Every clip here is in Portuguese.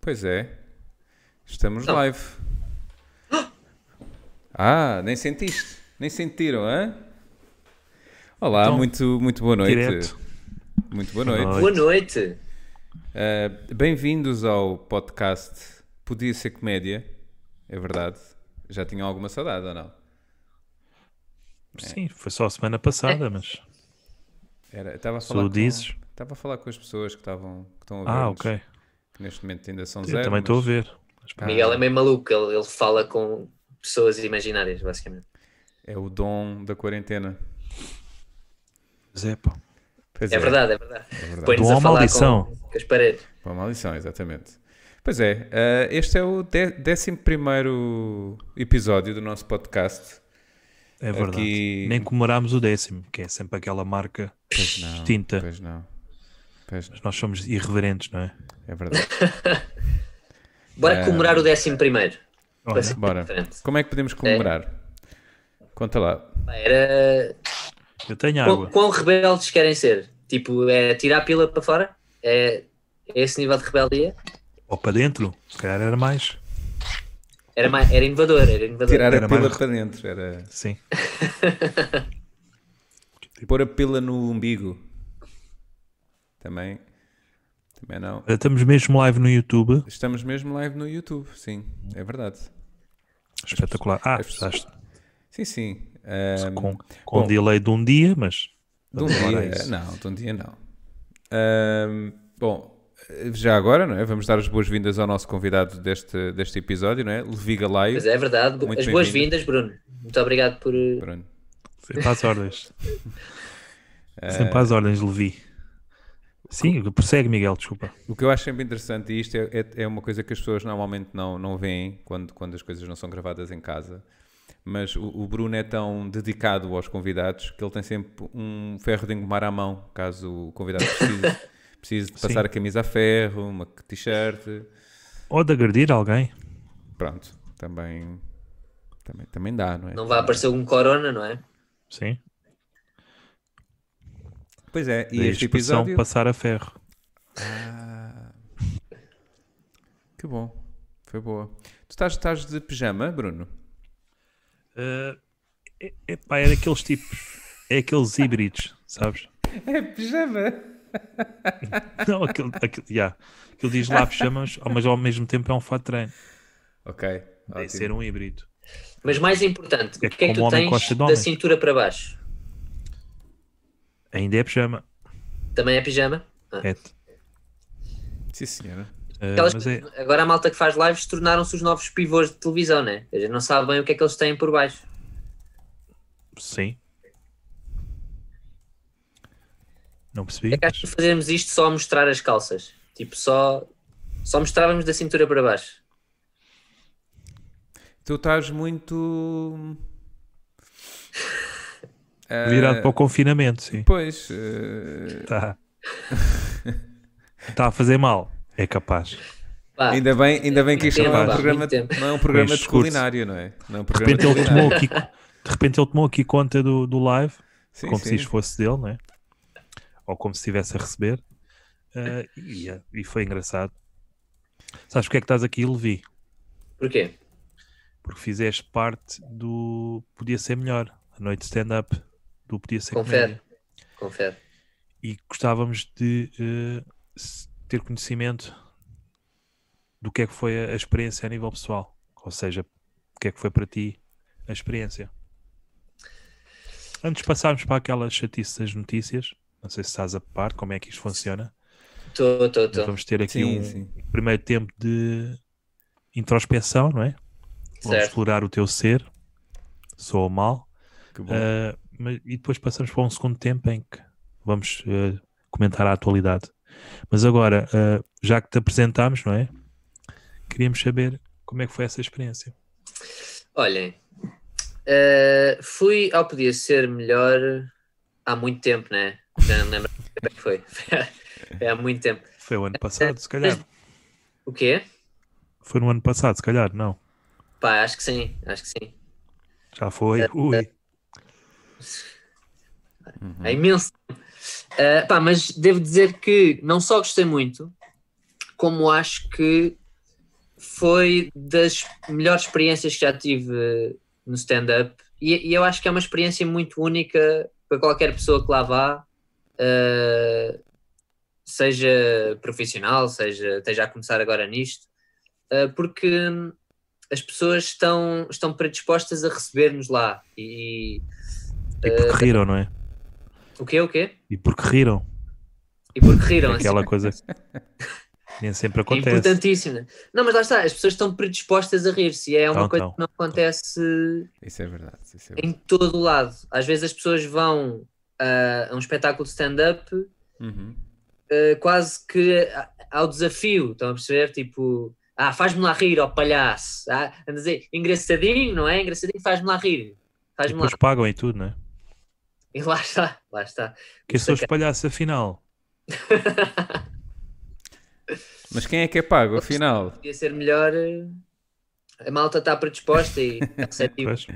Pois é. Estamos Então. live. Ah, nem sentiste. Nem sentiram, hã? Olá, Então, muito, muito boa noite. direto. Muito boa noite. Boa Boa noite. Ah, Bem-vindos ao podcast Podia Ser Comédia. É verdade. Já tinham alguma saudade ou não? É. Sim, foi só a semana passada, mas. Era, estava a Tu falar com- dizes? Estava a falar com as pessoas que, estavam, que estão a ver. Ah, ok. Que neste momento ainda são zero. Eu também mas- estou a ver. Mas pá, Ah, Miguel é meio maluco, ele, ele fala com pessoas imaginárias, basicamente. É o dom da quarentena. mas é, pá. Pois É verdade, é verdade. verdade. Põe-nos Boa a falar maldição. com, com as paredes. Uma maldição, exatamente. Pois é, eh, este é o 11 primeiro episódio do nosso podcast. É verdade. Aqui- Nem comemorámos o décimo, que é sempre aquela marca distinta. Pois não. Pois não, Mas nós somos irreverentes, não é? é verdade. Bora comemorar o décimo primeiro. Olha, Pois. É. Bora. Diferente. Como é que podemos comemorar? Conta lá. Pá, Era. eu tenho Quão, água. quão rebeldes querem ser? Tipo, é tirar a pila para fora? É, é esse nível de rebeldia? Ou para dentro, se calhar era mais. Era, mais, era inovador, era inovador. Tirar a Era pila mais- para dentro, era Sim. pôr a pila no umbigo. Também, também não. Olha, Estamos mesmo live no YouTube. Estamos mesmo live no YouTube, sim, é verdade. Espetacular. Ah, as estás Sim, sim. Ah, com, com bom. um delay de um dia, mas. De um vamos lá a dia, isso. não, de um dia não. Ahm, bom, já agora, não é? Vamos dar as boas-vindas ao nosso convidado deste, deste episódio, não é? Levi Galaio. Mas é verdade. Muito as boas-vindas, bem-vindo. Bruno. Muito obrigado por. eh, Pronto. Sempre às ordens. É. Sempre às ordens, Levi. Sim, prossegue, Miguel, desculpa. O que eu acho sempre interessante, e isto é, é- é uma coisa que as pessoas normalmente não, não veem quando, quando as coisas não são gravadas em casa, mas o, o Bruno é tão dedicado aos convidados que ele tem sempre um ferro de engomar à mão, caso o convidado precise, precise de passar a camisa a ferro, uma t-shirt. Ou de agredir alguém. Pronto, também, também, também dá, não é? Não vai aparecer algum corona, não é? Sim. Pois é, e E a este expressão episódio. passar a ferro. Que bom, foi boa. Tu estás, estás de pijama, Bruno? Eh, é, é, pá, é daqueles tipos. É aqueles híbridos, sabes? É pijama! Não, aquele, aquele, yeah. aquele diz lá pijamas, ao- mas ao mesmo tempo é um fato de treino. Ok, Deve ótimo. ser um híbrido. Mas mais importante, É o que é que como tu homem tens gosta de da homens. cintura para baixo? Ainda é pijama. Também é pijama? Ah. É. Sim, senhora. Eh, Aquelas mas é, pessoas- Agora a malta que faz lives tornaram-se os novos pivôs de televisão, né? A gente não sabe bem o que é que eles têm por baixo. sim. Não É percebi. que acho que fazermos isto só a mostrar as calças. Tipo, só, só mostrávamos da cintura para baixo. Tu estás muito. mas Virado para o confinamento, sim. Pois. eh, Está tá a fazer mal. É capaz. Pá, ainda, bem, ainda bem que isto não é um Tempo, programa, Ah, muito tempo. não é um programa Pois, de curto. culinário, não é? Não é um De programa repente de ele culinário. tomou aqui, de repente ele tomou aqui conta do, do live, Sim, como sim. se isto fosse dele, não é? Ou como se estivesse a receber. Ah, e, é, e foi engraçado. Sabes porque é que estás aqui, Levi? Porquê? Porque fizeste parte do Podia Ser Melhor, a noite de stand-up do Podia Ser Confere. Comédia. Confere. E gostávamos de eh, s- ter conhecimento do que é que foi a- a experiência a nível pessoal. Ou seja, o que é que foi para ti a experiência. Antes de passarmos para aquela chatice das notícias, não sei se estás a par, como é que isto funciona. Estou, estou, Mas estou. Vamos ter aqui Sim, um sim. primeiro tempo de introspeção, não é? Vamos Certo. explorar o teu ser, sou o mal, Que bom. ah, mas- e depois passamos para um segundo tempo em que vamos ah, comentar a atualidade. Mas agora, ah, já que te apresentámos, não é? Queríamos saber como é que foi essa experiência. Olhem, eh, fui ao Podia Ser Melhor há muito tempo, né? Já não me lembro como é que foi. Foi há muito tempo. Foi o ano passado, se calhar. O quê? Foi no ano passado, se calhar, não. Pá, acho que sim, acho que sim. Já foi. Ui. É imenso. Eh, Ah, pá, mas devo dizer que não só gostei muito, como acho que foi das melhores experiências que já tive no stand-up e, e eu acho que é uma experiência muito única para qualquer pessoa que lá vá, eh, seja profissional, seja esteja a começar agora nisto, eh, porque as pessoas estão, estão predispostas a receber-nos lá e, E porque riram, não é? o quê, o quê? E porque riram. E porque riram, assim, Aquela coisa que nem sempre É acontece. importantíssima. Não, mas lá está, as pessoas estão predispostas a rir-se e é uma Então, coisa então. que não acontece Isso é verdade. Isso é em verdade. todo o lado. Às vezes as pessoas vão ah, a um espetáculo de stand-up Uhum. ah, quase que a- ao desafio, estão a perceber? Tipo, ah, faz-me lá rir, ó palhaço. Ah, a dizer, engraçadinho, não é? Engraçadinho, faz-me lá rir. E Faz-me lá. depois pagam e tudo, não é? E lá está, lá está. Que eu sou espalhaço afinal. Mas quem é que é pago, afinal? Podia ser melhor. ah, A malta está predisposta e está receptiva. Pois.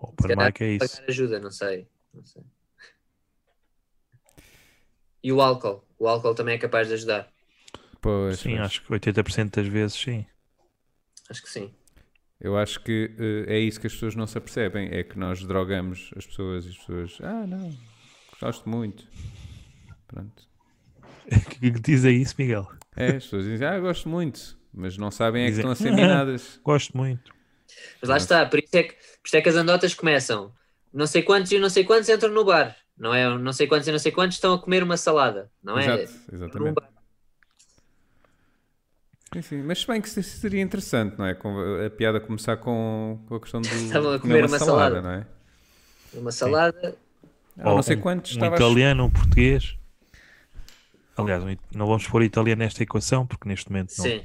Open calhar mic é isso. pagar ajuda, não sei. não sei. E o álcool. O álcool também é capaz de ajudar. Pois, Sim, pois. acho que 80% das vezes sim. Acho que sim. Eu acho que eh, é isso que as pessoas não se apercebem, é que nós drogamos as pessoas e as pessoas, ah não, gostaste muito. Pronto. que que diz aí isso, Miguel? É, as pessoas dizem, ah, gosto muito, mas não sabem é que estão Dizem, a ser "Ah." minadas. Gosto muito. Mas lá está, por isso, é que, por isso é que as andotas começam. Não sei quantos e não sei quantos entram no bar. Não é? Não sei quantos e não sei quantos estão a comer uma salada. Não é? Exato, exatamente. Num- Sim, sim. Mas se bem que isso seria interessante, não é? Com- a piada começar com, com a questão do Estavam a comer comer uma salada. não é? Uma salada. Ah, Ou não sei um- quantos um estava a- italiano, um português. Aliás, um it- não vamos pôr italiano nesta equação, porque neste momento não. Sim.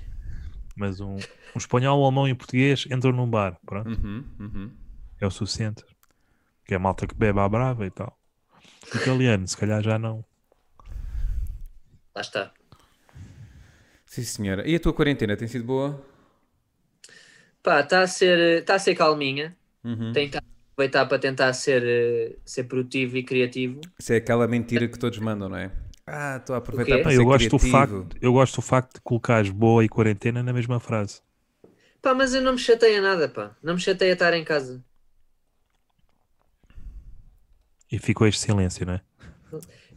Mas um, um espanhol, um alemão e um português entram num bar. Pronto, Uhum, uhum. é o suficiente. Que é a malta que bebe à brava e tal. Italiano, se calhar já não. Lá está. Sim, senhora. E a tua quarentena tem sido boa? Pá, está a ser, está a ser calminha. Uhum. Tem que aproveitar para tentar ser, eh, ser produtivo e criativo. Isso é aquela mentira que todos mandam, não é? Ah, estou a aproveitar quê? para Ah, ser eu, gosto do criativo. facto, eu gosto do facto de colocares boa e quarentena na mesma frase. Pá, mas eu não me chateio a nada, pá. Não me chateio a estar em casa. E ficou este silêncio, não é?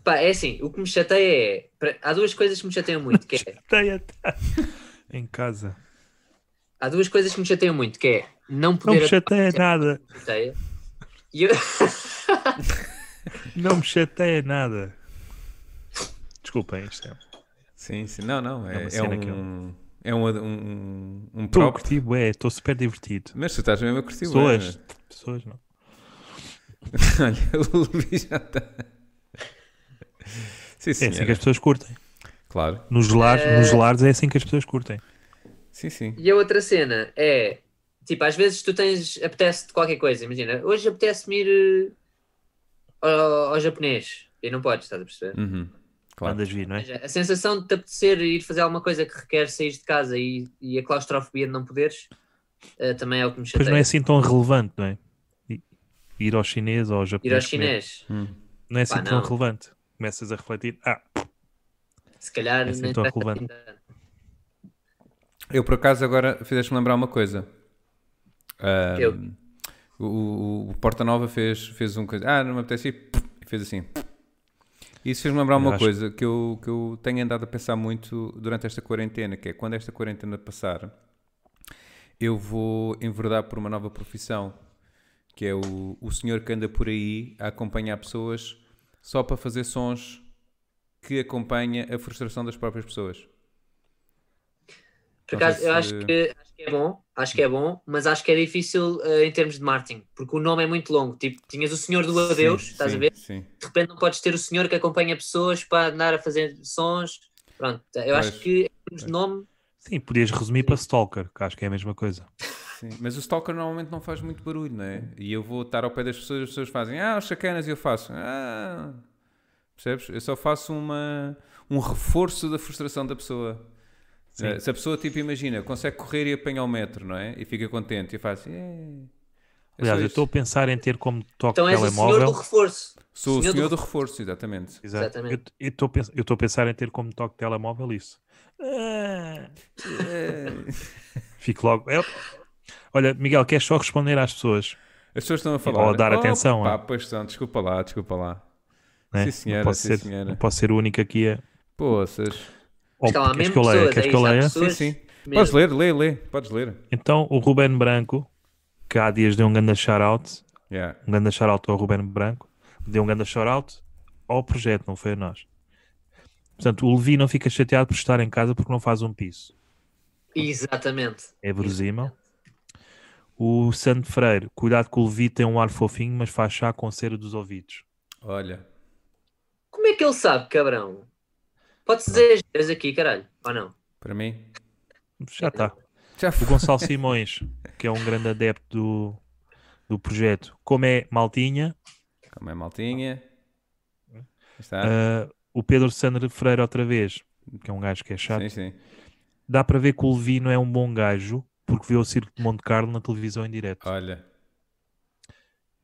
Pá, é assim, o que me chateia é. pra- Há duas coisas que me chateiam muito, que é. Tem até- em casa. Há duas coisas que me chateiam muito, que é não Não poder me chateia nada. chateia. E eu- Não me chateia nada. Desculpem, isto é. Sim, sim. Não, não. É É, uma é cena que eu- um, é um, um, um Estou a prop. curtir, bué, estou super divertido. Mas tu estás mesmo a curtir bué, Pessoas, pessoas não. não é? Olha, o Luís já está. Sim, É assim que senhora. as pessoas curtem. Claro. Nos lares, nos Eh, lares é assim que as pessoas curtem. Sim, sim. E a outra cena é, tipo, às vezes tu tens, apetece-te qualquer coisa, imagina, hoje apetece-me ir eh, ao, ao japonês, e não podes, estás a é? perceber? Uhum. Claro. Mandas vir, não Ou é? seja, A sensação de te apetecer ir fazer alguma coisa que requer sair de casa e, e a claustrofobia de não poderes, eh, também é o que me Pois chateia. não é assim tão relevante, não é? I- Ir ao chinês ou ao japonês. Ir ao comer. chinês, Hum. Não é assim Pá, tão não. relevante. Começas a refletir. Ah, se calhar... É assim nem tão interessa relevante. tanto. Eu, por acaso, agora fizeste-me lembrar uma coisa. Ah, Eu. o- O, o Porta Nova fez, fez um coisa. Ah, não me apetece ir. E fez assim. Isso fez-me lembrar uma acho- coisa que eu, que eu tenho andado a pensar muito durante esta quarentena, que é quando esta quarentena passar, eu vou enverdar por uma nova profissão, que é o, o senhor que anda por aí a acompanhar pessoas só para fazer sons que acompanha a frustração das próprias pessoas. Não sei Por acaso, eu se- acho que, acho que é bom, acho que é bom, mas acho que é difícil eh, em termos de marketing, porque o nome é muito longo, tipo, tinhas o Senhor do Adeus, Sim, estás sim, a ver? Sim. de repente não podes ter o senhor que acompanha pessoas para andar a fazer sons. Pronto, eu Pois. acho que em termos de nome, sim, podias resumir para Stalker, que acho que é a mesma coisa. Sim, mas o stalker normalmente não faz muito barulho, não é? E eu vou estar ao pé das pessoas, as pessoas fazem, ah, os sacanas, e eu faço, ah, percebes? Eu só faço uma, um reforço da frustração da pessoa. Eh, Se a pessoa, tipo, imagina, consegue correr e apanhar o metro, não é? E fica contente e faz, "Yeah." só Aliás, eu isto. estou a pensar em ter como toque Então és o senhor telemóvel. do reforço. Sou Senhor o do senhor do reforço, exatamente. Exato. Exatamente. Eu estou a pens- eu estou a pensar em ter como toque telemóvel isso. Ah, É. fico logo. Eu- Olha, Miguel, queres só responder às pessoas? As pessoas estão a falar. Ou a dar Oh, atenção, Pá, é? pois são, desculpa lá, desculpa lá. né? Sim, senhora, não, posso sim, ser, senhora. não posso ser o único aqui a. Poças. Ou, Calma, queres mesmo que eu leia? pessoas, Queres é que eu isso, há leia? Sim, Pois, sim. mesmo. Podes ler, lê, lê. Podes ler. Então, o Ruben Branco, que há dias deu um grande shout-out, Yeah. um grande shout-out ao Ruben Branco, deu um grande shout-out ao projeto, não foi a nós. Portanto, o Levi não fica chateado por estar em casa porque não faz um piso. Exatamente. É verosímil. O Santo Freire, cuidado que o Levi tem um ar fofinho, mas faz chá com cera dos ouvidos. Olha. Como é que ele sabe, cabrão? Pode-se dizer as vezes aqui, caralho. Ou não? Para mim. Já está. Já O foi. Gonçalo Simões, que é um grande adepto do, do projeto, como é maltinha, Calma aí, maltinha. Aí Está. Ah, o Pedro Sandro Freire outra vez, que é um gajo que é chato, sim, sim. dá para ver que o Levi não é um bom gajo porque vê o Circo de Monte Carlo na televisão em direto. Olha.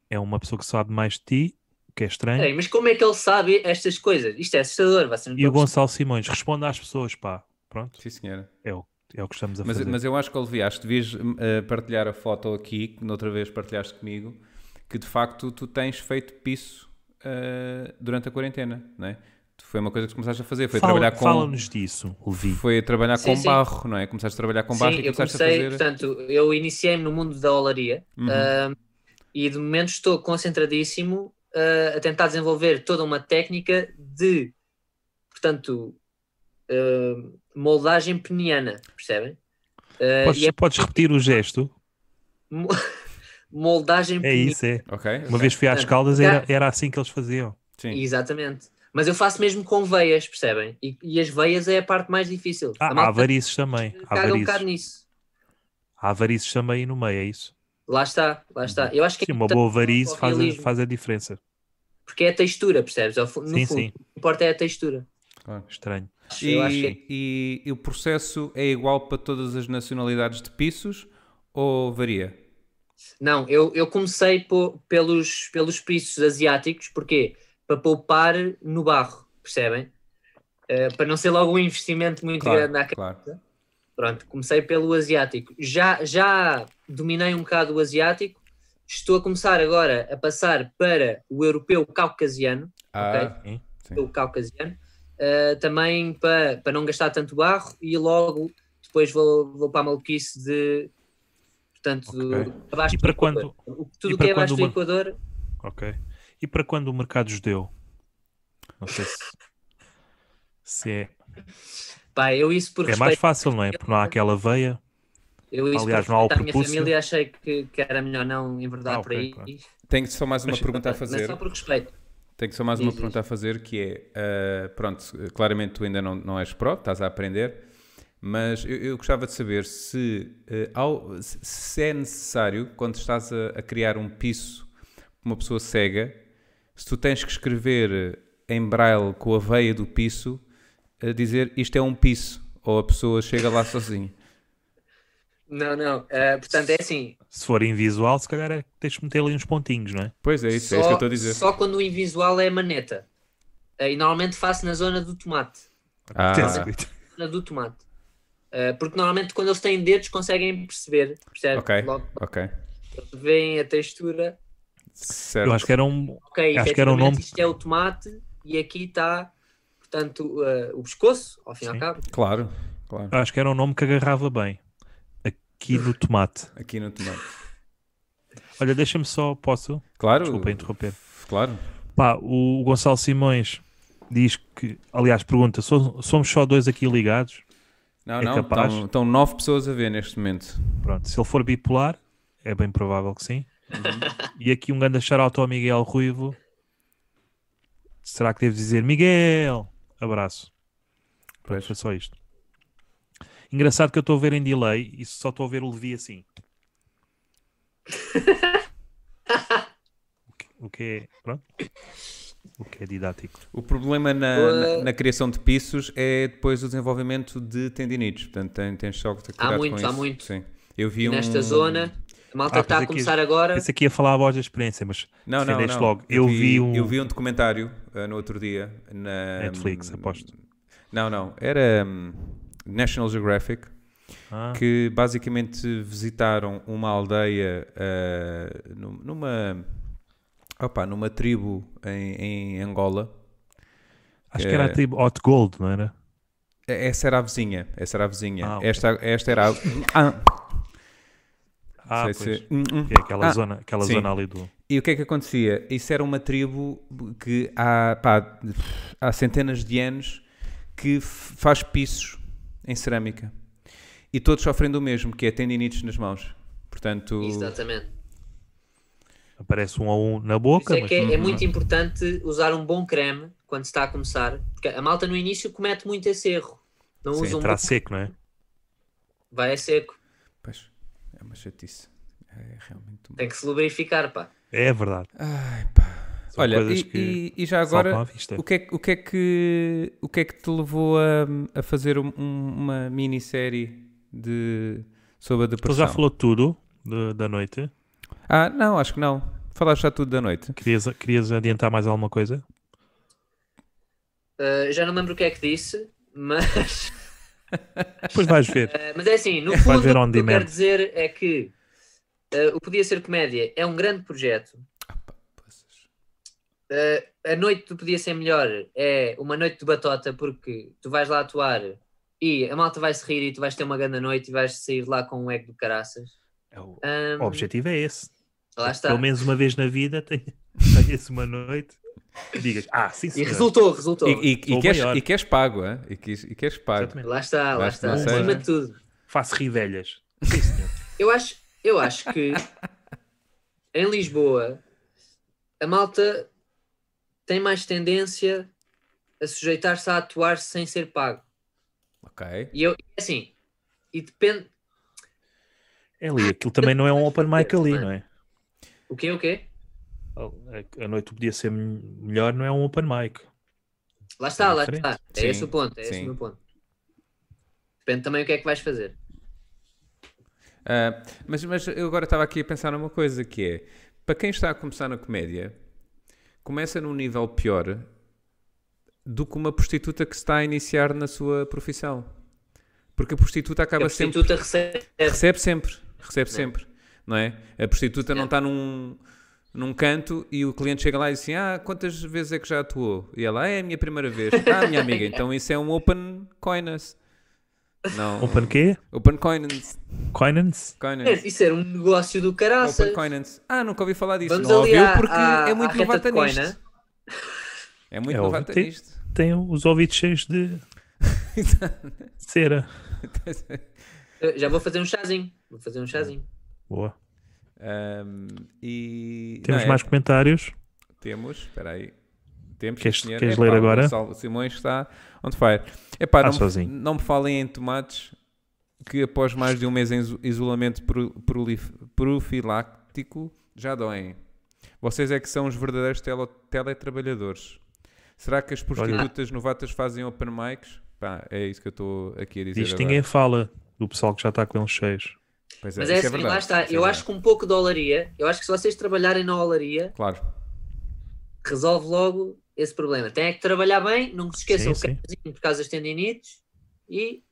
É uma pessoa que sabe mais de ti, o que é estranho. Peraí, mas como é que ele sabe estas coisas? Isto é assustador, vai ser E o Gonçalo Simões responde às pessoas, pá. Pronto, Sim, senhora. é o, é o que estamos a Mas, fazer. mas eu acho que, Olivia, acho que devias eh, partilhar a foto aqui, que noutra vez partilhaste comigo, que de facto tu tens feito piso eh, durante a quarentena, não é? Tu- Foi uma coisa que começaste a fazer, foi Fala- trabalhar com... Fala-nos disso, Levi. Foi trabalhar Sim, com sim. barro, não é? Começaste a trabalhar com barro Sim, e eu começaste comecei, a fazer... portanto, eu iniciei-me no mundo da olaria Uhum. ah, e de momento estou concentradíssimo ah, a tentar desenvolver toda uma técnica de, portanto, ah, moldagem peniana, percebem? Ah, Podes, e é podes repetir o gesto? mo- moldagem É peniana. isso, é. Ok. Uma vez fui às Caldas, era, era assim que eles faziam. Sim. Exatamente. Mas eu faço mesmo com veias, percebem? E, e as veias é a parte mais difícil. Ah, a há malta varices também. Há caga um bocado varices. nisso. Há varices também aí no meio, é isso? Lá está, lá está. Eu acho que é Uhum. Sim, uma importante boa varize ao faz, a- realismo, faz a diferença. porque é a textura, percebes? Ao fu- No Sim, fundo, sim. o que importa é a textura. Claro. Estranho. E, Eu acho que é- e- e o processo é igual para todas as nacionalidades de pisos ou varia? Não, eu, eu comecei po- pelos, pelos pisos asiáticos, porquê? Para poupar no barro, percebem? Eh, para não ser logo um investimento muito grande na claro. Pronto, comecei pelo asiático. Já, já dominei um bocado o asiático. Estou a começar agora a passar para o europeu caucasiano. Ah, Sim. sim. O caucasiano. eh, também para, para não gastar tanto barro e logo depois vou, vou para a maluquice de. Portanto, Ok. abaixo E para do Equador. O- Tudo e o para que é abaixo quando do Equador. Ok. E para quando o mercado judeu? Não sei se, se é. Pá, eu isso por É mais respeito. fácil, não é? Porque não há aquela veia. Eu isso aliás, por não há o respeito à minha prepúcio. família achei que, que era melhor não enverdar Ah, por ok, aí. claro. Tenho só mais uma pergunta a Mas é fazer. só por respeito. Tenho só mais uma Diz, diz. pergunta a fazer que é, ah, pronto, claramente tu ainda não, não és pró, estás a aprender, mas eu, eu gostava de saber se, ah, ao- se- se é necessário, quando estás a, a criar um piso para uma pessoa cega, se tu tens que escrever em braille com a veia do piso, a dizer isto é um piso, ou a pessoa chega lá sozinha. Não, não. eh, portanto, é assim. Se for invisual, se calhar é que tens de meter ali uns pontinhos, não é? Pois é, isso, só, é isso que eu estou a dizer. só quando o invisual é a maneta. Eh, E normalmente faço na zona do tomate. Ah, Tem escrito. Na do tomate. Eh, porque normalmente quando eles têm dedos conseguem perceber. Percebe? ok, Logo ok, veem a textura. certo. Eu acho que era um. Ok, Acho que era o efetivamente, nome- isto é o tomate e aqui está, portanto, eh, o pescoço, ao fim e ao Sim. cabo. Claro, claro. Acho que era um nome que agarrava bem. Aqui no tomate. Aqui no tomate. Olha, deixa-me só, posso? Claro. Desculpa interromper. Claro. Pá, o Gonçalo Simões diz que, aliás, pergunta: "So- somos só dois aqui ligados? Não, É não, capaz? estão, estão nove pessoas a ver neste momento. Pronto, se ele for bipolar, é bem provável que sim. E aqui um grande charalto ao Miguel Ruivo. Será que devo dizer Miguel? Abraço. Pronto, foi só isto. Engraçado que eu estou a ver em delay e só estou a ver o Levi assim. o, que, o que é. Pronto. O que é didático. O problema na, Boa. na- na criação de pisos é depois o desenvolvimento de tendinites. Portanto, tem- tens só que ter cuidado muito, com há isso. muito. Sim. Eu vi um... Nesta zona. A malta Ah, que está a pensei que- começar agora. Esse aqui ia falar a voz da experiência, mas Não, não, defendeste não. logo. Eu vi um- eu vi um documentário ah, no outro dia na Netflix, aposto. Não, não, era hum, National Geographic Ah, que basicamente visitaram uma aldeia ah, num- numa opa, numa tribo em, em Angola. acho que era é- a tribo Hot Gold, não era? E- Essa era a vizinha, essa era a vizinha. Ah, ok. esta, esta era a... Ah, Ah, sei pois. se- Hum, hum. Que é aquela, Ah, zona, aquela sim. zona ali do. E o que é que acontecia? Isso era uma tribo que há, pá, há centenas de anos que f- faz pisos em cerâmica. E todos sofrem do mesmo, que é tendinites nas mãos. é Portanto, Exatamente. Aparece um a um na Por isso boca. é mas que é, é não- muito importante usar um bom creme quando se está a começar. Porque a malta no início comete muito esse erro. Não Sim, usa um entrar bom... seco, não é? Vai a seco. pois, é uma chatice. É realmente uma... Tem que se lubrificar, pá. É verdade. Ai, pá. São Olha, coisas e, que e- e já saltam agora, à vista. o que, é, que- o, que é que, o que é que te levou a, a fazer um- um- uma minissérie de, sobre a Tu depressão? Então já falou tudo de- da noite. Ah, não, acho que não. Falaste já tudo da noite. Querias, querias adiantar mais alguma coisa? Uh, já não lembro o que é que disse, mas. Depois vais ver. Uh, mas é assim, no fundo, ver on o que eu demand. quero dizer é que uh, o Podia Ser Comédia é um grande projeto. Uh, a noite do Podia Ser Melhor é uma noite de batota, porque tu vais lá atuar e a malta vai se rir e tu vais ter uma grande noite e vais sair lá com um ego do caraças. É o Um, o objetivo é esse. Lá está. Pelo menos uma vez na vida tem- tenhas uma noite. Digas, ah, sim, E senhor. resultou, resultou. E, e, e Ou queres, maior. e queres pago, é? E queres, e queres pago. Exatamente. Lá está, lá Acho que está. não sei. Acima de tudo. Faço rivelhas. Sim, senhor. Eu acho, eu acho que em Lisboa a malta tem mais tendência a sujeitar-se a atuar sem ser pago. Ok. E eu, assim, e depende. É ali, aquilo também não é um open mic ali, não é? O quê? O quê? A- A noite podia ser melhor, não é um open mic. Lá está, É lá diferente. está. É Sim, esse o ponto, é esse sim. o meu ponto. Depende também o que é que vais fazer. Ah, mas, mas eu agora estava aqui a pensar numa coisa que é, para quem está a começar na comédia, começa num nível pior do que uma prostituta que se está a iniciar na sua profissão. Porque a prostituta Porque acaba a sempre... prostituta recebe. Recebe sempre, recebe Não. sempre, não é? A prostituta não Não. está num, num canto e o cliente chega lá e diz assim, ah, quantas vezes é que já atuou? E ela, "Ah, é a minha primeira vez. Ah, minha amiga, então isso é um open coiners. Não, Open quê? open coiners. Coinance? coiners. Isso era um negócio do caraças. Open coiners. Ah, nunca ouvi falar disso. Vamos não ali ouviu à- porque à- é à muito reta novata de né? coina. nisto. É muito É, ouve novata ter. nisto. Tem os ouvidos cheios de cera. Eu Já vou fazer um chazinho. Vou fazer um chazinho. Boa. Ahm, e, Temos não, é- mais comentários. Temos, espera aí. Temos, Queres- sim, senhor. queres ler o agora? Gonçalo Simões está on fire. Epá, Ah, não, me, sozinho. não me falem em tomates que após mais de um mês em iso- isolamento pro- prolif- profiláctico já doem. Vocês é que são os verdadeiros telo- teletrabalhadores. Será que as prostitutas novatas fazem open mics? Pá, é isso que eu estou aqui a dizer Diz que agora. ninguém fala do pessoal que já está com eles cheios. Pois Mas é, isso assim, verdade, lá está. isso é Eu verdade. acho que um pouco de olaria, eu acho que se vocês trabalharem na olaria, Claro. resolve logo esse problema. Tem é que trabalhar bem, não se esqueçam Sim, o sim. cafezinho por causa das tendinites e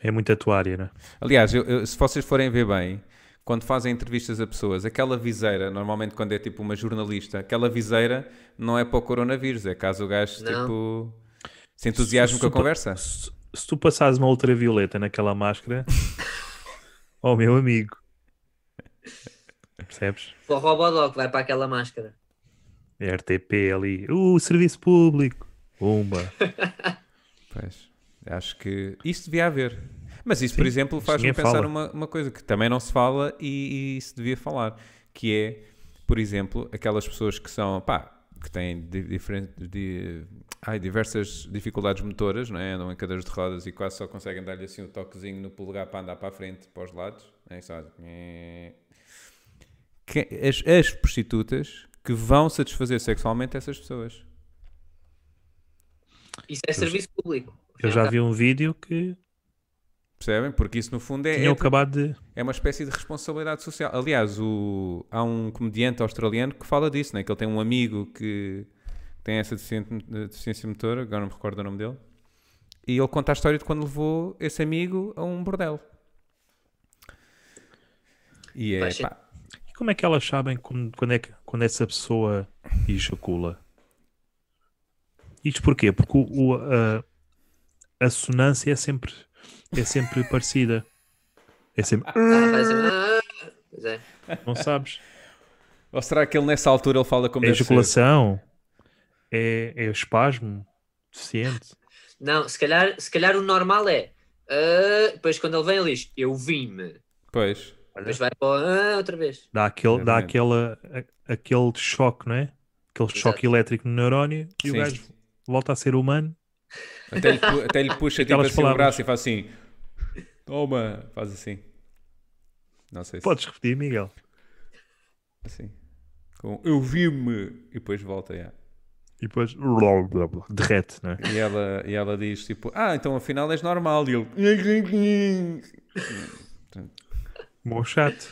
É muito a tua área, não é? Aliás, eu- eu- se vocês forem ver bem, quando fazem entrevistas a pessoas, aquela viseira, normalmente quando é tipo uma jornalista, aquela viseira não é para o coronavírus, é caso o gajo Não. tipo se entusiasme com a Supa- conversa. Se, se tu passares uma ultravioleta naquela máscara, oh meu amigo, percebes? para o Robodoc vai para aquela máscara. É RTP ali, uh, serviço público, Pumba. Pois, acho que isso devia haver. Mas isso, por exemplo, faz-me ninguém pensar fala. numa, uma coisa que também não se fala e, e se devia falar, que é, por exemplo, aquelas pessoas que são, pá, que têm di- diferente, di- ai, diversas dificuldades motoras, não é? andam em cadeiras de rodas e quase só conseguem dar-lhe assim um toquezinho no polegar para andar para a frente, para os lados, não é? Só- Que- as, as prostitutas que vão satisfazer sexualmente essas pessoas. Isso é serviço público. Eu já vi um vídeo que Percebem? Porque isso, no fundo, é, Tinham é, acabado de. é uma espécie de responsabilidade social. Aliás, o- há um comediante australiano que fala disso, né? que ele tem um amigo que tem essa deficiente- eh, deficiência, motora, agora não me recordo o nome dele, e ele conta a história de quando levou esse amigo a um bordel. E é, Vai ser- pá, E como é que elas sabem quando, quando é que, quando essa pessoa ejacula? Isto porquê? Porque o, o, a, a sonância é sempre, é sempre parecida. É sempre. Ah, fazem- ah, pois é. Não sabes? Ou será que ele nessa altura ele fala como É deve ser? ejaculação? É, é espasmo? Deficiente? Não, se calhar, se calhar o normal é. ah, depois quando ele vem, ele diz: Eu vim-me. Pois. Depois vai para o, ah, outra vez. Dá, aquele, dá Exatamente. aquela, a- aquele choque, não é? Aquele choque elétrico no neurónio e o Sim. gajo volta a ser humano. Até lhe, pu- até lhe puxa tipo Aquelas assim o palavras. braço e faz assim. Toma! Faz assim. Não sei se. Podes repetir, Miguel. Assim. Com eu vi-me! E depois volta. yeah. E depois derrete, não é? E, ela, e ela diz tipo: Ah, então afinal és normal. E ele. Bom chato.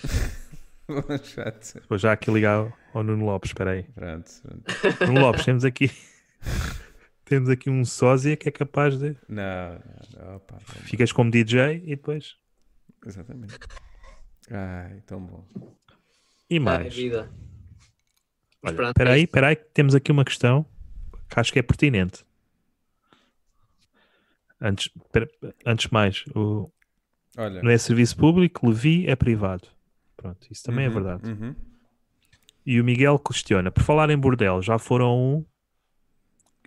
Chato. Depois já há que ligar ao- ao Nuno Lopes, espera aí. Pronto. Nuno Lopes, temos aqui temos aqui um sósia que é capaz de Não, não, não, pá, não. ficas como DJ e depois Exatamente. Ai, tão bom. e Ah, a mais. vida. Mas Olha, pronto, Espera é aí, isto. espera aí que temos aqui uma questão que acho que é pertinente. Antes, espera- antes de mais, o, Olha. não é serviço público, Levi é privado. Pronto, isso também é Uhum, verdade. uhum. E o Miguel questiona: por falar em bordel, já foram a um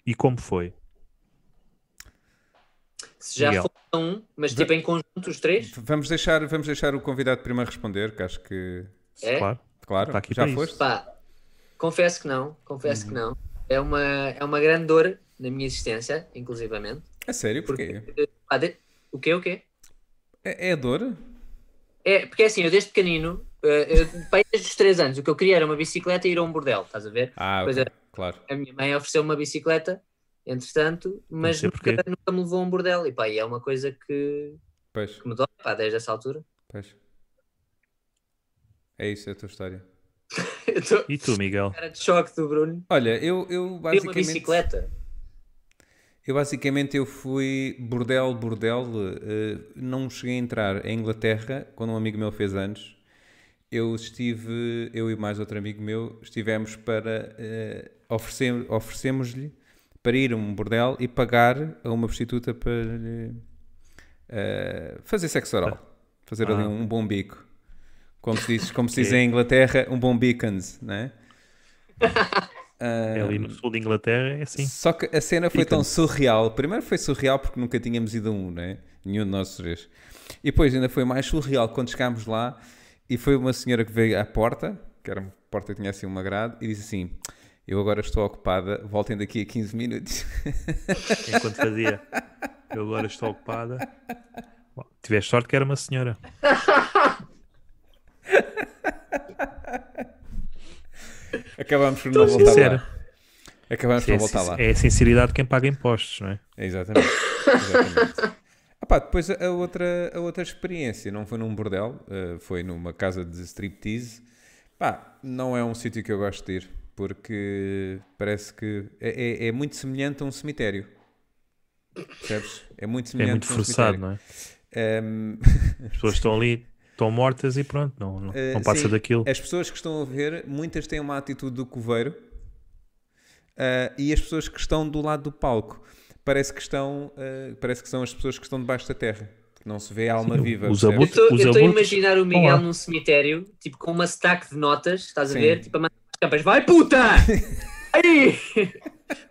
e como foi? Se já Miguel. for um, mas tipo em conjunto os três, V- Vamos deixar, vamos deixar o convidado primeiro responder, que acho que. é? Claro. Claro, Está Tá aqui já para isso. foste? Pá, confesso que não, confesso Uhum. que não. É uma, é uma grande dor na minha existência, inclusivamente. A sério, porquê? Pá, de- O quê, o quê? É, é dor? É, porque assim, eu desde pequenino, eh, eu, pá, desde os 3 anos, o que eu queria era uma bicicleta e ir a um bordel, estás a ver? Ah, Pois ok, claro. A minha mãe ofereceu uma bicicleta, entretanto, mas sei nunca, porquê. nunca me levou a um bordel. E pá, e é uma coisa que, Pois, que me dói, pá, desde essa altura. pois. É isso, é a tua história. Eu estou E tu, Miguel? cara de choque do Bruno. Olha, eu, eu Queria uma basicamente. bicicleta. Eu basicamente eu fui bordel, bordel. eh, não cheguei a entrar em Inglaterra quando um amigo meu fez anos. Eu estive, eu e mais outro amigo meu, estivemos para. eh, oferece- Oferecemos-lhe para ir a um bordel e pagar a uma prostituta para lhe, eh, fazer sexo oral. Fazer Ah. ali um bom bico. Como se diz, como se diz em Inglaterra, um bom beacons, não é? É ali no sul de Inglaterra, é assim. Só que a cena foi tão surreal. Primeiro foi surreal porque nunca tínhamos ido a um, né? Nenhum de nós três. E depois ainda foi mais surreal quando chegámos lá e foi uma senhora que veio à porta, que era uma porta que tinha assim uma grade, e disse assim: Eu agora estou ocupada, voltem daqui a 15 minutos. Enquanto fazia, eu agora estou ocupada. Bom, tiveste sorte que era uma senhora. Tá Acabámos por não voltar sincero. lá. Acabámos por É, não voltar então tá lá. sin- é a sinceridade de quem paga impostos, não é? Exatamente. Exatamente. Ah pá, depois a a outra, a outra experiência não foi num bordel, eh, foi numa casa de striptease. Pá, não é um sítio que eu gosto de ir, porque parece que é, é- é muito semelhante a um cemitério. Percebes? É muito É semelhante muito a um forçado, cemitério. não é? Ehm, As pessoas estão ali, estão mortas e pronto, não, não, eh, não passa sim, daquilo. As pessoas que estão a ver, muitas têm uma atitude do coveiro ah, e as pessoas que estão do lado do palco parece que estão, ah, parece que são as pessoas que estão debaixo da terra. porque Não se vê a alma Sim, viva. os Eu percebes? abutres- estou Tipo, Os eu estou a abortos imaginar o estão Miguel lá. num cemitério, tipo com uma stack de notas, estás Sim. a ver? Tipo a mandar as campas, vai puta! Aí!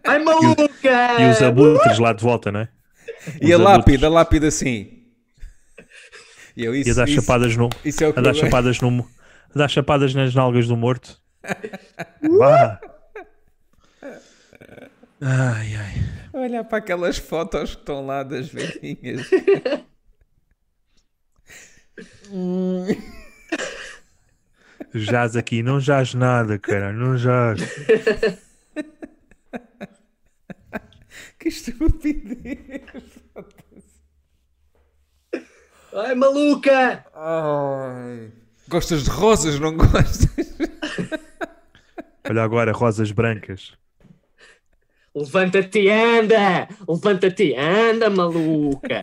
Vai maluca! E os abutres lá de volta, não é? E a Os lápide, a lápide assim. E eu, E isso, a dar isso, chapadas no. isso é o que A dar eu gosto. chapadas no. A dar chapadas nas nalgas do morto. Vá! Ai, ai. Olha para aquelas fotos que estão lá das velhinhas. Jaz aqui, não jaz nada, cara, não jaz. que estupidez. Ai, maluca! Ai. Gostas de rosas, não gostas? Olha agora, rosas brancas. Levanta-te e anda! Levanta-te e anda, maluca!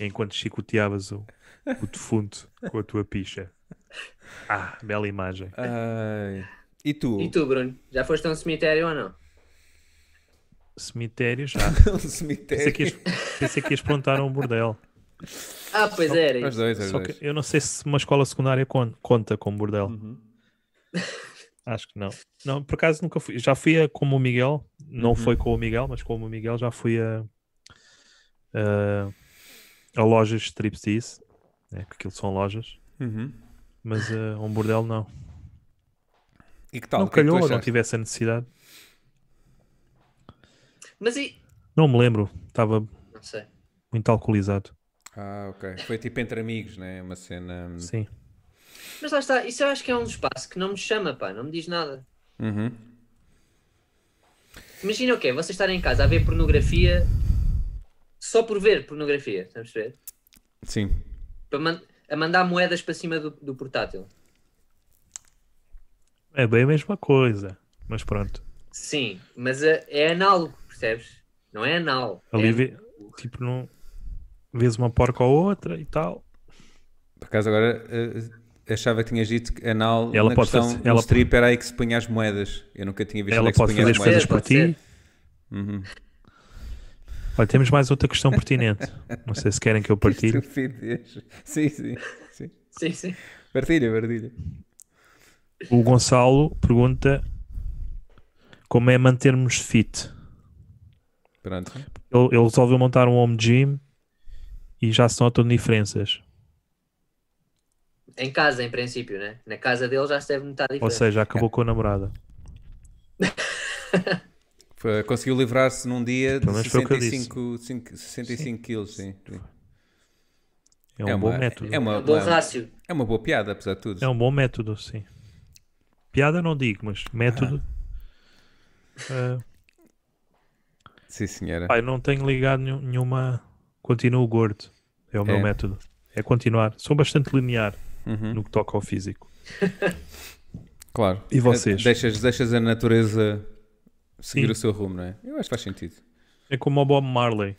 Enquanto chicoteavas o, o defunto com a tua picha. Ah, bela imagem. Ai. E tu? E tu, Bruno? Já foste a um cemitério ou não? Cemitério já. Um ah, Pensei cemitério. que ias, pensei que ias perguntar a um bordel. Ah, pois era. Aos isso. dois, aos Só que dois. eu não sei se uma escola secundária con- conta com bordel. Uhum. Acho que não. Não, por acaso nunca fui. Já fui a, como o Miguel, não Uhum. foi com o Miguel, mas como o Miguel já fui a, a, a lojas de striptease, né, porque aquilo são lojas, Uhum. mas a um bordel não. E que tal? não O que é que tu calhou, ou não achaste? tivesse a necessidade. Mas e. Não me lembro, estava Não sei. muito alcoolizado. Ah, ok. Foi tipo entre amigos, né? Uma cena. Sim. Mas lá está, isso eu acho que é um espaço que não me chama, pá, não me diz nada. Uhum. Imagina o quê? Vocês estarem em casa a ver pornografia só por ver pornografia, estamos a ver? Sim. Para man- a mandar moedas para cima do, do portátil. É bem a mesma coisa, mas pronto. Sim, mas é, é análogo, percebes? Não é anal. Ali é- vê- tipo, não vês uma porca ou outra e tal. Por acaso agora eh, achava que tinhas dito que anal Ela na pode questão fazer- do ela- strip era aí que se punha as moedas. Eu nunca tinha visto Ela onde é que se pode punha fazer as as pode moedas. coisas ser, por pode ti. ser. Uhum. Olha, temos mais outra questão pertinente. Não sei se querem que eu partilhe. Estupidez. Sim, sim, sim. Sim, sim. Partilha, partilha. O Gonçalo pergunta como é mantermos fit. Pronto. Ele, ele resolveu montar um home gym e já se notam diferenças. Em casa, em princípio, né? Na casa dele já esteve metade Ou diferente. seja, acabou com a namorada. Foi- Conseguiu livrar-se num dia de Pelo menos foi o que eu 65, cinco- 65 quilos, sim. sim. É um bom método. É uma, Bom uma- rácio. é uma boa piada, apesar de tudo. É um bom método, sim. Piada não digo, mas método. Ah, Sim, senhora. pá, eu não tenho ligado nenhum- nenhuma. Continuo gordo. É o meu É. método. É continuar. Sou bastante linear Uhum, no que toca ao físico. Claro. E vocês? Eh, Deixas, deixas a natureza seguir Sim. o seu rumo, não é? Eu acho que faz sentido. É como o Bob Marley.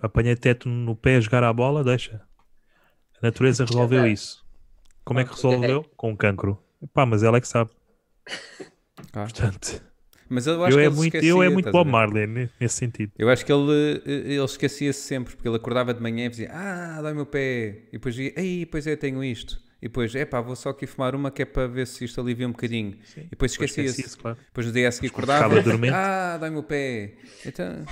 Apanha teto no pé a jogar a bola, deixa. A natureza resolveu isso. Como é que resolveu? Com um cancro. Pá, mas ela é que sabe. Ah. Portanto, Mas eu acho eu que é, ele se muito, esquecia, eu é estás muito a Bob ver? Marley ne- nesse sentido. Eu acho que ele, eh, ele esquecia-se sempre, porque ele acordava de manhã e dizia, ah, dói meu pé. E depois ia, ei, pois é, tenho isto. E depois, epá, vou só aqui fumar uma que é para ver se isto alivia um bocadinho. E depois esquecia-se, esquecia-se. claro. Depois no dia a seguir acordava, ficava dormente. ah, dói meu pé. Então, o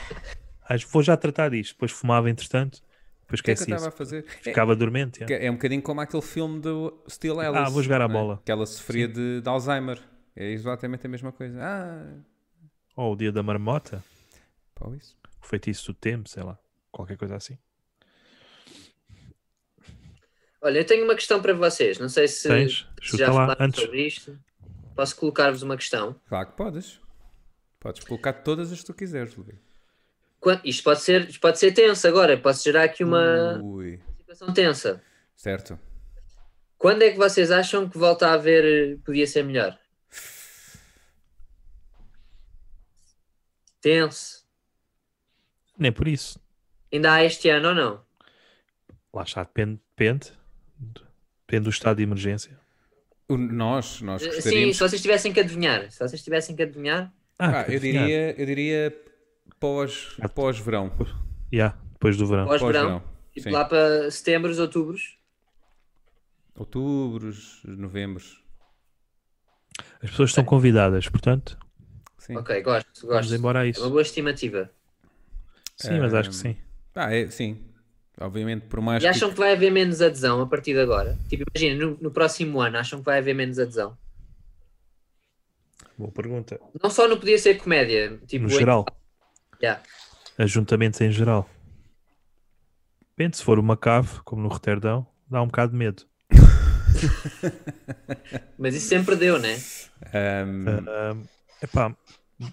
Ah, vou já tratar disto. Depois fumava, entretanto. Depois que é que eu esquecia estava isso. a fazer? É- Ficava dormente. Que é. É um bocadinho como aquele filme do Steel Alice. Ah, vou jogar à não é? bola. Que ela sofria de, de Alzheimer. É exatamente a mesma coisa. Ah, Ou Oh, o dia da marmota. pá, isso. O feitiço do tempo, sei lá. Qualquer coisa assim. Olha, eu tenho uma questão para vocês. Não sei se, Tens? se Chuta já lá, falaram antes. sobre isto. Posso colocar-vos uma questão. Claro que podes. Podes colocar todas as que tu quiseres, Luís. Quan- Isto pode ser, isto pode ser tenso agora. Posso gerar aqui uma Ui. situação tensa. Certo. Quando é que vocês acham que volta a haver eh, podia ser melhor? Tenso. Nem por isso. Ainda há este ano ou não? Lá está. Depende. Depende, depende do estado de emergência. O- Nós, nós Eh, Sim, gostaríamos. se vocês tivessem que adivinhar. Se vocês tivessem que adivinhar, Ah, que eu adivinhar. diria, eu diria pós, pós-verão. Yeah, depois do verão. pós-verão, tipo Ah, Sim. lá para setembros, outubros, Outubros, novembros. As pessoas estão convidadas, portanto, Sim. Ok, gosto, vamos gosto. embora a É uma isso. boa estimativa. Sim, mas acho que sim. Ah, é, sim. Obviamente, por mais e que... acham que vai haver menos adesão a partir de agora? Tipo, imagina, no, no próximo ano, acham que vai haver menos adesão? Boa pergunta. Não só não podia ser comédia, tipo, No geral, yeah. ajuntamentos em geral. Depende, se for uma cave, como no Roterdão, dá um bocado de medo. Mas isso É. sempre deu, né? Ahm, Ahm, epá,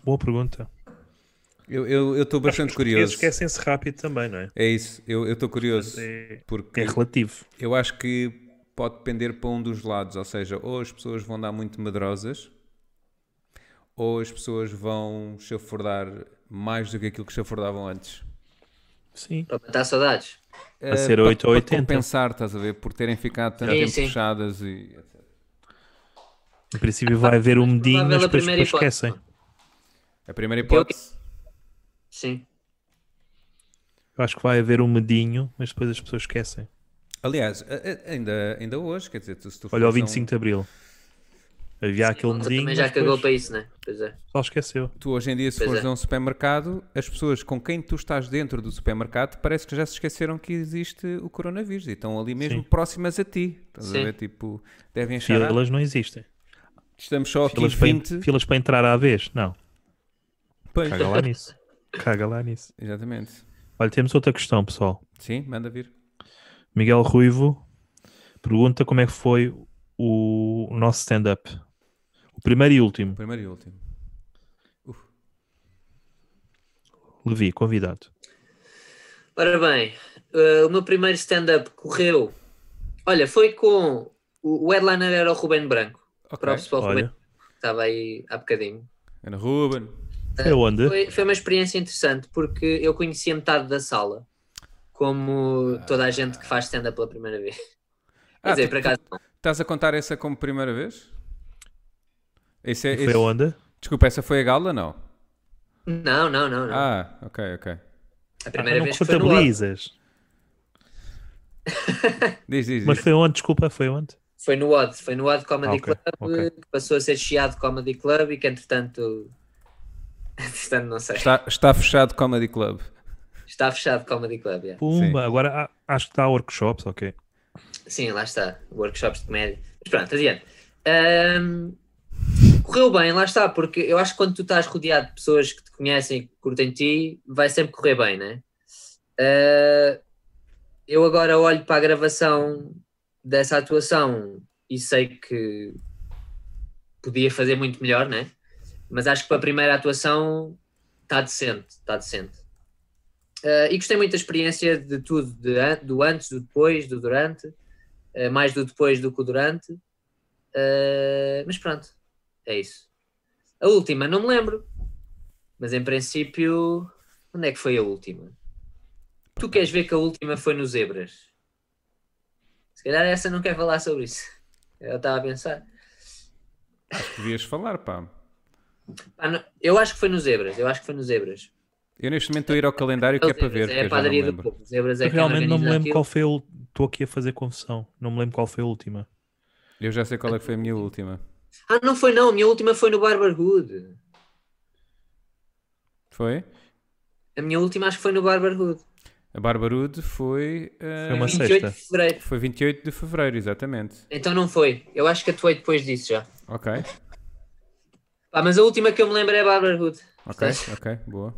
boa Ehm, pergunta. Eu eu- eu estou bastante Os curioso. portugueses esquecem-se rápido também, não é? É isso, eu eu estou curioso. É, Porque é relativo. eu acho que pode depender para um dos lados, ou seja, ou as pessoas vão dar muito medrosas, ou as pessoas vão chafurdar mais do que aquilo que chafurdavam antes. Sim. Para matar saudades. A ser Eh, 8 ou para- 80. Para compensar, estás a ver, por terem ficado tanto Sim, tempo sim. fechadas e etc. Em princípio vai haver um medinho, provável mas a depois, primeira depois hipótese. esquecem. A primeira Porque eu- hipótese, Sim. Eu acho que vai haver um medinho, mas depois as pessoas esquecem. aliás, a- a- ainda, ainda hoje, quer dizer, tu, se tu Olha, o fores a um- 25 de Abril. Havia aquele Malta medinho, também mas já cagou depois para isso, né? Pois é. o pessoal esqueceu. Tu hoje em dia, se Pois fores é. a um supermercado, as pessoas com quem tu estás dentro do supermercado parece que já se esqueceram que existe o coronavírus e estão ali mesmo Sim. próximas a ti. Estás a Sim. ver? Tipo, devem achar. "Ah, Filas não existem. Estamos só aqui Filas para, en- 20. filas para entrar à vez? Não. Pois. Caga lá nisso. Caga lá nisso. Exatamente. Olha, temos outra questão, pessoal. Sim, manda vir. Miguel Ruivo pergunta como é que foi o nosso stand-up. O primeiro e último. Primeiro e último. Uf. Levi, convidado. Ora bem, eh, o meu primeiro stand-up correu. Olha, foi com. O o headliner era o Ruben Branco. Ok. Props para o Ruben, Olha, que estava aí há bocadinho. Ana Ruben. é onde? Ah, Foi, foi uma experiência interessante porque eu conhecia metade da sala, como toda a gente que faz stand-up pela primeira vez. Quer Ah, dizer, tu- por acaso não. Estás a contar essa como primeira vez? Esse é, E Foi esse- onde? Desculpa, essa foi a gala? Não. Não, não, não. não. Ah, ok, ok. a Ah, primeira não vez que foi no Odd. contabilizas. Diz, diz, diz. Mas foi onde? Desculpa, foi onde? Foi no Odd, foi no Odd Comedy Ah, ok, Club, ok. que passou a ser Chiado Comedy Club e que entretanto. entretanto, não sei. Está, está fechado Comedy Club. Está fechado Comedy Club, yeah. Pumba, agora ah, acho que está a workshops, ok. Sim, lá está. Workshops de comédia. Mas pronto, tá adiante. Ahm, correu bem, lá está, porque eu acho que quando tu estás rodeado de pessoas que te conhecem e que curtem de ti, vai sempre correr bem, né? Ah, eu agora olho para a gravação dessa atuação e sei que podia fazer muito melhor, né? Mas acho que para a primeira atuação está decente, está decente. Ah, e gostei muito da experiência de tudo, de an- do antes, do depois, do durante, Ah, mais do depois do que o durante. Ah, mas pronto, é isso. A última, não me lembro, mas em princípio, onde é que foi a última? Tu queres ver que a última foi no Zebras? Se calhar essa não quer falar sobre isso. Eu estava a pensar. Devias falar, pá. Ah, não, eu acho que foi no Zebras, eu acho que foi no Zebras. Eu neste momento estou a ir ao calendário que é para ver. Zebras, é porque a eu já não padaria do lembro. povo. Zebras é Eu quem realmente não me organiza lembro aquilo. qual foi a última. Estou aqui a fazer confusão. Não me lembro qual foi a última. Eu já sei qual é que foi a minha última. Ah, não foi não, a minha última foi no Barberhood. Foi? A minha última acho que foi no Barberhood. A Barbarude foi. eh, Foi uma se- 28 de sexta. fevereiro. foi 28 de fevereiro, exatamente. Então não foi. Eu acho que atuei depois disso já. Ok, Pá, mas a última que eu me lembro é Barberhood. ok, ok, boa.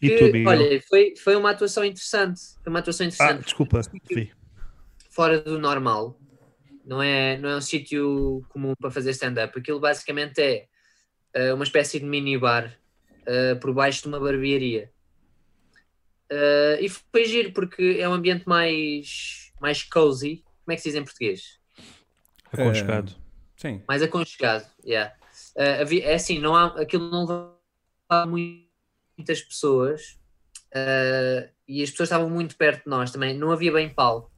E Que, tu, Miguel? Olha, foi, foi uma atuação interessante. Foi uma atuação ah, interessante. desculpa, vi. Fora do normal. Não é, não é um sítio comum para fazer stand-up. Aquilo basicamente é eh, uma espécie de minibar eh, por baixo de uma barbearia. Eh, e foi giro porque é um ambiente mais, mais cozy. Como é que se diz em português? Aconchegado. É. Sim. mais aconchegado. Yeah. Ah, havia- é assim, não há, aquilo não levava mui- muitas pessoas ah, e as pessoas estavam muito perto de nós também. Não havia bem palco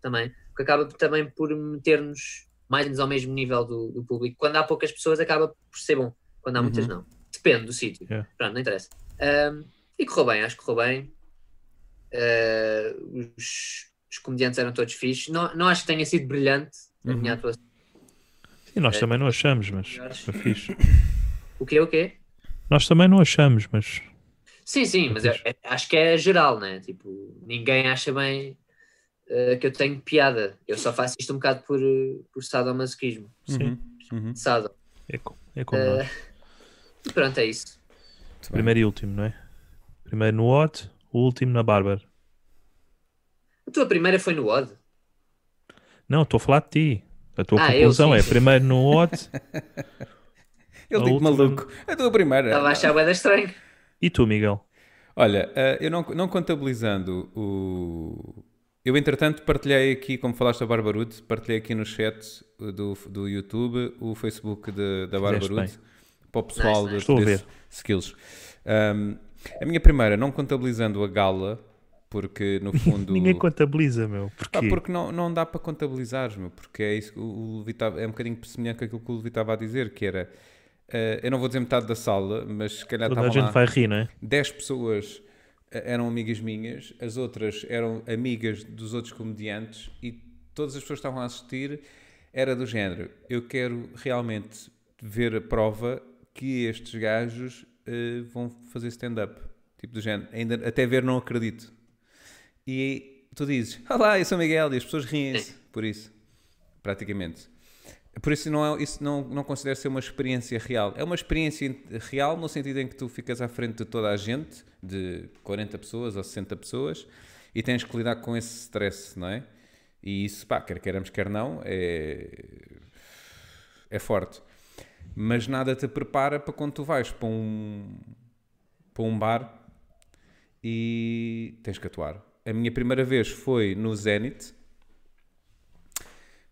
também, o que acaba também por meter-nos mais ou menos ao mesmo nível do, do público. Quando há poucas pessoas, acaba por ser bom, quando há muitas, não. Depende do sítio. Yeah. Pronto, não interessa. Ah, e correu bem, acho que correu bem. Ah, os, os comediantes eram todos fixos. Não, não acho que tenha sido brilhante a minha atuação. Sim, É. nós também não achamos, mas melhores. foi fixe. O quê? O quê? Nós também não achamos, mas Sim, sim, mas eu- eu acho que é geral, né? Tipo, ninguém acha bem eh, que eu tenho piada. Eu só faço isto um bocado por, eh, por sadomasoquismo. sim, Uhum. Sado. é, co- é como Eh, nós. E pronto, é isso. Muito bem. Primeiro e último, não é? Primeiro no Odd, o último na Bárbara. A tua primeira foi no Odd. Não, estou a falar de ti. A tua Ah, eu, conclusão sim, é sim. primeiro no Odd, Ele A digo última- maluco. A tua primeira. Tá Estava a achar bem estranho. E tu, Miguel? Olha, eh, eu não, não contabilizando o. Eu, entretanto, partilhei aqui, como falaste da Barbarude, partilhei aqui no chat do, do YouTube o Facebook de- da Barbarude bem. para o pessoal Nice, de- Estou a desses ver. skills. Ahm, a minha primeira, não contabilizando a gala, porque no fundo. Ninguém contabiliza, meu. Ah, Porquê? porque não, não dá para contabilizares, meu, porque é isso que o Levi tava- é um bocadinho semelhante àquilo que o Levi estava a dizer, que era, eh, eu não vou dizer metade da sala, mas se calhar Toda a estavam gente lá vai rir, não é? 10 pessoas eh, eram amigas minhas, as outras eram amigas dos outros comediantes e todas as pessoas que estavam a assistir era do género, eu quero realmente ver a prova que estes gajos eh, vão fazer stand-up, tipo do género, ainda, até ver não acredito. E tu dizes, olá, eu sou Miguel, e as pessoas riem-se por isso, praticamente. Por isso, não é, isso não, não considero ser uma experiência real. É uma experiência in- real no sentido em que tu ficas à frente de toda a gente, de 40 pessoas ou 60 pessoas, e tens que lidar com esse stress, não é? E isso, pá, quer queiramos, quer não, é, é forte. Mas nada te prepara para quando tu vais para um, para um bar e tens que atuar. A minha primeira vez foi no Zenit,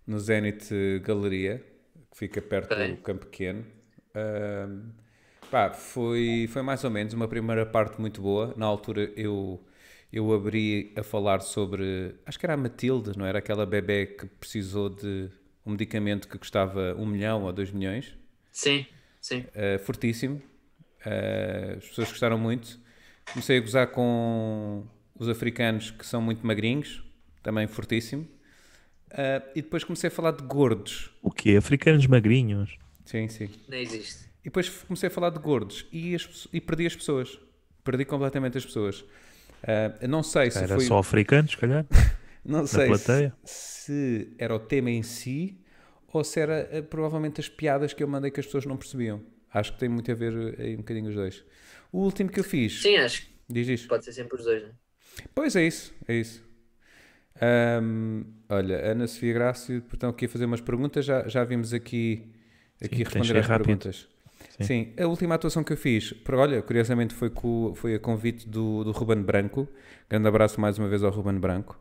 no Zenit eh, Galeria, que fica perto Ok. do Campo Pequeno. Ahm, pá, foi, foi mais ou menos uma primeira parte muito boa. Na altura eu, eu abri a falar sobre, acho que era a Matilde, não era? Aquela bebé que precisou de um medicamento que custava um milhão ou dois milhões. Sim, sim. Uh, fortíssimo. Uh, as pessoas gostaram muito. Comecei a gozar com os africanos que são muito magrinhos, também fortíssimo. Uh, e depois comecei a falar de gordos. O quê? Africanos magrinhos? Sim, sim. Não existe. E depois comecei a falar de gordos e, as pe- e perdi as pessoas. Perdi completamente as pessoas. Uh, eu não sei se Era foi. só africanos, se calhar? Não sei se- plateia? se era o tema em si ou se era eh, provavelmente as piadas que eu mandei que as pessoas não percebiam. Acho que tem muito a ver eh, aí um bocadinho os dois. O último que eu fiz. Sim, acho que Diz isto. pode ser sempre os dois, né? Pois é isso, é isso. Ahm, olha, Ana Sofia Grácio, portanto, aqui a fazer umas perguntas, já, já vimos aqui, aqui Sim, tens de responder ser às rápido. perguntas. Sim. Sim. a última atuação que eu fiz, por, olha, curiosamente foi, com, foi a convite do, do Ruben Branco. Grande abraço mais uma vez ao Ruben Branco.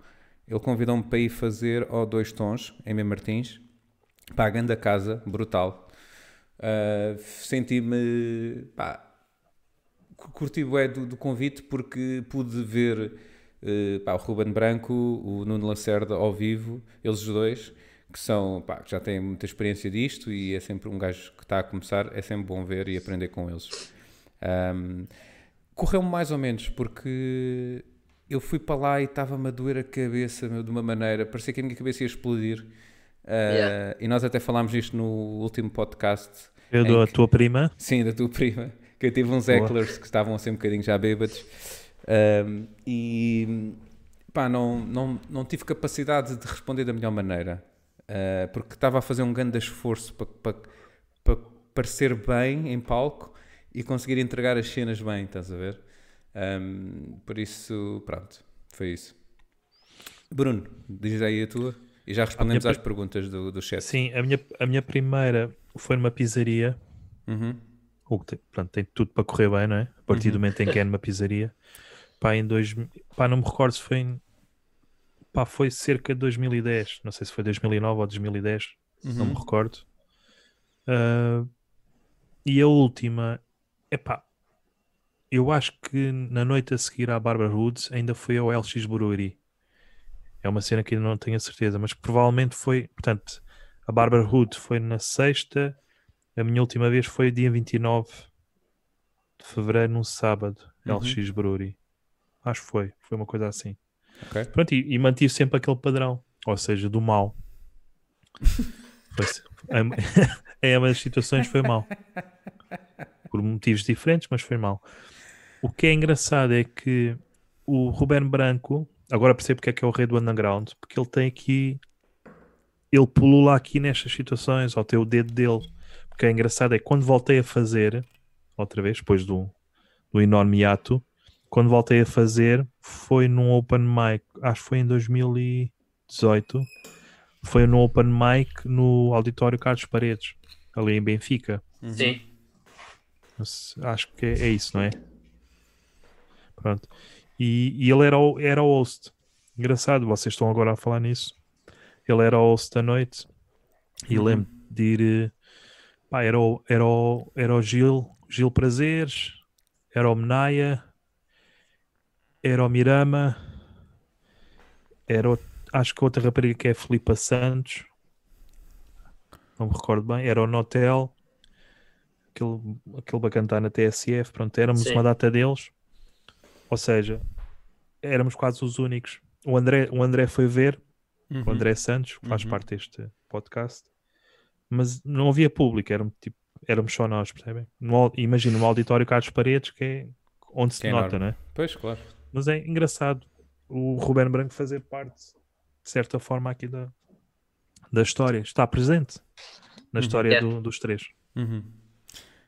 Ele convidou-me para ir fazer ao Dois Tons, em Mem Martins, para a grande casa, brutal. Ah, Senti-me, pá, cu- curti bué do, do convite porque pude ver eh, pá, o Ruben Branco, o Nuno Lacerda ao vivo, eles os dois, que são pá, que já têm muita experiência disto e é sempre um gajo que está a começar, é sempre bom ver e aprender com eles. Ahm, Correu-me mais ou menos, porque eu fui para lá e estava-me a doer a cabeça meu, de uma maneira, parecia que a minha cabeça ia explodir. Ah, Yeah. E nós até falámos isto no último podcast. Eu em dou a É que- tua prima. Sim, da tua prima. Que eu tive uns hecklers que estavam assim um bocadinho já bêbados. Ahm, e pá, não, não, não tive capacidade de responder da melhor maneira. Ah, porque estava a fazer um grande esforço para parecer bem em palco e conseguir entregar as cenas bem, estás a ver? Ahm, por isso, pronto, foi isso. Bruno, diz aí a tua. E já respondemos pri- às perguntas do, do chat. Sim, é assim, a minha, a minha primeira foi numa pizzaria. Uhum. O que tem, pronto, tem tudo para correr bem, não é? A partir do momento em que é numa pizzaria. Pá, em dois, pá, não me recordo se foi em, pá, foi cerca de 2010. Não sei se foi 2009 ou 2010. Não me recordo. Ah, e a última, é pá, eu acho que na noite a seguir à Barbara Woods ainda foi ao LX Brewery. É uma cena que ainda não tenho a certeza, mas provavelmente foi, portanto, a Barbara Hood foi na sexta, a minha última vez foi dia 29 de fevereiro, num sábado, Uhum. LX Brewery. Acho que foi, foi uma coisa assim. Ok. Pronto, e, e mantive sempre aquele padrão, ou seja, do mal. Foi se- em- em ambas as situações foi mal. Por motivos diferentes, mas foi mal. O que é engraçado é que o Ruben Branco, agora percebo porque é que é o rei do underground, porque ele tem aqui, ele pulula aqui nestas situações, ou tem o dedo dele. O que é engraçado é que quando voltei a fazer, outra vez, depois do, do enorme hiato, quando voltei a fazer foi num open mic, acho que foi em 2018. Foi num open mic no auditório Carlos Paredes, ali em Benfica. Sim. Não se- Acho que é isso, não é? Pronto. E, e ele era o, era o host. Engraçado, vocês estão agora a falar nisso. Ele era o host da noite. E Uhum. lembro de ir. eh, Pá, era o, era o, era o Gil, Gil Prazeres, era o Menaia, era o Mirama, era o- acho que outra rapariga que é a Filipa Santos. Não me recordo bem. Era o Notel, aquele, aquele bacantar na TSF. Pronto, éramos Sim. uma data deles. Ou seja, éramos quase os únicos. O André, o André foi ver, o André Santos, que faz Uhum. parte deste podcast, mas não havia público, éramos, tipo, éramos só nós, percebem? No au- imagina um auditório Carlos Paredes, que é onde se Que é nota, né? Pois, claro. Mas é engraçado o Ruben Branco fazer parte, de certa forma, aqui da, da história, está presente na história Yeah. do- dos três. Uhum.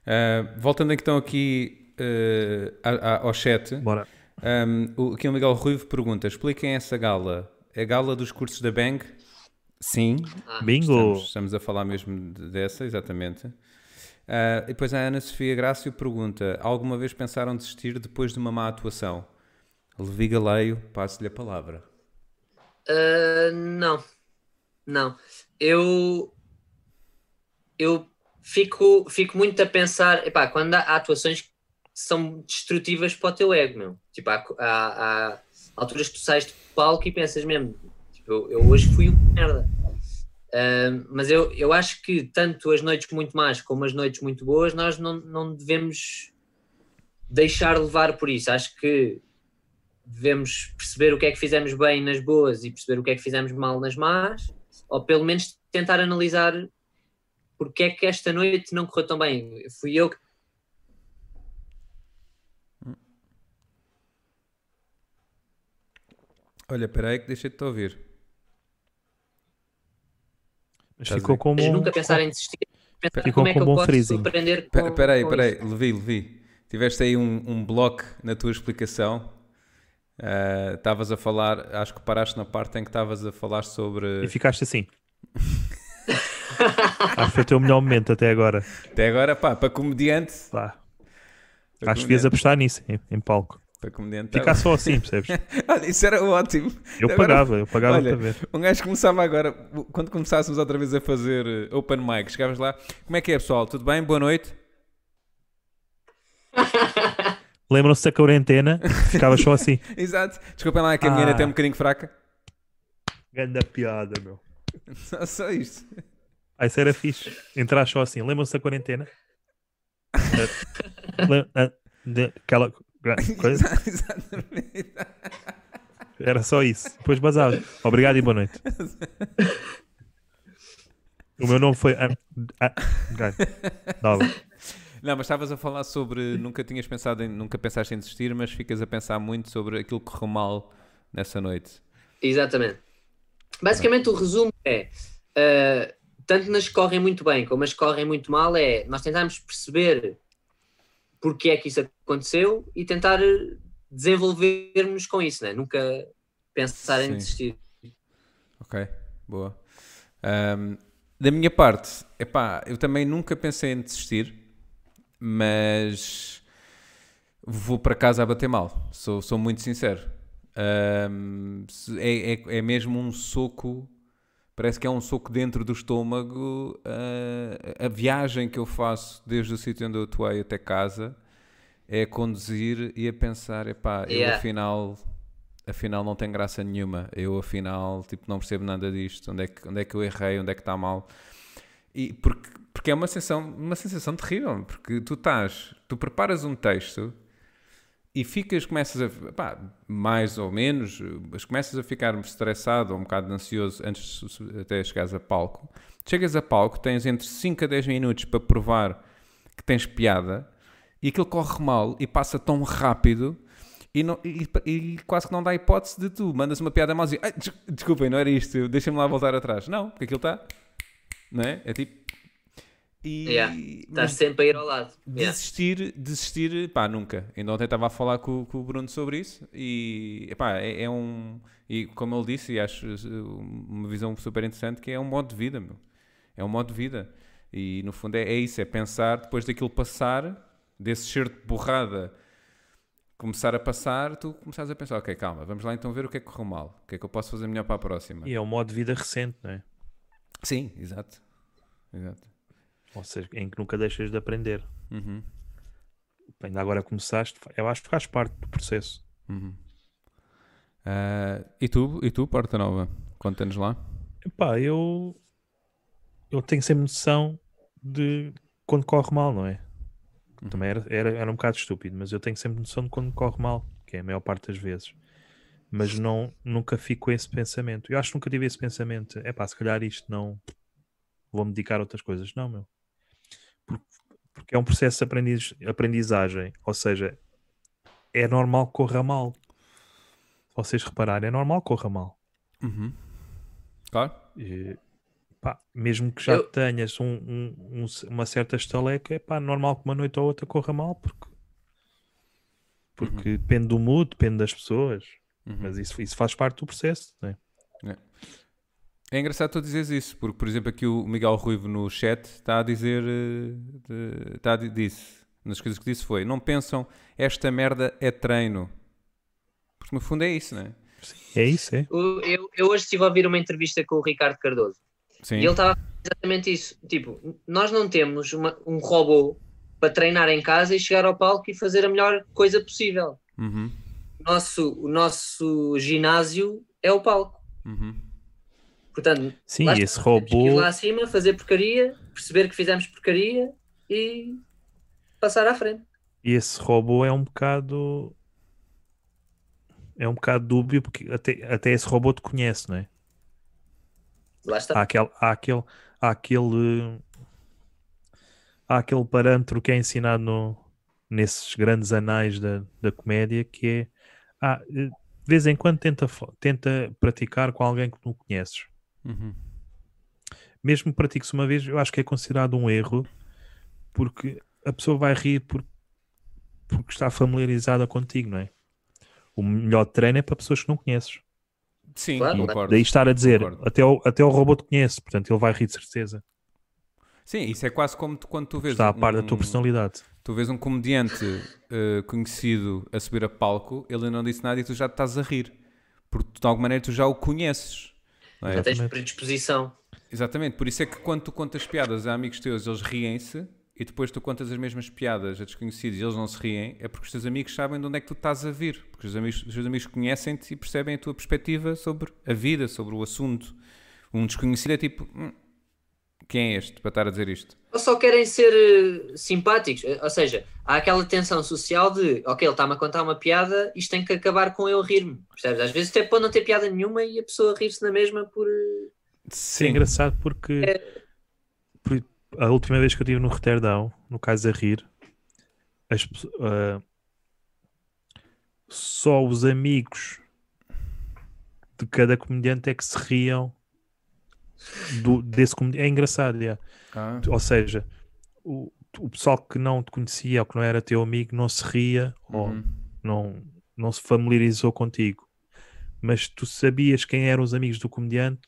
Ah, voltando então aqui eh, a- a- ao chat, Bora. um, o, aqui o Miguel Ruivo pergunta: expliquem essa gala. A gala dos cursos da Bang? Sim, Bingo! Ah, Estamos, estamos a falar mesmo de- dessa, exatamente. Ah, e depois a Ana Sofia Grácio pergunta: alguma vez pensaram desistir depois de uma má atuação? Levi Galeio, passo-lhe a palavra. Uh, não, não. Eu eu fico, fico muito a pensar, epá, quando há, há atuações que são destrutivas para o teu ego, meu. Tipo, há, há- há alturas que tu sais de palco e pensas mesmo, tipo, eu, eu hoje fui uma merda. Uh, mas eu, eu acho que tanto as noites muito más como as noites muito boas, nós não, não devemos deixar levar por isso. Acho que devemos perceber o que é que fizemos bem nas boas e perceber o que é que fizemos mal nas más, ou pelo menos tentar analisar porque é que esta noite não correu tão bem. Fui eu que. Olha, espera aí que deixei-te ouvir. Mas Estás a ficou ver? como. um- Mas nunca pensar em desistir, pensar Ficou como é com que eu bom posso freezing. aprender com. Espera aí, com espera aí, isto. Levi, Levi. Tiveste aí um, um bloco na tua explicação. Ah, Estavas a falar, acho que paraste na parte em que estavas a falar E sobre. ficaste assim. Acho que foi o teu melhor momento até agora. Até agora, pá, para comediante. Pá, Para acho que devias comediante, apostar nisso, em, em palco. para comediante tá Ficar bom. só assim, percebes? Olha, isso era ótimo. Eu Agora- pagava, eu pagava Olha, para ver. Um gajo começava agora, quando começássemos outra vez a fazer eh, open mic, chegavas lá, como é que é pessoal? Tudo bem? Boa noite? Lembram-se da quarentena? Ficava só assim. Exato. Desculpem lá que a minha Ah. era até um bocadinho fraca. Grande piada, meu. Só, só isto. Ah, isso era fixe. Entrar só assim. Lembram-se da quarentena? Ah, lem- ah, de- Aquela gra- coisa. Exato, exatamente. Era só isso. Depois bazava. Obrigado e boa noite. O meu nome foi. Ah, ah, ok. Nova. Não, mas estavas a falar sobre nunca tinhas pensado em, nunca pensaste em desistir, mas ficas a pensar muito sobre aquilo que correu mal nessa noite. Exatamente. Basicamente, o resumo é: eh, tanto nas que correm muito bem como as que correm muito mal, é nós tentarmos perceber porque é que isso aconteceu e tentar desenvolvermos com isso, né? nunca pensar Sim. em desistir. Ok, boa. Ahm, da minha parte, epá, eu também nunca pensei em desistir, mas vou para casa a bater mal, sou, sou muito sincero. Ahm, se- é, é- é mesmo um soco, parece que é um soco dentro do estômago. ah, a viagem que eu faço desde o sítio onde eu atuei até casa é a conduzir e a pensar, epá, eu Yeah. afinal afinal não tem graça nenhuma. Eu afinal tipo, não percebo nada disto. Onde é, que, onde é que eu errei? Onde é que está mal? E porque, porque é uma sensação, uma sensação terrível, porque tu estás, tu preparas um texto e ficas, começas a, pá, mais ou menos, mas começas a ficar estressado ou um bocado ansioso antes de su- até chegares a palco. Chegas a palco, tens entre 5 a 10 minutos para provar que tens piada e aquilo corre mal e passa tão rápido e, não- e- e quase que não dá hipótese de tu mandas uma piada mal e dizes, "Ai, des- desculpem, não era isto, deixem-me lá voltar atrás. Não, porque aquilo está, não é? É tipo... E, Yeah, tá mas- Estás sempre a ir ao lado. Yeah. Desistir, desistir, pá, nunca. Ainda ontem estava a falar com, com o Bruno sobre isso e, epá, é, é um. E como ele disse, e acho uh, uma visão super interessante, que é um modo de vida, meu. É um modo de vida. E no fundo é, é isso, é pensar depois daquilo passar, desse cheiro de borrada começar a passar, tu começas a pensar, ok, calma, vamos lá então ver o que é que correu mal, o que é que eu posso fazer melhor para a próxima. E é um modo de vida recente, não é? Sim, exato. Exato. Ou seja, em que nunca deixas de aprender. Uhum. Ainda agora começaste, eu acho que faz parte do processo. Uhum. Ah, e tu, e tu, Porta Nova, conta-nos lá. Epá, eu, eu tenho sempre noção de quando corre mal, não é? Também era, era, era um bocado estúpido, mas eu tenho sempre noção de quando corre mal, que é a maior parte das vezes. Mas não, nunca fico com esse pensamento. Eu acho que nunca tive esse pensamento. É pá, se calhar isto não. Vou-me dedicar a outras coisas. Não, meu. Por- Porque é um processo de aprendiz- aprendizagem. Ou seja, é normal que corra mal. Se vocês repararem, é normal que corra mal. Uhum. Claro? Eh, pá, mesmo que já Eu- tenhas um- um- um- uma certa estaleca, é pá, normal que uma noite ou outra corra mal, porque, porque Uhum. depende do mood, depende das pessoas, Uhum. mas isso, isso faz parte do processo, não é? É engraçado tu dizeres isso, porque, por exemplo, aqui o Miguel Ruivo no chat está a dizer, eh, de- está a di- disse, uma das coisas que disse foi, não pensam, esta merda é treino. Porque no fundo é isso, não é? É isso, é? O- Eu, eu hoje estive a ouvir uma entrevista com o Ricardo Cardoso. Sim. E ele tá- estava a falar exatamente isso. Tipo, nós não temos uma- um robô para treinar em casa e chegar ao palco e fazer a melhor coisa possível. Uhum, Nosso, o nosso ginásio é o palco. uhum. Portanto, Sim, lá esse temos que ir robô, lá acima, fazer porcaria, perceber que fizemos porcaria e passar à frente. esse robô é um bocado é um bocado dúbio porque até, até esse robô te conhece, não é? Lá está. Ah, há aquele, há aquele, há aquele, há aquele parâmetro que é ensinado no- nesses grandes anais da, da comédia que é ah, eh, de vez em quando tenta, fa- tenta praticar com alguém que não conheces. Uhum. Mesmo que pratiques uma vez, eu acho que é considerado um erro porque a pessoa vai rir por- porque está familiarizada contigo, não é? O melhor treino é para pessoas que não conheces. Sim, Claro. concordo. Daí estar a dizer, Concordo. até o, até o robô te conhece, portanto ele vai rir de certeza. Sim, isso é quase como tu- quando tu vês Está a par da um- tua personalidade. Tu vês um comediante eh, conhecido a subir a palco, ele não disse nada e tu já estás a rir. Porque de alguma maneira tu já o conheces. não é? Já tens exatamente. predisposição. Exatamente, por isso é que quando tu contas piadas a amigos teus, eles riem-se e depois tu contas as mesmas piadas a desconhecidos e eles não se riem, é porque os teus amigos sabem de onde é que tu estás a vir, porque os, amigos, os teus amigos conhecem-te e percebem a tua perspectiva sobre a vida, sobre o assunto. Um desconhecido é tipo, "Hum, quem é este para estar a dizer isto? Ou só querem ser eh, simpáticos. Eh, Ou seja, há aquela tensão social de ok, ele está-me a contar uma piada, isto tem que acabar com eu rir-me. Percebes? Às vezes até pode não ter piada nenhuma e a pessoa rir-se na mesma por. eh, É Sim, engraçado porque por- a última vez que eu estive no Roterdão, no caso a rir, as pesso- ah, só os amigos de cada comediante é que se riam do- desse comediante. É engraçado, é. Ah, ou seja, o, o pessoal que não te conhecia ou que não era teu amigo não se ria ou uhum. não, não se familiarizou contigo, mas tu sabias quem eram os amigos do comediante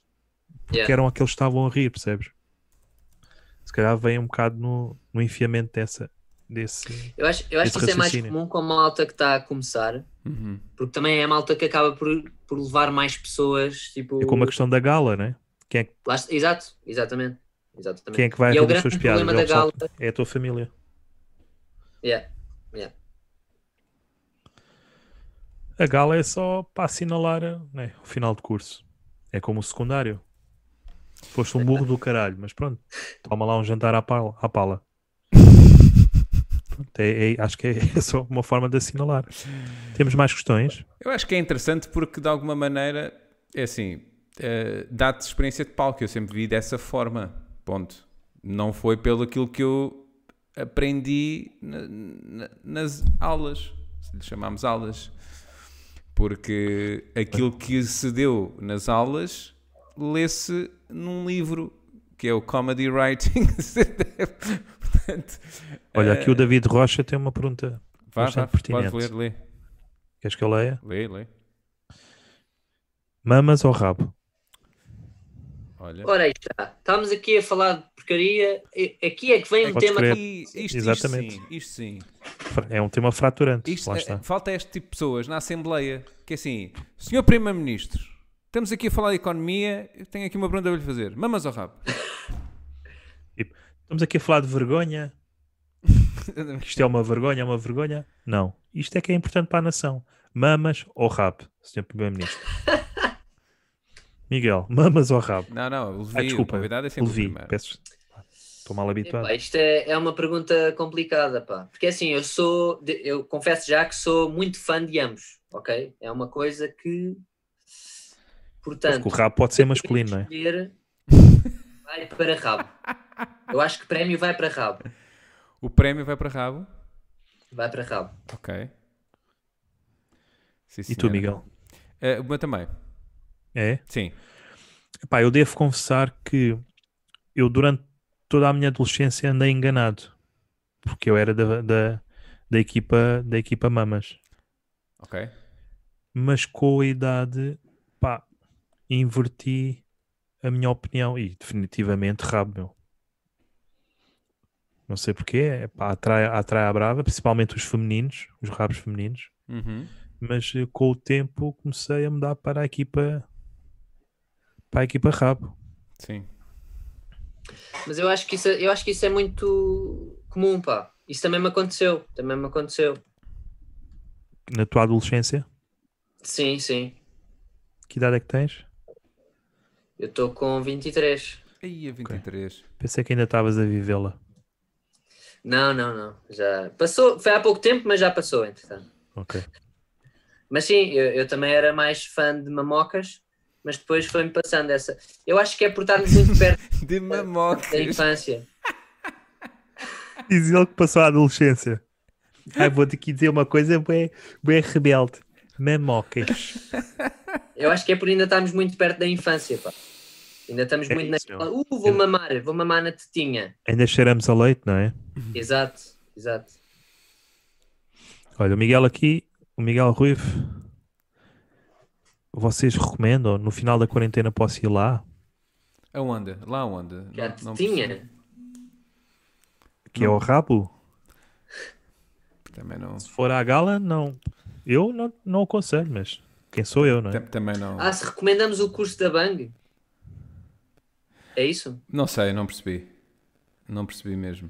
porque Yeah. eram aqueles que estavam a rir, percebes? Se calhar vem um bocado no, no enfiamento dessa, desse. Eu acho, eu acho Esse que isso é mais raciocínio. comum com a malta que está a começar, Uhum. porque também é a malta que acaba por, por levar mais pessoas. Tipo, É como a questão da gala, né? Quem é, que- lá está- exato, exatamente. exatamente. quem é que vai e é rir o das grande suas piadas? problema É o da pessoal gala. que- É a tua família. Yeah, yeah. A gala é só para assinalar né, o final de curso. É como o secundário. Foste um burro do caralho, mas pronto, toma lá um jantar à pala. À pala. Pronto, é- é- acho que é, é só uma forma de assinalar. Temos mais questões? Eu acho que é interessante porque, de alguma maneira, é assim, eh, dá-te experiência de palco. Eu sempre vi dessa forma. Ponto. Não foi pelo aquilo que eu aprendi na- na- nas aulas, se lhe chamarmos aulas. Porque aquilo que se deu nas aulas lê-se num livro, que é o Comedy Writing. Portanto, Olha, eh, aqui o David Rocha tem uma pergunta. vá, vá, bastante pode pertinente. ler, lê, Queres que eu leia? lê, lê. Mamas ou rabo? Olha. Ora aí está. Estamos aqui a falar de porcaria. E- Aqui é que vem um Podes tema crer. E isto, isto Exatamente. sim, isto sim. é um tema fraturante. Isto lá é- está. falta este tipo de pessoas na Assembleia que é assim, Senhor Primeiro-Ministro, estamos aqui a falar de economia, eu tenho aqui uma pergunta para lhe fazer. Mamas ao rabo. Estamos aqui a falar de vergonha. Isto é uma vergonha, é uma vergonha. Não. Isto é que é importante para a nação. Mamas ou rabo, Sr. Primeiro-Ministro. Miguel, mamas ou rabo? Não, não, o Levi, Ah, desculpa. o convidado é sempre Levi, o primeiro. peço. Estou mal habituado. Epá, isto é, é uma pergunta complicada, pá. Porque assim, eu sou, de- eu confesso já que sou muito fã de ambos, ok? É uma coisa que, Porque o portanto, rabo pode ser masculino, não é? escolher vai para rabo. Eu acho que prémio vai para rabo. O prémio vai para rabo. Vai para rabo. Ok. Sim, é E senhora. tu, Miguel? Eh, o meu também. É? Sim. Epá, eu devo confessar que eu durante toda a minha adolescência andei enganado. Porque eu era da, da, da equipa, da equipa mamas. Ok. mas com a idade, pá, inverti a minha opinião e definitivamente rabo, meu. Não sei porquê, é pá, atrai, atrai à brava, principalmente os femininos, os rabos femininos, Uhum. mas eh, com o tempo comecei a mudar para a equipa para a equipa rabo. Sim. Mas eu acho que isso, eu acho que isso é muito comum, pá. Isso também me aconteceu, também me aconteceu. Na tua adolescência, Sim, sim. que idade é que tens? Eu estou com 23. Aí a 23. Pensei que ainda estavas a vivê-la. Não, não, não. Já passou, foi há pouco tempo, mas já passou, entretanto. Ok. Mas sim, eu, eu também era mais fã de mamocas, mas depois foi-me passando essa. Eu acho que é por estarmos muito perto De mamocas. da infância. Diz ele que passou a adolescência. Ai, vou-te aqui dizer uma coisa bem, bem rebelde. Mamocas. Eu acho que é por ainda estarmos muito perto da infância, pá. Ainda estamos É muito isso, naquela. Uh, vou mamar, vou mamar na tetinha. Ainda cheiramos a leite, não é? Exato, exato. Olha, o Miguel aqui, o Miguel Ruivo. Vocês recomendam? No final da quarentena posso ir lá? Aonde? Lá onde? Já é a Não- não percebo. tetinha. Que é o rabo? Também não. Se for à gala, não. Eu não, não aconselho, mas quem sou eu, não é? tam- Também não. Ah, se recomendamos o curso da Bang. É isso? Não sei, não percebi. Não percebi mesmo.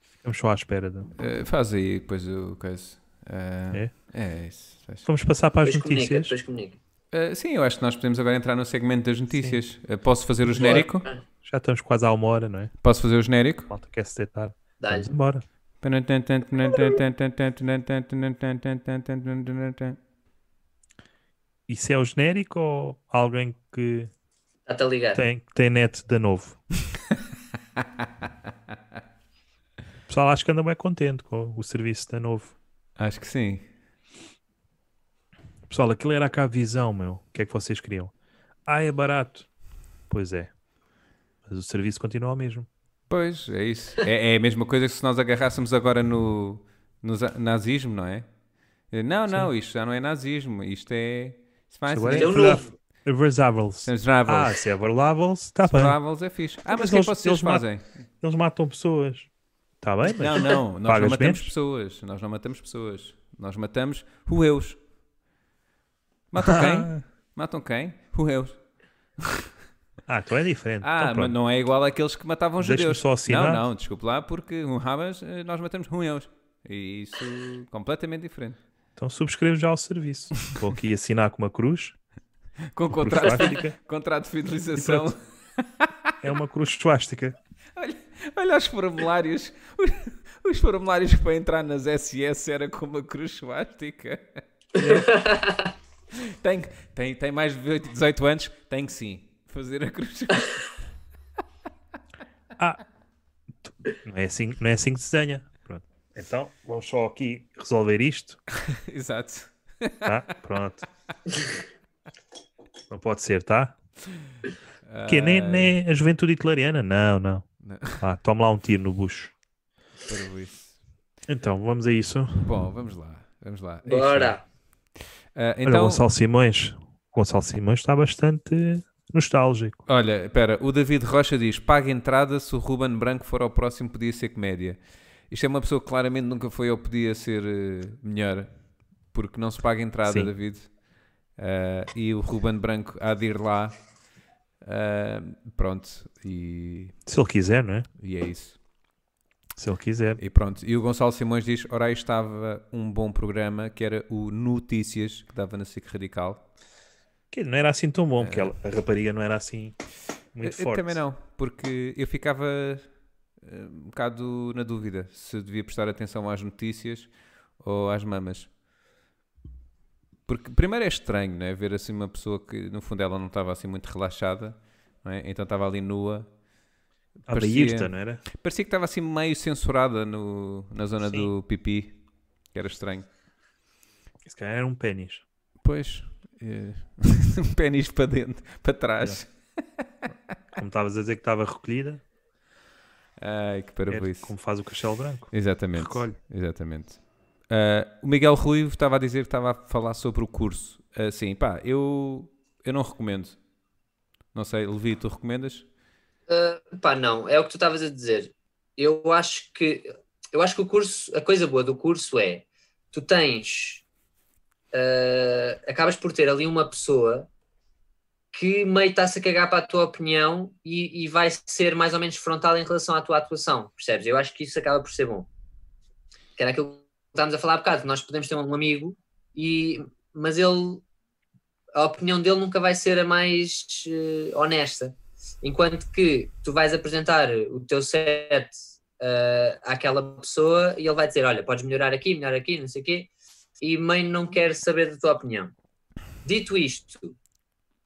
Ficamos só à espera. De... Eh, faz aí depois o coisa. Eh, é? isso. faz. Vamos passar para as Depois comunica, notícias. depois comunica. Eh, sim, eu acho que nós podemos agora entrar no segmento das notícias. Eh, posso fazer o genérico? Já estamos quase à uma hora, não é? Posso fazer o genérico? A Malta quer se deitar. Dá-lhe. Vamos embora. Isso é o genérico ou alguém que Está-te a ligar. tem, que tem net de novo? o pessoal acho que anda bem contente com o serviço da novo. Acho que sim. Pessoal, aquilo era cá a visão, meu. O que é que vocês queriam? Ah, é barato. Pois é. Mas o serviço continua o mesmo. Pois, é isso. É, é a mesma coisa que se nós agarrássemos agora no, no za- nazismo, não é? Eh, Não, não, isto já não é nazismo. Isto é. Isto vai Agora ser. é um verá- novo. é Versables. Os Ravels. Ah, se é Versables, está Os bem. Ravels é fixe. Ah, mas Mas o que é eles- que vocês eles matam- fazem? Eles matam pessoas. Está bem, mas Não, não, nós não Pagas matamos menos? pessoas. Nós não matamos pessoas. Nós matamos rueus. Matam quem? Matam quem? Rueus. Ah, então é diferente. Ah, Então mas pronto. não é igual àqueles que matavam Deixa-me judeus. só assinar. Não, não, desculpe lá, porque um Hamas eh, nós matamos rueus. E isso completamente diferente. Então subscrevo já o serviço. Vou aqui assinar com uma cruz. Com Cruz contrato, suástica. contrato de fidelização. É uma cruz suástica. Olha, olha os formulários. Os, os formulários para entrar nas SS era com uma cruz suástica. tem, tem, tem mais de 18 18 anos? Tem que sim. Fazer a cruz suástica. Não é assim, não é assim que se desenha. Pronto. Então, vamos só aqui resolver isto. Exato. Tá? Pronto. Não pode ser, tá? Que é, nem, Ah, nem a juventude hitleriana. Não, não. Não. Ah, toma lá um tiro no bucho. Para isso. Então, vamos a isso. Bom, vamos lá. Vamos lá. É isto. Bora! Ah, Olha, o então, Gonçalo Simões. o Gonçalo Simões está bastante nostálgico. olha, espera. O David Rocha diz: paga entrada se o Ruben Branco for ao próximo, podia ser comédia. Isto é uma pessoa que claramente nunca foi ou podia ser eh, melhor, porque não se paga entrada, Sim. David. Ah, e o Ruben Branco há de ir lá. Ah, pronto, e, Se ele quiser, não é? e é isso. Se ele quiser. E pronto, e o Gonçalo Simões diz: Ora, aí estava um bom programa que era o Notícias, que dava na SIC Radical. Que não era assim tão bom, porque ela- a rapariga não era assim muito É. eu, eu forte. também não, porque eu ficava eh, um bocado na dúvida se devia prestar atenção às notícias ou às mamas. Porque primeiro é estranho, né? Ver assim uma pessoa que no fundo ela não estava assim muito relaxada, não é? então estava ali nua. A da Parecia- Irta, não era? Parecia que estava assim meio censurada no, na zona Sim. do pipi, que era estranho. Se calhar era um pênis. Pois, eh, um pênis para dentro, para trás. Como estavas a dizer que estava recolhida, Ai, que era parabéns. como faz o Castelo Branco. Exatamente. Recolhe. Exatamente. Ah, o Miguel Ruivo estava a dizer, estava a falar sobre o curso. Ah, sim, pá, eu, eu não recomendo. Não sei, Levi, tu recomendas? Uh, pá, não, é o que tu estavas a dizer. Eu acho que eu acho que o curso, a coisa boa do curso é tu tens uh, acabas por ter ali uma pessoa que meio está-se a cagar para a tua opinião e, e vai ser mais ou menos frontal em relação à tua atuação, percebes? Eu acho que isso acaba por ser bom. Que era aquilo que estávamos a falar há bocado, nós podemos ter um amigo e mas ele a opinião dele nunca vai ser a mais eh, honesta. Enquanto que tu vais apresentar o teu set eh, àquela pessoa e ele vai dizer: Olha, podes melhorar aqui, melhorar aqui, não sei o quê, e mãe não quer saber da tua opinião. Dito isto,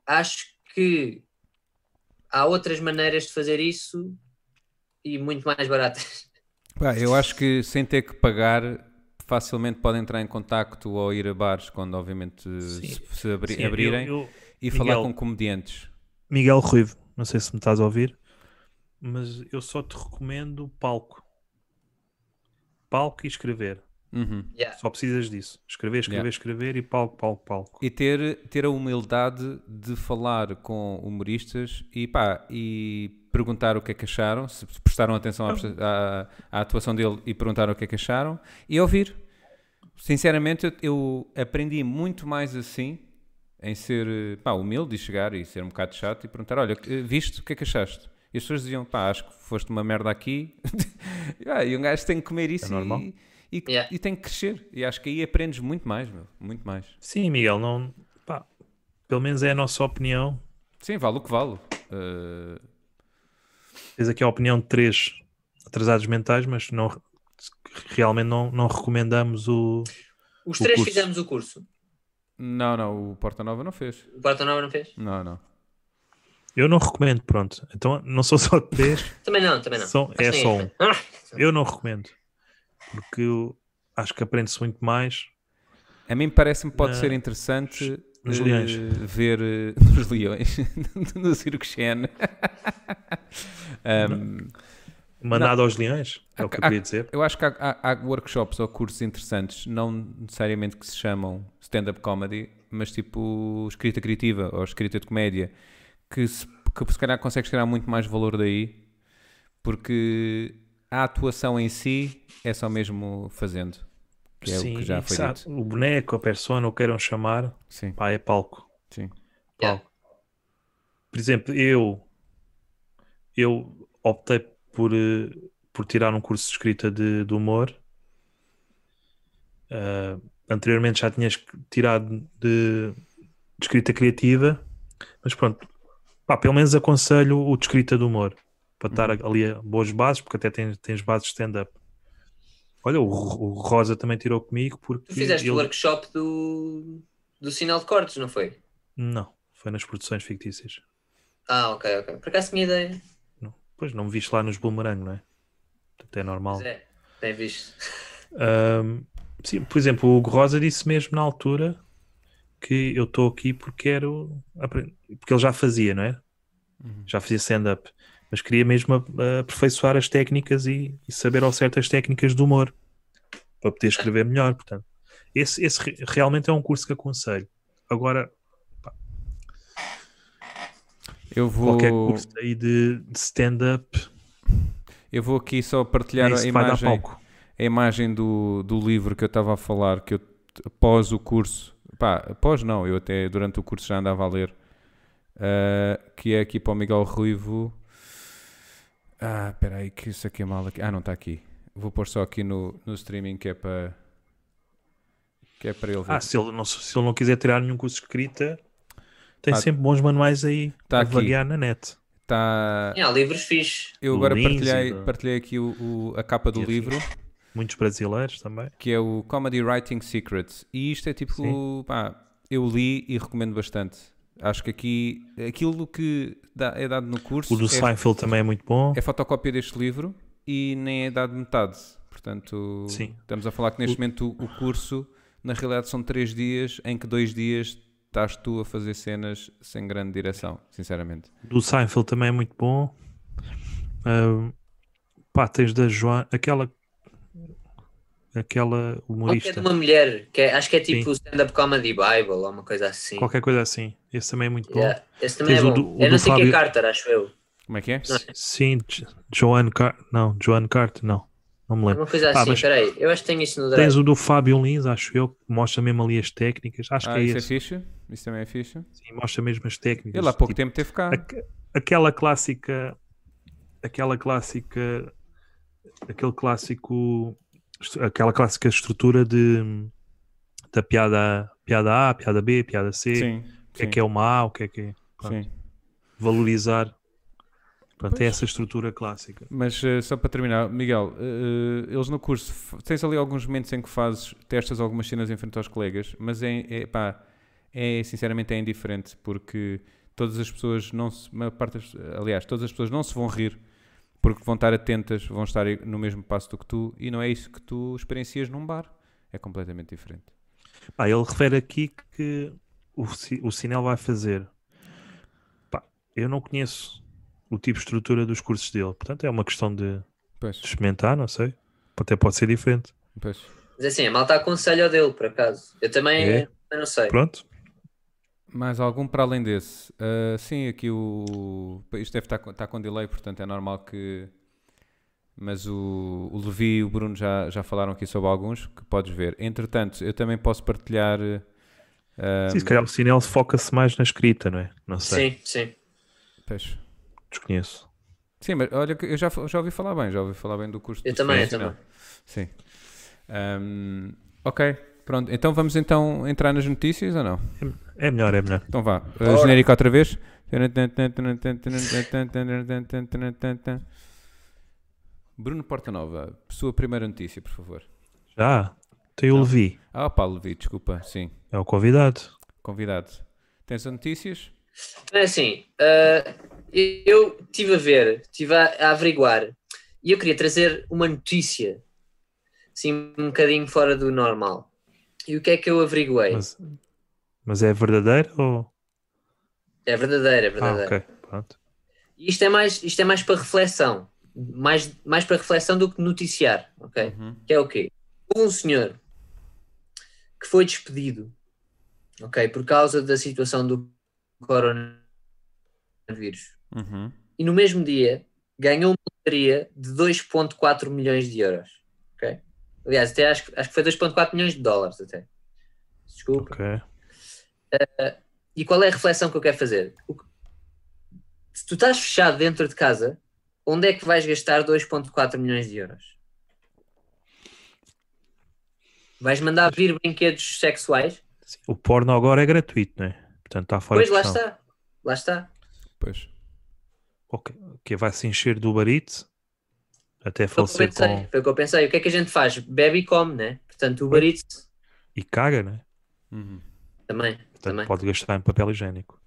acho que há outras maneiras de fazer isso e muito mais baratas. Pá, eu acho que sem ter que pagar, facilmente podem entrar em contacto ou ir a bares quando, obviamente, se, se abri- Sim, abrirem eu- eu- e falar Miguel. com comediantes. Miguel Ruivo, não sei se me estás a ouvir, mas eu só te recomendo palco. Palco e escrever. Uhum. Yeah. Só precisas disso. Escrever, escrever, Yeah. escrever e palco, palco, palco. E ter, ter a humildade de falar com humoristas e, pá, e perguntar o que é que acharam, se prestaram atenção à, presta- à, à atuação dele e perguntaram o que é que acharam, e ouvir. Sinceramente, eu, eu aprendi muito mais assim, em ser eh, pá, humilde e chegar e ser um bocado chato e perguntar, olha, eh, viste, o que é que achaste? E as pessoas diziam, pá, acho que foste uma merda aqui. Ah, e um gajo tem que comer isso É normal. e, e, Yeah. e tem que crescer. E acho que aí aprendes muito mais, meu, muito mais. Sim, Miguel, não. pá, pelo menos é a nossa opinião. Sim, vale o que vale. Eh, Tens aqui a opinião de três atrasados mentais, mas não, realmente não, não recomendamos o. Os O três curso. fizemos o curso. não, não, o Porta Nova não fez. O Porta Nova não fez? Não, não. Eu não recomendo, pronto. Então não são só três, Também não, também não. são, é Sim. só um. Ah, Eu não recomendo. Porque eu acho que aprende-se muito mais. A mim parece-me que pode Na- ser interessante nos eh, leões. ver eh, nos leões no Circo Xen. Ahm, Mandado aos leões, é o que eu há- queria dizer. eu acho que há, há- há workshops ou cursos interessantes, não necessariamente que se chamam stand-up comedy, mas tipo escrita criativa ou escrita de comédia, que se, que se calhar consegues tirar muito mais valor daí, porque a atuação em si é só mesmo fazendo. Que é o que já e foi sabe, dito. o boneco, a persona, o que queiram chamar, Sim, pá, é palco. sim. Yeah. palco. Por exemplo, eu eu optei por, eh, por tirar um curso de escrita de, de humor. Ah, anteriormente já tinhas tirado de, de escrita criativa, mas pronto, Pá, pelo menos aconselho o de escrita de humor para estar ali a boas bases, porque até tens, tens bases de stand-up. Olha, o, Ro- o Rosa também tirou comigo porque Tu fizeste ele- o workshop do, do sinal de cortes, não foi? não foi nas produções fictícias. Ah, ok, ok. Por acaso tinha ideia. Não. Pois não me viste lá nos Boomerang, não é? Portanto, é normal. Mas é, bem visto. Ahm, sim, por exemplo, o Hugo Rosa disse mesmo na altura que eu estou aqui porque quero aprender. Porque ele já fazia, não é? Uhum. Já fazia stand-up. Mas queria mesmo a- a aperfeiçoar as técnicas e, e saber ao certo as técnicas do humor para poder escrever melhor. Portanto, esse, esse re- realmente é um curso que aconselho. Agora, Eu vou, qualquer curso aí de, de stand-up, eu vou aqui só partilhar nem a se vai dar imagem. palco. a imagem do, do livro que eu estava a falar, que eu após o curso, pá, após não, eu até durante o curso já andava a ler, ah, que é aqui para o Miguel Ruivo. Ah, espera aí, que isso aqui é mal aqui. Ah, não está aqui. Vou pôr só aqui no, no streaming que é para que é para ele ver. Ah, se ele, não, se ele não quiser tirar nenhum curso de escrita, tem Ah, sempre bons manuais aí tá a aqui. vaguear na net. Tá- É, há livros fixe. Eu agora Lindsay, partilhei, bro. partilhei aqui o- o- a capa do Yes. livro, Muitos brasileiros também. que é o Comedy Writing Secrets. E isto é tipo, Sim. pá, eu li e recomendo bastante. Acho que aqui, aquilo que dá- é dado no curso O do é, Seinfeld também é muito bom. é fotocópia deste livro e nem é dado metade. Portanto, Sim. estamos a falar que neste momento o, o curso, na realidade, são três dias, em que dois dias estás tu a fazer cenas sem grande direção, sinceramente. do Seinfeld também é muito bom. Ahm, pá, tens da Joana, aquela aquela Qual que é humorista, de uma mulher, que é- acho que é tipo o stand-up comedy Bible ou uma coisa assim. qualquer coisa assim. Esse também é muito bom. Yeah, Esse também Tens é o bom. do- o eu do não sei Fábio- que é Carter, acho eu. Como é que é? Sim, Jo- Joanne Carter, não, Joanne Carter, não, não me É lembro. Uma coisa Pá, assim, Tá, mas peraí. Eu acho que tenho isso no drive. Tens o do Fábio Lins, acho eu, que mostra mesmo ali as técnicas. Acho Ah, que é isso é esse. fixe? Isso também é fixe? Sim, mostra mesmo as técnicas. Ele há pouco Tipo, tempo teve cá. aque- aquela clássica aquela clássica aquele clássico estru- aquela clássica estrutura de da piada piada A, piada B, piada C, Sim. o que é que é uma A, o que é que é pronto, Sim. valorizar pronto, é essa estrutura clássica Mas eh, só para terminar, Miguel, eh, eles no curso, f- tens ali alguns momentos em que fazes, testas algumas cenas em frente aos colegas, mas é, é pá, é sinceramente é indiferente, porque todas as pessoas não se, uma parte das- aliás, todas as pessoas não se vão rir, porque vão estar atentas, vão estar no mesmo passo do que tu, e não é isso que tu experiencias num bar, é completamente diferente. Pá, ele refere aqui que o, Ci- o Sinel vai fazer Pá, eu não conheço o tipo de estrutura dos cursos dele portanto é uma questão de Pois, experimentar, não sei até pode ser diferente pois. Mas assim, a malta aconselha ao dele, por acaso. Eu também É? eu não sei. pronto Mais algum para além desse? Ah, sim, aqui o. Isto deve estar, com- está com delay, portanto é normal que. Mas o, o Levi e o Bruno já, já falaram aqui sobre alguns que podes ver. Entretanto, eu também posso partilhar. ah, Sim, se calhar o Sinel foca-se mais na escrita, não é? Não sei, Sim, sim. pois. desconheço. Sim, mas olha, que eu já, já ouvi falar bem, já ouvi falar bem do curso. Eu do também, eu profissional. também. Sim. Ahm, ok, pronto. Então vamos então entrar nas notícias ou não? É melhor, é melhor. Então vá, uh, Bora. genérico outra vez. Bruno Portanova, sua primeira notícia, por favor. Já, tem o Levi, Ah, pá, Levi, desculpa, sim, é o convidado. convidado. Tens notícias? Mas assim, ah, eu estive a ver, estive a, a averiguar e eu queria trazer uma notícia assim, um bocadinho fora do normal. E o que é que eu averiguei? Mas, mas é verdadeiro ou. É verdadeira, é Ah, verdadeira. ok, pronto. E Isto é mais, isto é mais para reflexão, mais, mais para reflexão do que noticiar, ok? Uhum. Que é o quê? Houve um senhor que foi despedido, ok, por causa da situação do coronavírus. Uhum. E no mesmo dia ganhou uma loteria de 2,4 milhões de euros, ok? Aliás, até acho, que- acho que foi 2,4 milhões de dólares até. Desculpa. Ok. E qual é a reflexão que eu quero fazer? O que- Se tu estás fechado dentro de casa, onde é que vais gastar 2,4 milhões de euros? Vais mandar vir brinquedos sexuais? Sim, O porno agora é gratuito, não é? Portanto, está fora pois de lá questão. está. Lá está. Pois. Ok, ok, vai se encher do barito até Foi o, que eu falecer pensei, com. foi o que eu pensei. O que é que a gente faz? Bebe e come, né? Portanto, o barito E caga, não é? Uhum. também, Portanto, também pode gastar em papel higiênico.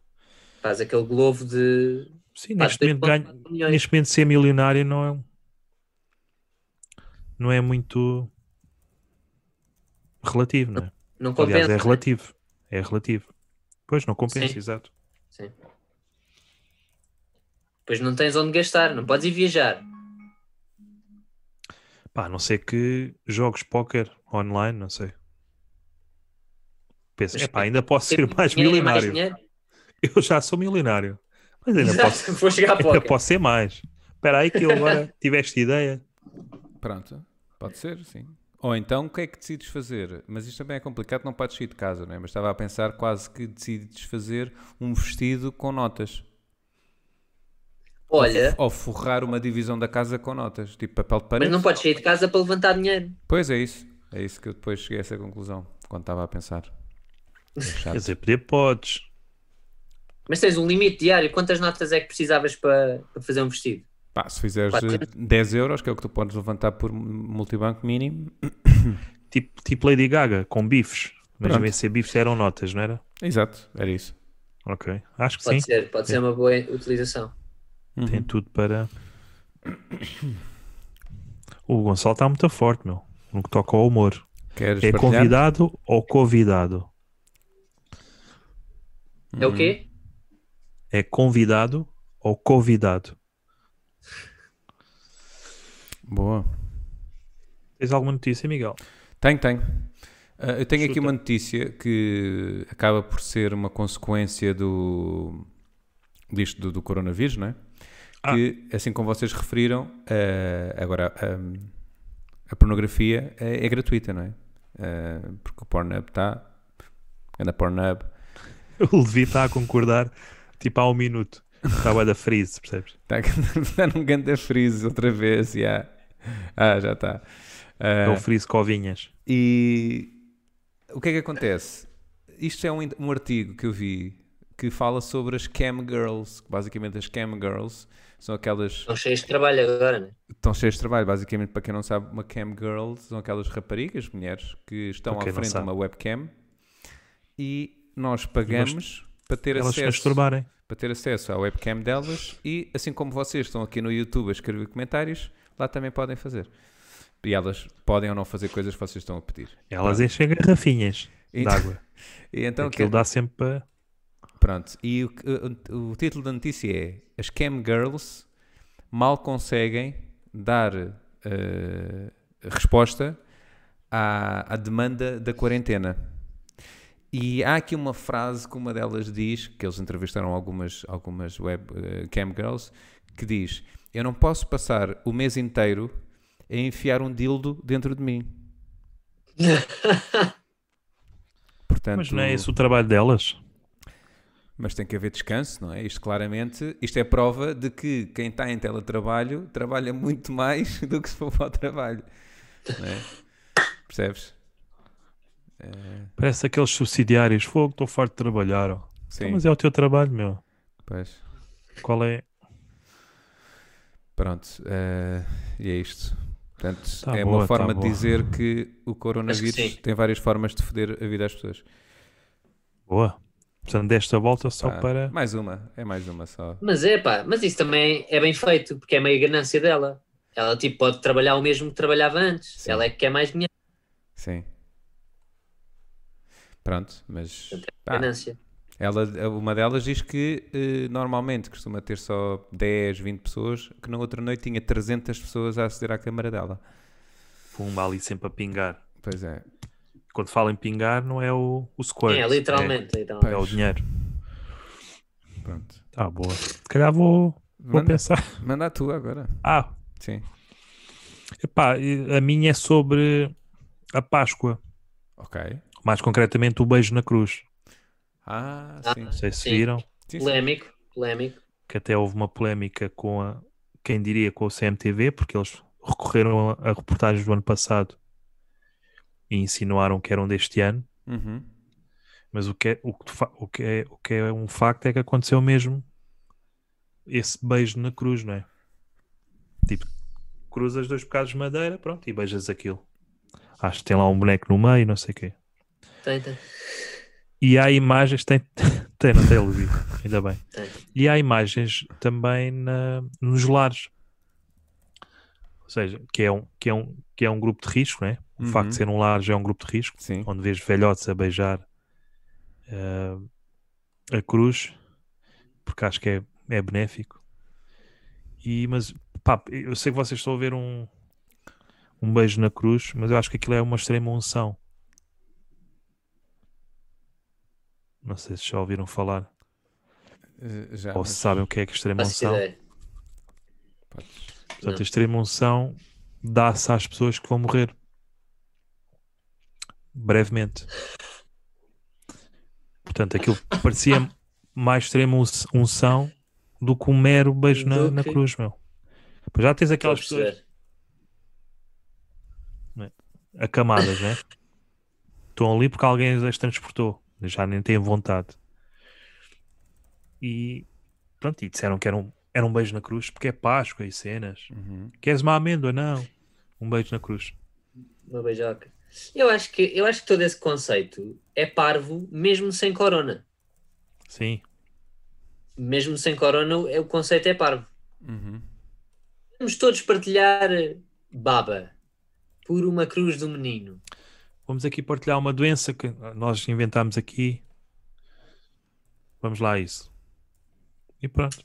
faz aquele globo de. Sim, Pá, neste momento, 2,4 ganho, milhões. neste momento ser milionário não é, não é muito relativo, não é? Não compensa. Aliás, é né? relativo. É relativo. Pois, não compensa, Sim. exato. Pois não tens onde gastar, não podes ir viajar. Pá, a não ser que jogos póquer online, não sei. Pensa, Mas epá, ainda posso ser mais Dinheiro é milionário. dinheiro. eu já sou milionário. Mas ainda Exato, posso, Vou chegar a ainda pouco. posso ser mais. Espera aí que eu agora tiveste ideia. Pronto. Pode ser, sim. Ou então, o que é que decides fazer? Mas isto também é complicado, não podes sair de casa, não é? Mas estava a pensar quase que decides fazer um vestido com notas. Olha, Ou forrar uma divisão da casa com notas, tipo papel de mas parede. não podes sair de casa para levantar dinheiro. Pois é isso. É isso que eu depois cheguei a essa conclusão, quando estava a pensar. É chato. Quer dizer, poder podes. Mas tens um limite diário. Quantas notas é que precisavas para, para fazer um vestido? Pá, se fizeres eh, 10 euros, que é o que tu podes levantar por multibanco mínimo. Tipo, tipo Lady Gaga, com bifes. Mas Pronto. em vez de ser bifes eram notas, não era? Exato, era isso. Ok. Acho que Pode sim. ser, pode ser uma boa utilização. Uhum. Tem tudo para. O Gonçalo está muito forte, meu. No que toca ao humor. Queres É partilhar? convidado ou convidado? É Uhum. o quê? É convidado ou convidado? Boa. Tens alguma notícia, Miguel? Tenho, tenho. Ah, eu tenho aqui Chuta. uma notícia que acaba por ser uma consequência do disto do, do coronavírus, não é? Ah. Que, assim como vocês referiram, ah, agora ahm, a pornografia é, é gratuita, não é? Ah, porque o Pornhub está, anda Pornhub, O Levi está a concordar tipo há um minuto. Estava da freeze, percebes? está tá num ganda freeze outra vez, já. Ah, já Ah, está. É o freeze covinhas. E o que é que acontece? Isto é um, in- um artigo que eu vi que fala sobre as cam girls. que Basicamente, as cam girls são aquelas Estão cheios de trabalho agora, né? estão cheias de trabalho. Basicamente, para quem não sabe, uma cam girl são aquelas raparigas, mulheres, que estão Para à quem não frente de sabe. uma webcam e nós pagamos para ter Elas se acesso masturbarem. para ter acesso à webcam delas e assim como vocês estão aqui no YouTube a escrever comentários, lá também podem fazer. E elas podem ou não fazer coisas que vocês estão a pedir. Elas enchem garrafinhas E- de água. E Ah. então o que- Aquilo dá sempre para. Pronto, e o, que- o- o título da notícia é As Cam Girls mal conseguem dar eh, resposta à, à demanda da quarentena. E há aqui uma frase que uma delas diz, que eles entrevistaram algumas, algumas web eh, cam girls, que diz, eu não posso passar o mês inteiro a enfiar um dildo dentro de mim. Portanto, Mas não é esse o trabalho delas? mas tem que haver descanso, não é? Isto claramente, isto é prova de que quem está em teletrabalho trabalha muito mais do que se for para o trabalho, não é? Percebes? Parece aqueles subsidiários. Fogo, estou farto de trabalhar. ó. Então, Sim, mas é o teu trabalho, meu. pois. Qual é? Pronto, eh, e é isto. Portanto, Tá é boa, uma tá forma de boa. dizer que o coronavírus sim. tem várias formas de foder a vida às pessoas. Boa. Portanto, desta volta só Pá, para. Ah, Mais uma, é mais uma só. Mas é pá, mas isso também é bem feito, porque é meio ganância dela. Ela tipo pode trabalhar o mesmo que trabalhava antes. Sim. Ela é que quer mais dinheiro, Sim. Pronto, mas. Ah, pá, ganância. Ela, uma delas diz que eh, normalmente costuma ter só 10, 20 pessoas, que na outra noite tinha 300 pessoas a aceder à câmara dela. Pumba ali sempre a pingar. Pois é. Quando falam em pingar, não é o, o squirt. é, literalmente. É, literalmente. é o dinheiro. Pronto. Tá boa. Se calhar vou, vou Manda, pensar. manda a tua agora. Ah, Sim. epá, e a minha é sobre a Páscoa. Ok. Mais concretamente, o beijo na cruz. Ah, Ah, sim. Não sei se Sim. viram, Sim, sim. Polémico, polémico. que até houve uma polémica com a. Quem diria com o CMTV, porque eles recorreram a, a reportagens do ano passado e insinuaram que eram deste ano. Uhum. Mas o que, é, o, que de fa- o que é, o que é um facto é que aconteceu mesmo esse beijo na cruz, não é? Tipo, cruzas dois bocados de madeira, pronto, e beijas aquilo. Acho que tem lá um boneco no meio, não sei o quê. Tem, tem. E há imagens, tem, tem na televisão, ainda bem. Tem. E há imagens também na- nos lares. Ou seja, que é um, que é um, que é um grupo de risco, não é? O Uhum. facto de ser um lar já é um grupo de risco Sim. onde vês velhotes a beijar eh, a cruz, porque acho que é, é benéfico. E, mas, pá, eu sei que vocês estão a ver um, um beijo na cruz, mas eu acho que aquilo é uma extrema unção. Não sei se já ouviram falar Eh, Já. ou mas se sabem o que é que é extrema Faço unção. ideia. podes- Portanto, a extrema unção dá-se às pessoas que vão morrer brevemente. Portanto, aquilo parecia mais extremo um são do que um mero beijo na, Do na que- cruz, meu. Pois já tens Estou a aquelas pessoas perceber. acamadas, né? Estão ali porque alguém as transportou. Já nem têm vontade. E pronto, e disseram que era um, era um beijo na cruz porque é Páscoa e cenas. Uhum. Queres uma amêndoa? Não. Um beijo na cruz. Uma beijoca. Eu acho, que, eu acho que todo esse conceito é parvo, mesmo sem corona. Sim. Mesmo sem corona, é- o conceito é parvo. Uhum. Vamos todos partilhar eh, baba por uma cruz do menino. Vamos aqui partilhar uma doença que nós inventámos aqui. Vamos lá a isso. E pronto.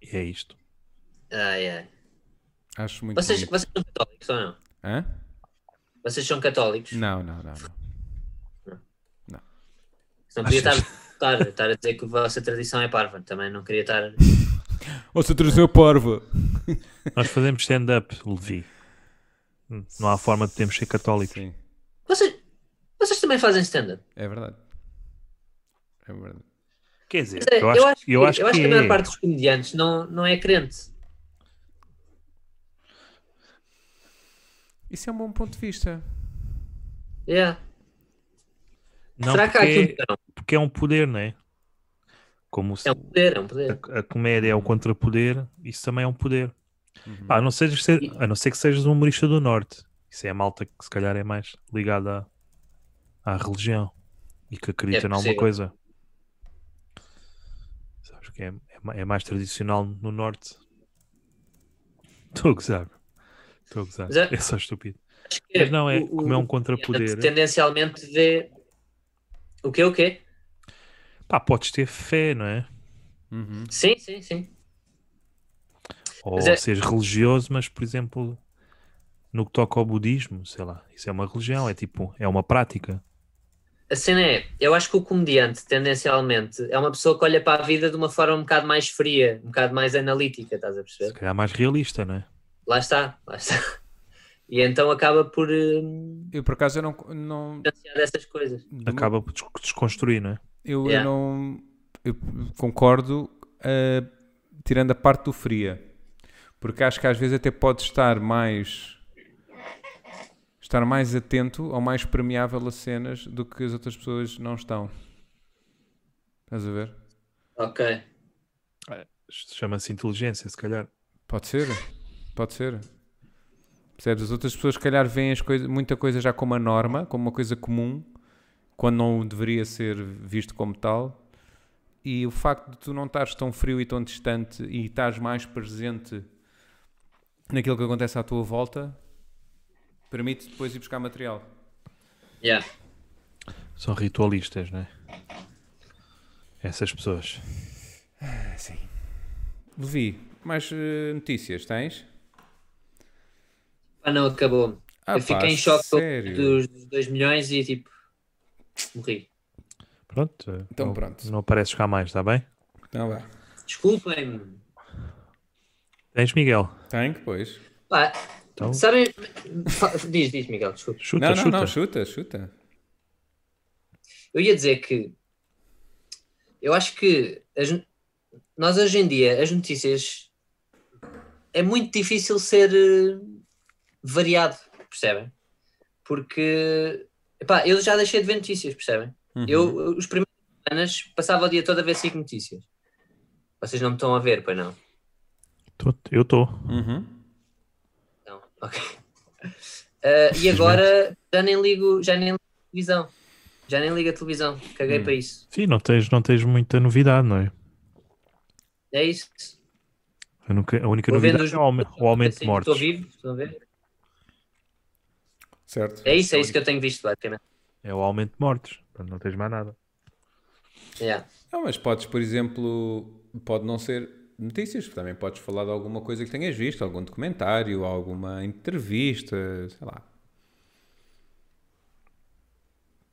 E é isto. Ai, ai. Acho muito Vocês, bonito. vocês são católicos ou não? Hã? Vocês são católicos? Não, não, não. não. Não podia estar, Achas? estar, estar a dizer que a vossa tradição é parva. Também não queria estar. Ou se trazer parva. Nós fazemos stand-up, Levi. Hum, Não há forma de termos ser católicos. Sim, Vocês, vocês também fazem stand-up. é verdade. É verdade. Quer dizer, É, eu acho, eu acho que, a maior é. parte dos comediantes não, não é crente. Isso é um bom ponto de vista. Yeah. Não, Será que há aqui porque, um não? porque é um poder, não é? Como se É um poder, é um poder. a, a comédia é o contrapoder, isso também é um poder. Uhum. Pá, a, não ser, a não ser que sejas um humorista do Norte. Isso é a malta que se calhar é mais ligada à, à religião e que acredita É em alguma possível. coisa. Sabes que é, é ma- é mais tradicional no Norte. Estou a gozar. Estou a gozar. Mas é- É só estúpido. Acho que Mas não, é o- o- como é um Portanto, contrapoder. tendencialmente vê o quê, o quê? Pá, podes ter fé, não é? Uhum. Sim, sim, sim. Ou Mas é- seres religioso, mas por exemplo, no que toca ao budismo, sei lá, isso é uma religião, é tipo, é uma prática. A cena é, eu acho que o comediante, tendencialmente, é uma pessoa que olha para a vida de uma forma um bocado mais fria, um bocado mais analítica, estás a Se perceber? calhar mais realista, não é? Lá está, lá está. E então acaba por hum, Eu por acaso eu não. não distanciar dessas coisas. do meu- Acaba por des- desconstruir, não é? Eu, eu Yeah. não eu concordo, eh, tirando a parte do fria, porque acho que às vezes até pode estar mais estar mais atento ou mais permeável a cenas do que as outras pessoas não estão. Estás a ver? Ok. Isto Chama-se inteligência, se calhar. Pode ser, pode ser. Percebes? As outras pessoas, se calhar, veem as coisas, muita coisa já como a norma, como uma coisa comum, quando não deveria ser visto como tal. E o facto de tu não estares tão frio e tão distante e estás mais presente naquilo que acontece à tua volta, permite depois ir buscar material. Yeah. São ritualistas, não é? Essas pessoas. Sim. Levi, mais eh, notícias tens? Ah, não, acabou. Ah, eu fiquei pá, em choque sério? dos, dos 2 milhões e tipo, morri. Pronto. eh, Então não, pronto. Não apareces cá mais, está bem? Então vá. Desculpem-me. Tens Miguel. Tem que, pois. Pá, Então, sabem. fa- Diz, diz, Miguel, desculpa. chuta, não, não, chuta. não, chuta, chuta. Eu ia dizer que eu acho que as no- nós hoje em dia as notícias é muito difícil ser eh, variado, percebem? Porque epá, eu já deixei de ver notícias, percebem? Uhum. Eu eu, os primeiros semanas passava o dia todo a ver cinco notícias. Vocês não me estão a ver, pois não? Tô- eu estou. Uhum. Não, ok. Eh, e agora já nem ligo, já nem ligo a televisão. Já nem ligo a televisão, caguei Hum. para isso. Sim, não tens, não tens muita novidade, não é? É isso. A única, a única Vou vendo novidade os- é o aume- o aumento de Sim, Estou mortes. vivo, estão a ver? Certo. É isso, é isso que eu tenho visto, basicamente. É o aumento de mortes. Portanto, não tens mais nada. Yeah. Não, mas podes, por exemplo, pode não ser notícias, também podes falar de alguma coisa que tenhas visto, algum documentário, alguma entrevista, sei lá.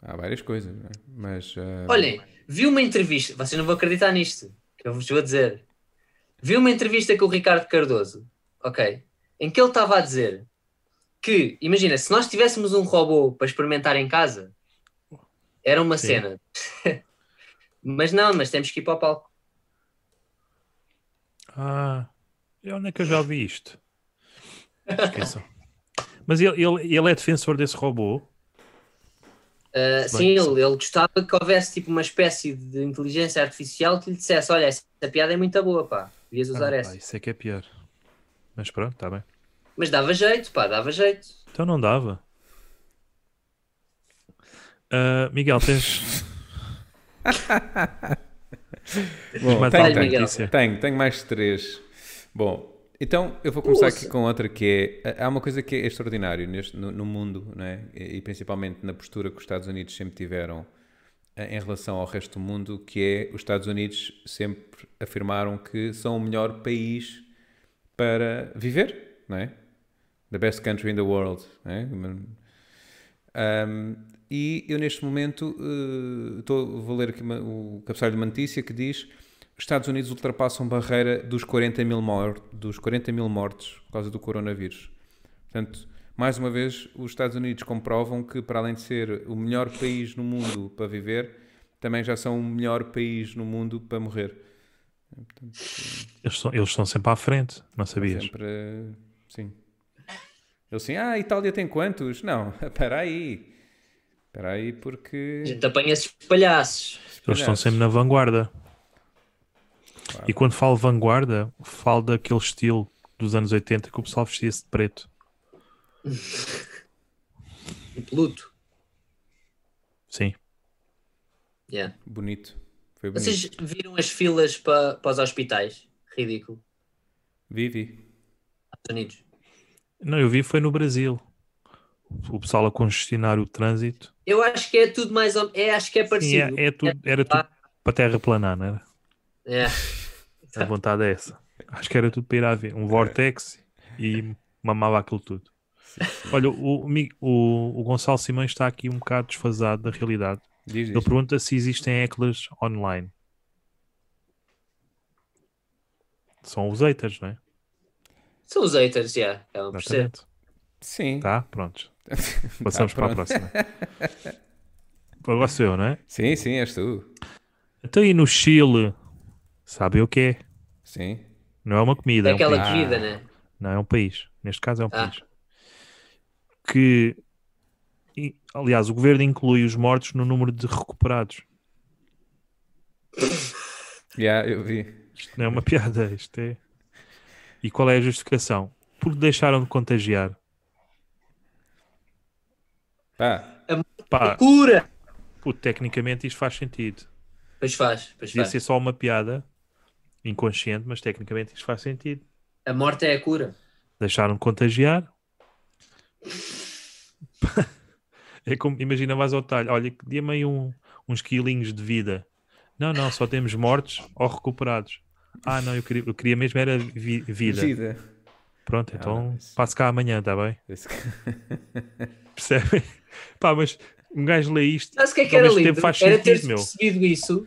Há várias coisas, não é? mas ah, Olhem, vi uma entrevista, vocês não vão acreditar nisto, que eu vos vou dizer. Vi uma entrevista com o Ricardo Cardoso, ok? em que ele estava a dizer que, imagina, se nós tivéssemos um robô para experimentar em casa, era uma Sim. cena. mas não, mas temos que ir para o palco. Ah, e onde é que eu já vi isto? Esqueçam. Mas ele, ele, ele é defensor desse robô. Uh, Bem, sim, ele, ele gostava que houvesse tipo uma espécie de inteligência artificial que lhe dissesse: Olha, essa piada é muito boa, pá, devias usar Ah, essa. pá, isso é que é pior. Mas pronto, está bem. Mas dava jeito, pá, dava jeito. Então não dava. Ah, Miguel, tens. Bom, mais tenho, alguma tenho, notícia? tenho, tenho mais três. Bom, então eu vou começar aqui Ouça. com outra que é. Há uma coisa que é extraordinária neste, no, no mundo, não é? E, e principalmente na postura que os Estados Unidos sempre tiveram eh, em relação ao resto do mundo, que é os Estados Unidos sempre afirmaram que são o melhor país para viver, não é? The best country in the world, não é? Um, e eu neste momento eh, tô- vou ler aqui uma- o cabeçalho de uma notícia que diz os Estados Unidos ultrapassam a barreira dos 40 mil, mor- dos 40 mil mortes por causa do coronavírus. Portanto, mais uma vez, os Estados Unidos comprovam que para além de ser o melhor país no mundo para viver, também já são o melhor país no mundo para morrer. Eles, são- eles estão sempre à frente, não sabias? Sempre, eh, sim. Eles assim, ah, a Itália tem quantos? Não, espera aí. Espera aí porque... A gente apanha esses palhaços. Eles estão Palhaços. sempre na vanguarda. E quando falo vanguarda, falo daquele estilo dos anos 80 que o pessoal vestia-se de preto. Tipo luto. Sim. Yeah. Hum. Bonito. Foi bonito. Vocês viram as filas para, para os hospitais? Ridículo. Vivi. Estados Unidos. Não, eu vi foi no Brasil. O pessoal a congestionar o trânsito. Eu acho que é tudo mais ou é, acho que é Sim, parecido. é, é tudo, era tudo para terra planar, não era? É. A vontade é essa. Acho que era tudo para ir a ver. Um vortex e mamava aquilo tudo. Olha, o, Mi- o, o Gonçalo Simões está aqui um bocado desfasado da realidade. Diz, Ele diz. pergunta se existem hecklers online. São os haters, não é? São os haters, yeah. é um processo. Exatamente. Sim. Tá? Prontos. Passamos para a pronto. próxima. Agora sou eu, não é? Sim, sim, és tu. Até aí no Chile, sabe o que é? Sim. Não é uma comida. É é um aquela país. comida, né? Não, é um país. Neste caso é um Ah. país. Que, e, aliás, o governo inclui os mortos no número de recuperados. Já, eu vi. Isto não é uma piada, isto é. E qual é a justificação? Porque deixaram de contagiar. Pá, Pá, Cura! puto, tecnicamente isto faz sentido. Pois faz, pois Devia faz. ser só uma piada inconsciente, mas tecnicamente isto faz sentido. A morte é a cura. Deixaram de contagiar. É como, imagina, vais ao talho, olha, que dia meio um, uns quilinhos de vida. Não, não, só temos mortos ou recuperados. Ah, não, eu queria, eu queria mesmo era vi- vida. vida. Pronto, então Ah, não, isso- passo cá amanhã, está bem? Esse- Percebem? Pá, mas um gajo lê isto. Sabe o que é que Ao era mesmo Então, tempo lindo? faz Era sentido, teres meu. percebido isso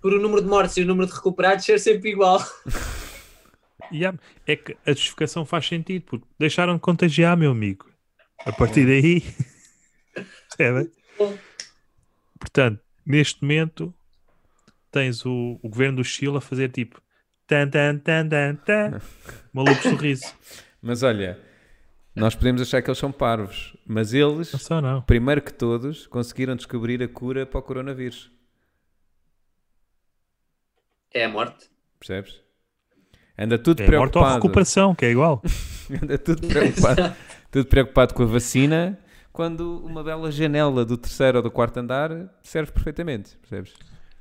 por o número de mortes e o número de recuperados ser sempre igual. E há- é que a justificação faz sentido, porque deixaram de contagiar, meu amigo. A partir daí. Percebem? Bom. Portanto, neste momento, tens o, o governo do Chile a fazer tipo. Tan, tan, tan, tan, tan, maluco sorriso. Mas olha, nós podemos achar que eles são parvos, mas eles, Não só não. primeiro que todos, conseguiram descobrir a cura para o coronavírus. É a morte. Percebes? Anda tudo É morte ou preocupado. recuperação, que é igual. Anda tudo preocupado, tudo preocupado com a vacina, quando uma bela janela do terceiro ou do quarto andar serve perfeitamente. Percebes?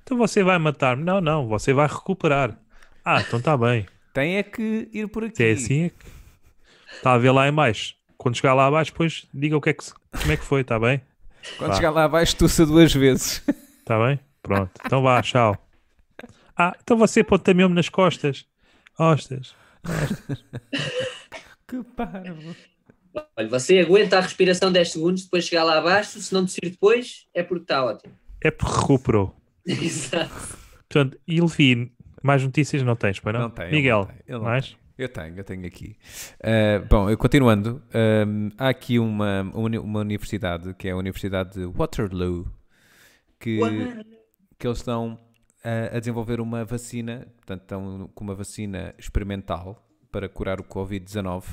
Então você vai matar-me. Não, não, você vai recuperar. Ah, então está bem. Tem é que ir por aqui. Se é assim, é que. Está a ver lá em baixo. Quando chegar lá abaixo, depois diga o que é que, se- como é que foi, está bem? Quando Vá. chegar lá abaixo, tussa duas vezes. Está Tá bem? Pronto. Então vá, tchau. Ah, então você pode ter mesmo nas costas. Costas. Que parvo. Olha, você aguenta a respiração 10 segundos, depois chegar lá abaixo, se não descer depois, é porque está ótimo. É porque recuperou. Exato. Portanto, e Levi, mais notícias não tens, pois não? Não tenho, ele Miguel, não tem, ele não mais? Eu tenho, eu tenho aqui. Ah, bom, eu continuando, ahm, há aqui uma, uni- uma universidade, que é a Universidade de Waterloo, que, que eles estão eh, a, a desenvolver uma vacina, portanto, estão com uma vacina experimental para curar o Covid-19,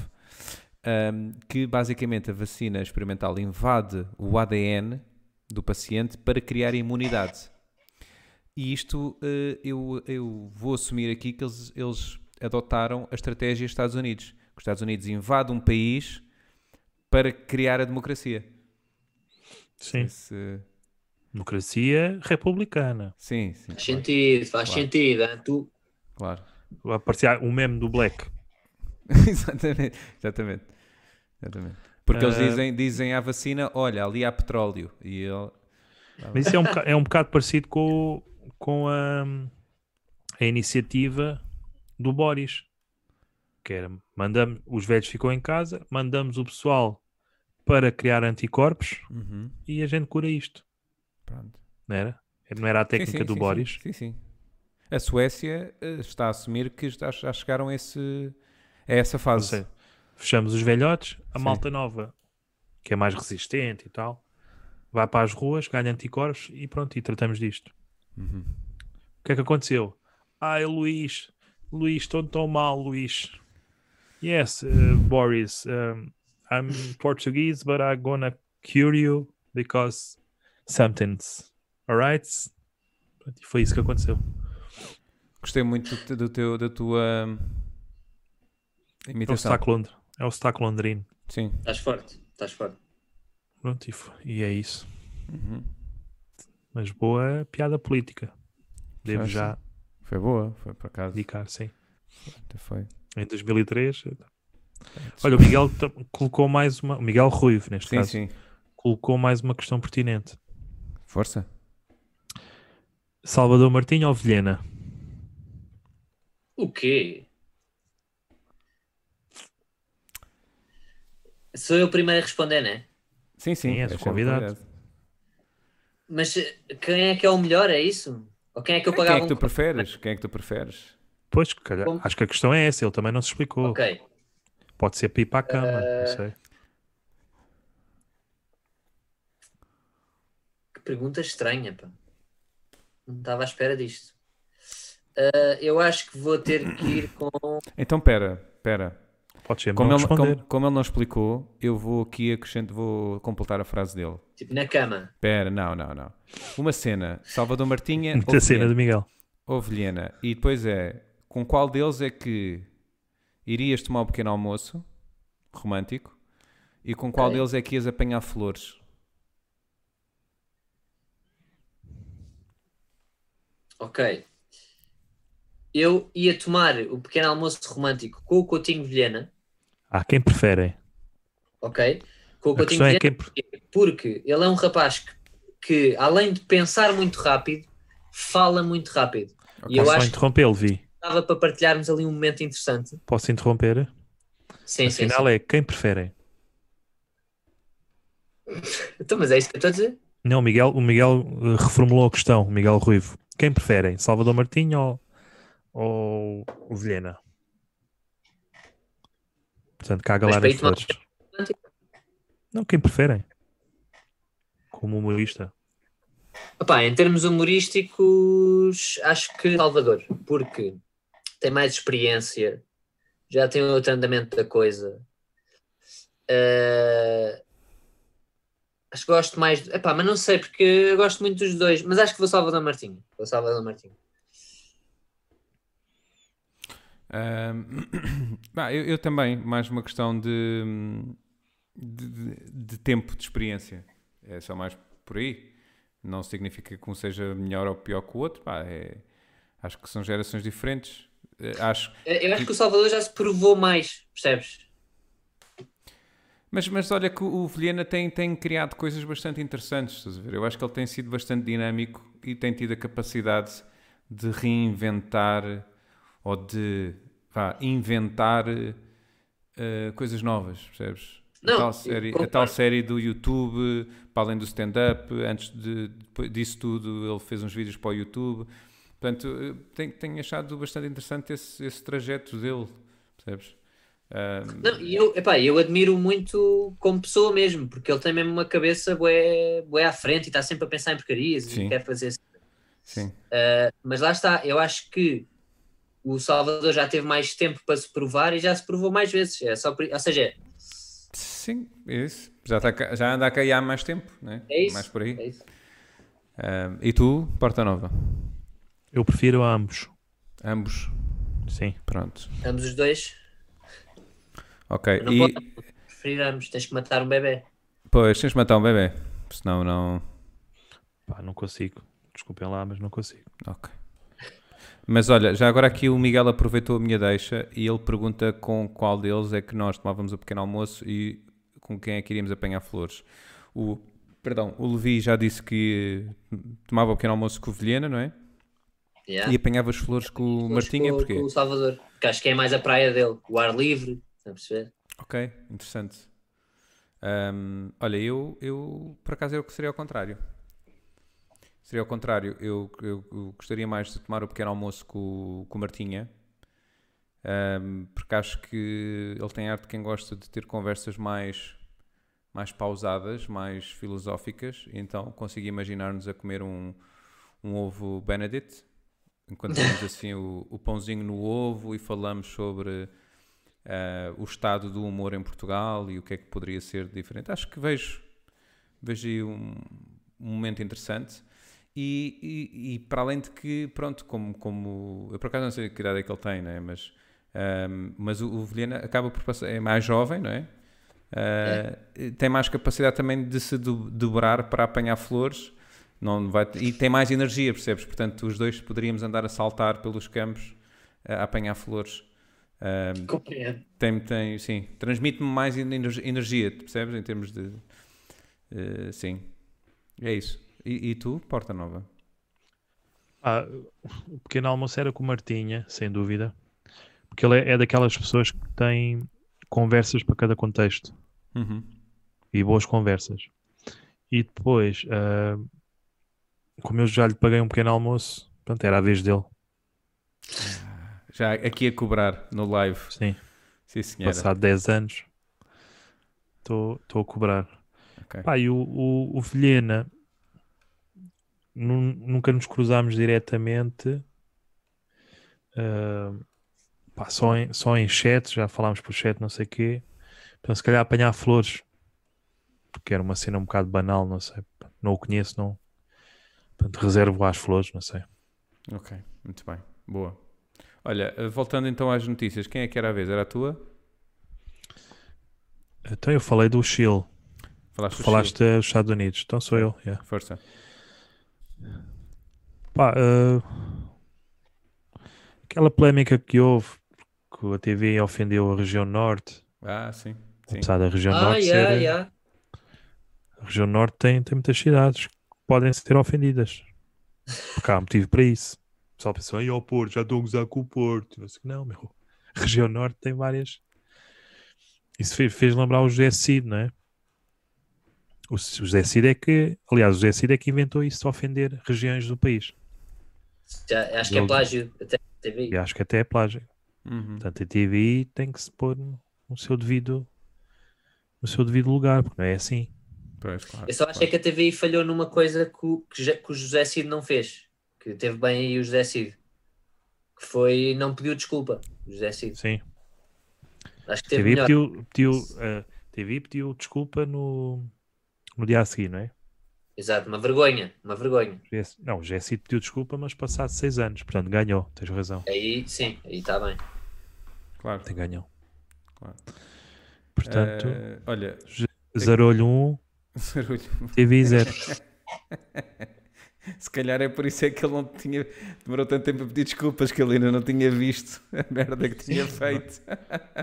ahm, que basicamente a vacina experimental invade o ADN do paciente para criar imunidade. E isto eh, eu, eu vou assumir aqui que eles, eles adotaram a estratégia dos Estados Unidos. Que os Estados Unidos invadem um país para criar a democracia. Sim. Esse- Democracia republicana. sim, sim. Faz Claro. sentido, faz Claro. sentido. hein? Tu, claro. Vai aparecer um meme do Black. exatamente, exatamente. Exatamente. Porque eles Eh, dizem, dizem à vacina: olha, ali há petróleo. E ele. Mas isso é um bocado, é um bocado parecido com, o- com a, a iniciativa do Boris. Que era, mandamos, os velhos ficam em casa, mandamos o pessoal para criar anticorpos Uhum, e a gente cura isto. pronto. Não era? Não era a técnica Sim, sim, do sim, Boris? Sim, sim. sim. A Suécia eh, está a assumir que já, já chegaram a, esse, a essa Ou fase. seja, fechamos os velhotes, a Sim. malta nova, que é mais resistente e tal, vai para as ruas, ganha anticorpos e pronto, e tratamos disto. Uhum. O que é que aconteceu? Ai, Luís, Luís, estou tão mal, Luís. Yes, uh, Boris, um, I'm Portuguese, but I'm gonna cure you because something's alright? Pronto, E foi isso que aconteceu. É Gostei muito do, te- do teu, da tua hum, É o imitação. sotaque, lond- é o sotaque londrino. Sim. estás forte, estás forte. Pronto, e, foi- e é isso. Uhum. Mas boa piada política. Devo Acho já Foi boa, foi por acaso. indicar, sim. Até Foi. Em 2003. Olha, o Miguel tam- colocou mais uma. O Miguel Ruivo, neste Sim, caso, sim. colocou mais uma questão pertinente. Força. Salvador Martinho ou Vilhena? O quê? Sou eu o primeiro a responder, né? Sim, sim. Sim, és o deixa-me convidado. convidar. Mas eh, quem é que é o melhor? É isso? Ou quem é que eu Quem é pagava que um... tu preferes? Quem é que tu preferes? Pois, calhar, Como- acho que a questão é essa, ele também não se explicou. Ok. Eh, Pode ser para ir para a cama, não sei. Que pergunta estranha, pá. Não estava à espera disto. Ah, eu acho que vou ter que ir com. Então, pera, pera. Pode ser, Como não ele, É responder. como, como ele não explicou, eu vou aqui acrescentar, vou completar a frase dele. Tipo, na cama. Pera, não, não, não. Uma cena, Salvador Martinha Muita ou cena Vilhena? do Miguel. ou Vilhena. E depois é, com qual deles é que irias tomar um pequeno almoço romântico e com qual Ok. deles é que ias apanhar flores? Ok. Eu ia tomar o pequeno almoço romântico com o Coutinho Vilhena, Há quem preferem. ok? Com o A Coutinho questão é Vilhena, quem. pre- porque ele é um rapaz que, que, além de pensar muito rápido, fala muito rápido. E eu Posso acho que interromper, Levi? estava para partilharmos ali um momento interessante. Posso interromper? Sim, sim, Afinal, é quem preferem. sim. Então, mas é isso que eu estou a dizer? Não, o Miguel, o Miguel eh, reformulou a questão, o Miguel Ruivo. Quem preferem, Salvador Martinho ou, ou o Vilhena? Portanto, cá a galera para ir de tomar flores. Não, quem preferem. Como humorista. Opá, em termos humorísticos, acho que Salvador, porque tem mais experiência, já tem outro andamento da coisa. Eh, acho que gosto mais. Epá, mas não sei, porque eu gosto muito dos dois, mas acho que vou Salvador Martinho. Vou Salvador Martinho. Ahm, bah, eu, eu também, mais uma questão de, de, de- de tempo de experiência. É só mais por aí. Não significa que um seja melhor ou pior que o outro. pá, é- acho que são gerações diferentes. Eh, Acho, Eh, Eu acho que o Salvador já se provou mais, percebes? Mas, mas olha que o Vilhena tem, tem criado coisas bastante interessantes, estás a ver? Eu acho que ele tem sido bastante dinâmico e tem tido a capacidade de reinventar ou de vá, inventar eh, coisas novas, percebes? Não, a, tal eu série, a concordo. tal série do YouTube, para além do stand-up, antes de, depois disso tudo, ele fez uns vídeos para o YouTube. Portanto, eh, tenho, tenho achado bastante interessante esse, esse trajeto dele. percebes? Ah, Não, e eu, epá, eu admiro muito como pessoa mesmo, porque ele tem mesmo uma cabeça bué, bué à frente e está sempre a pensar em porcarias Sim. e quer fazer. sim, Mas lá está, eu acho que o Salvador já teve mais tempo para se provar e já se provou mais vezes. É só, por- ou seja, sim, é isso. Já, está cá- já anda a cair há mais tempo, né? é isso. mais por aí. é isso. Ah, e tu, Porta Nova? Eu prefiro a ambos. Ambos, Sim. pronto. Ambos os dois, Ok, não e pode preferir ambos, tens que matar um bebê. pois tens de matar um bebê, senão não. Pá, não consigo. Desculpem lá, mas não consigo. Ok. Mas olha, já agora aqui o Miguel aproveitou a minha deixa e ele pergunta com qual deles é que nós tomávamos o pequeno almoço e com quem é que iríamos apanhar flores. O, perdão, o Levi já disse que eh, tomava o pequeno almoço com o Vilhena, não é? Yeah. E apanhava as flores com o Martinha, com, porquê? com o Salvador, que acho que é mais a praia dele, o ar livre, estás a perceber? Ok, interessante. Ahm, olha, eu, eu por acaso eu seria ao contrário. Seria ao contrário. Eu, eu- eu gostaria mais de tomar o pequeno almoço com, o- com o Martinha, ahm, porque acho que ele tem arte de quem gosta de ter conversas mais, mais pausadas, mais filosóficas. Então consigo imaginar-nos a comer um, um ovo Benedict, enquanto temos assim o, o pãozinho no ovo e falamos sobre eh, o estado do humor em Portugal e o que é que poderia ser diferente. Acho que vejo, vejo aí um, um momento interessante. E, e- e para além de que, pronto, como, como. Eu por acaso não sei que idade é que ele tem, né? mas, ehm, mas o, o Vilhena acaba por passar. É mais jovem, não é? Eh, Tem mais capacidade também de se do- dobrar para apanhar flores não vai, e tem mais energia, percebes? Portanto, os dois poderíamos andar a saltar pelos campos eh, a apanhar flores. Ehm, Compreendo. tem, tem, sim, transmite-me mais ener- energia, tu percebes? Em termos de. eh, sim, é isso. E, e tu, Porta Nova? Ah, o pequeno almoço era com o Martinha, sem dúvida. Porque ele é, é daquelas pessoas que têm conversas para cada contexto. Uhum. E boas conversas. E depois, ah, como eu já lhe paguei um pequeno almoço, portanto, era a vez dele. Já aqui a cobrar no live. Sim. Sim, senhora. Passado 10 anos, estou a cobrar. Ok. Pá, e o, o, o Vilhena, nun- nunca nos cruzámos diretamente, Ah, pá, só, em, só em chat, já falámos por chat, não sei o quê. Então, se calhar apanhar flores, porque era uma cena um bocado banal, não sei, pá, não o conheço, não. Portanto, reservo às flores, não sei. Ok, muito bem. Boa. Olha, eh, voltando então às notícias, quem é que era a vez? Era a tua? Então, eu falei do Chile, Falaste tu do falaste dos Estados Unidos, então sou eu, yeah. Chile. Força. Pá, ah, aquela polémica que houve, que a TV ofendeu a região norte, Ah, sim. sim. apesar da região Ah, norte yeah, ser- é. yeah. A região norte tem, tem muitas cidades que podem ser ofendidas. Porque há um motivo para isso. O pessoal pensou, ai, ao Porto, já estou a gozar com o Porto. Eu disse, não, meu. A região norte tem várias. Isso fez, fez lembrar o José Cid, não é? O, S- o José Cid é que, aliás, o José Cid é que inventou isso de ofender regiões do país. Já, acho que é Ele- plágio. Até teve. E acho que até é plágio. Uhum. Portanto, a TVI tem que se pôr no no seu devido no seu devido lugar, porque não é assim. Pois, claro, Eu só achei que a TVI falhou numa coisa que o, que já- que o José Cid não fez, que teve bem aí o José Cid, que foi não pediu desculpa. O José Cid, Sim. acho que A teve TVI melhor. pediu, pediu, ah, TVI pediu desculpa no, no dia a seguir, não é? Exato, uma vergonha, uma vergonha. O GS Não, o GSI pediu desculpa, mas passado seis anos, portanto ganhou, tens razão. Aí sim, aí está bem. Claro. Tem ganhou. Claro. Portanto, um Eh, olha, zarolho 1, barulho. TVI 0. Se calhar é por isso é que ele não tinha. Demorou tanto tempo a pedir desculpas que ele ainda não tinha visto a merda que tinha feito.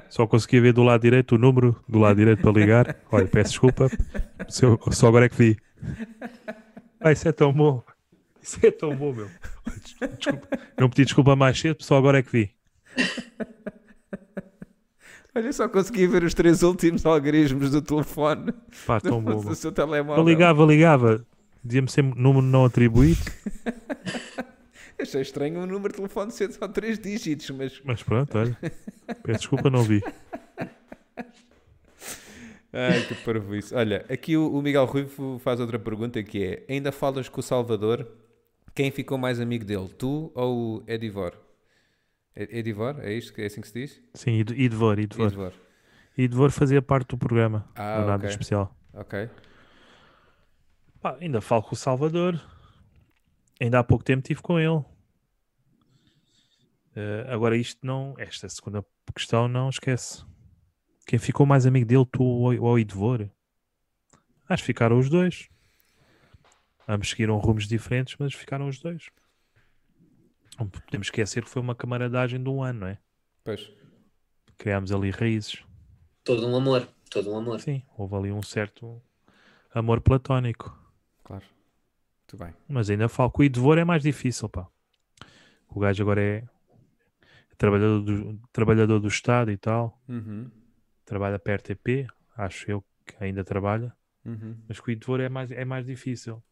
Só conseguia ver do lado direito o número do lado direito para ligar. Olha, peço desculpa, se eu- só agora é que vi. Ah, isso é tão bom. Isso é tão bom, meu. Olha, Desculpa. Não pedi desculpa mais cedo, só agora é que vi. Olha, só consegui ver os três últimos algarismos do telefone Pá, tão do, bom. meu. do seu telemóvel. Eu ligava, ligava. Dizia-me sempre número não atribuído. Achei estranho o número de telefone ser só três dígitos, mas. Mas pronto, olha. Peço desculpa, não vi. Ai, que parvoíce. Olha, aqui o, o Miguel Ruivo faz outra pergunta que é: ainda falas com o Salvador? Quem ficou mais amigo dele? Tu ou o Edivor? E- Edivor? É isto? que- É assim que se diz? Sim, Id- Idvor, Idvor. Edivor. Idvor fazia parte do programa. Ah, não nada ok. de especial. Ok. Pá, ainda falo com o Salvador. Ainda há pouco tempo estive com ele. Eh, agora isto não... Esta segunda questão não esquece. Quem ficou mais amigo dele, tu ou, ou Idvor? Acho que ficaram os dois. Ambos seguiram rumos diferentes, mas ficaram os dois. Não podemos esquecer que foi uma camaradagem de um ano, não é? Pois. Criámos ali raízes. Todo um amor, todo um amor. Sim, houve ali um certo amor platónico. Claro. Muito bem. Mas ainda falo que o Idvor é mais difícil, pá. O gajo agora é trabalhador do, trabalhador do Estado e tal. Uhum. Trabalha para a RTP, acho eu que ainda trabalha. Uhum. Mas que o Idvor é mais, é mais difícil.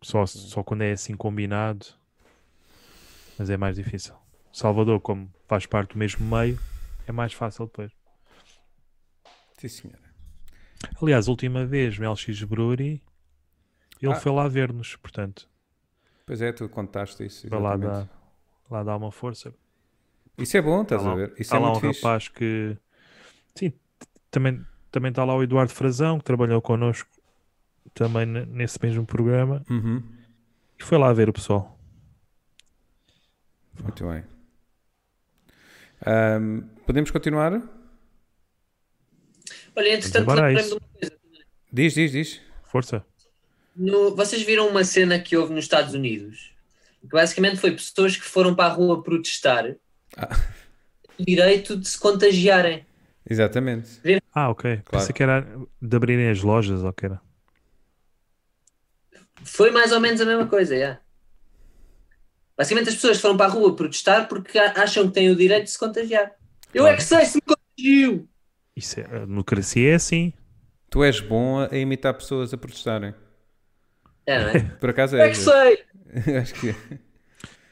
Só, só quando é assim combinado. Mas é mais difícil. Salvador, como faz parte do mesmo meio, é mais fácil depois. Sim, senhora. Aliás, a última vez, no LX Brewery, ele Ah. foi lá ver-nos, portanto, Pois é, tu contaste isso. foi lá exatamente. dar, lá dar uma força. Isso é bom, estás Há lá- a ver? Isso há é lá muito um fixe. rapaz que. Sim, t- também, também está lá o Eduardo Frazão, que trabalhou connosco também ne- nesse mesmo programa, Uhum. e foi lá ver o pessoal. Muito bem. Ahm, podemos continuar? Olha, entretanto, Mas agora é lembrei-me de isso. uma coisa. Diz, diz, diz. Força. No- vocês viram uma cena que houve nos Estados Unidos? Que basicamente foi pessoas que foram para a rua protestar Ah. o direito de se contagiarem. Exatamente. Ah, ok. Pensei que era de abrirem as lojas, ou que era. Foi mais ou menos a mesma coisa, yeah. Basicamente as pessoas foram para a rua protestar porque a- acham que têm o direito de se contagiar. Eu é que sei se me contagio! Isso é, a democracia é assim. Tu és bom a imitar pessoas a protestarem. É, não é? Por acaso Eu é que és. sei! Acho que é.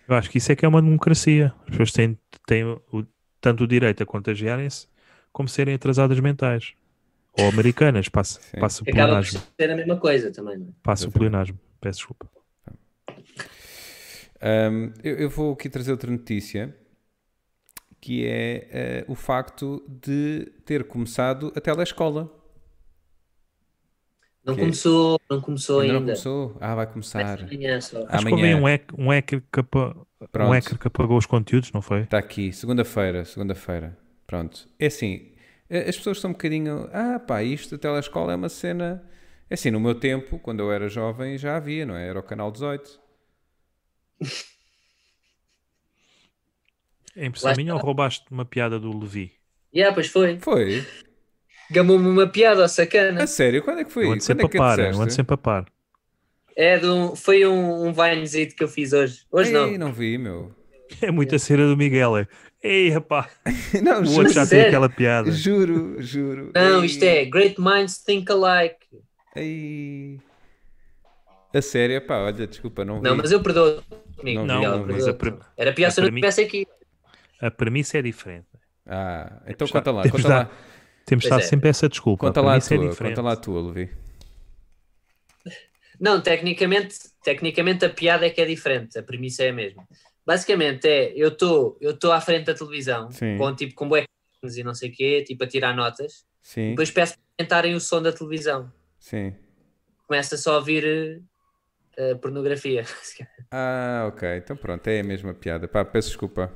Eu acho que isso é que é uma democracia. As pessoas têm, têm o- tanto o direito a contagiarem-se como serem atrasadas mentais. Ou americanas, passa, Sim. passa o Que acaba por pleonasmo. ser a mesma coisa também, não é? Passa o pleonasmo. Peço desculpa. Ahm, eu, eu vou aqui trazer outra notícia que é eh, o facto de ter começado a telescola. Não Ok. começou, não começou Ainda não ainda. começou? Ah, vai começar. Essa manhã só. Acho que houve Amanhã. um hack- um hacker que apa- um Pronto. hacker que apagou os conteúdos, não foi? Está Tá aqui, segunda-feira, segunda-feira. Pronto. É assim, eh, as pessoas estão um bocadinho. Ah, pá, isto, a telescola é uma cena. É assim, no meu tempo, quando eu era jovem, já havia, não é? Era o Canal 18. É Lá impressão minha ou roubaste uma piada do Levi? Yeah, pois foi. Foi? Gamou-me uma piada, ó sacana. A sério, quando é que foi? Eu ando Quando sempre é a que par, eu disseste? ando sempre a par. É de um, foi um, um vinezito que eu fiz hoje. Hoje Ei, não. não vi, meu. É muita cera do Miguel, é. Ei, rapá, Não, o juro, outro já tem sério? aquela piada. juro, juro. Não, Ei, isto é Great Minds Think Alike. ei. A sério, pá, olha, desculpa, não vi. Não, mas eu perdoo comigo, Não, Não, não, mas a, pre- Era pior a se eu não premi- estivesse aqui. a premissa é diferente. Ah, então Está- conta lá, temos conta de lá. dar- Temos Pois dado é. sempre essa desculpa. Conta a lá a premissa é tua, diferente. conta lá a tua, Levi. Não, tecnicamente, tecnicamente a piada é que é diferente, a premissa é a mesma. Basicamente é, eu estou eu tô à frente da televisão, Sim. com tipo com bué e não sei o quê, tipo a tirar notas, Sim, depois peço para aumentarem o som da televisão. sim. Começa só a ouvir eh, eh, pornografia. Ah, ok. Então pronto, é a mesma piada. Pá, peço desculpa.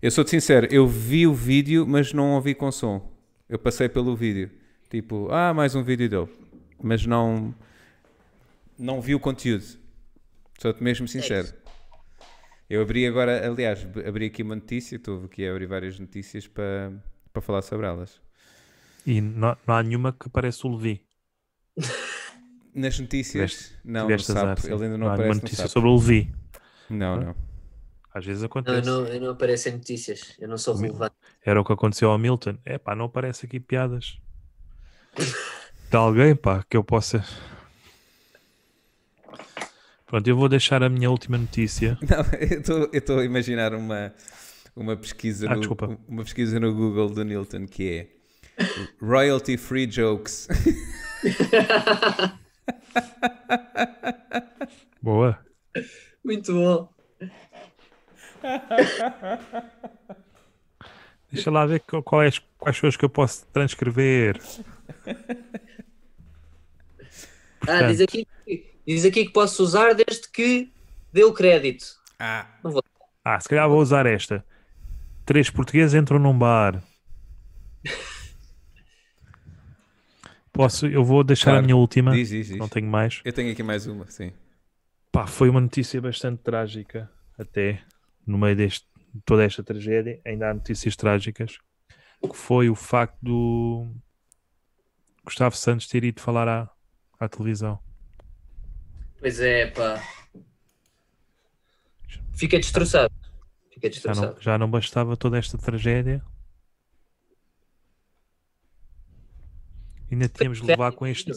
Eu sou-te sincero, eu vi o vídeo, mas não ouvi com som. Eu passei pelo vídeo. Tipo, ah, mais um vídeo dele. Mas não. Não vi o conteúdo. Sou-te mesmo sincero. eu abri agora, aliás, b- abri aqui uma notícia, estou aqui a abrir várias notícias para, para falar sobre elas. E não, não há nenhuma que pareça o Levi. Nas notícias, não, no Tiveste sapo, azar, sim. ele ainda Não não, há nenhuma aparece no notícia sapo. sobre o Levi. Não, não. Às vezes Não, eu acontece. não, eu não apareço em notícias, eu não sou relevante. Era o que aconteceu ao Milton. É pá, não aparece aqui piadas. De alguém, pá, que eu possa. Pronto, eu vou deixar a minha última notícia. Não, eu estou a imaginar uma, uma, pesquisa Ah, no, desculpa. uma pesquisa no Google do Newton que é Royalty Free Jokes. Boa. Muito bom. Deixa lá ver qual- qual é as- quais coisas que eu posso transcrever. Ah, diz aqui, que- diz aqui que posso usar desde que dê o crédito. Ah, Ah, se calhar vou usar esta. Três portugueses entram num bar. Posso, eu vou deixar Claro. a minha última. diz, diz, diz. Não tenho mais. Eu tenho aqui mais uma, sim. Pá, foi uma notícia bastante trágica, até no meio deste, de toda esta tragédia, ainda há notícias trágicas, que foi o facto do Gustavo Santos ter ido falar à, à televisão. Pois é, pá. Fica destroçado. Fica Já não, destroçado. já não bastava toda esta tragédia. Ainda tínhamos de levar com este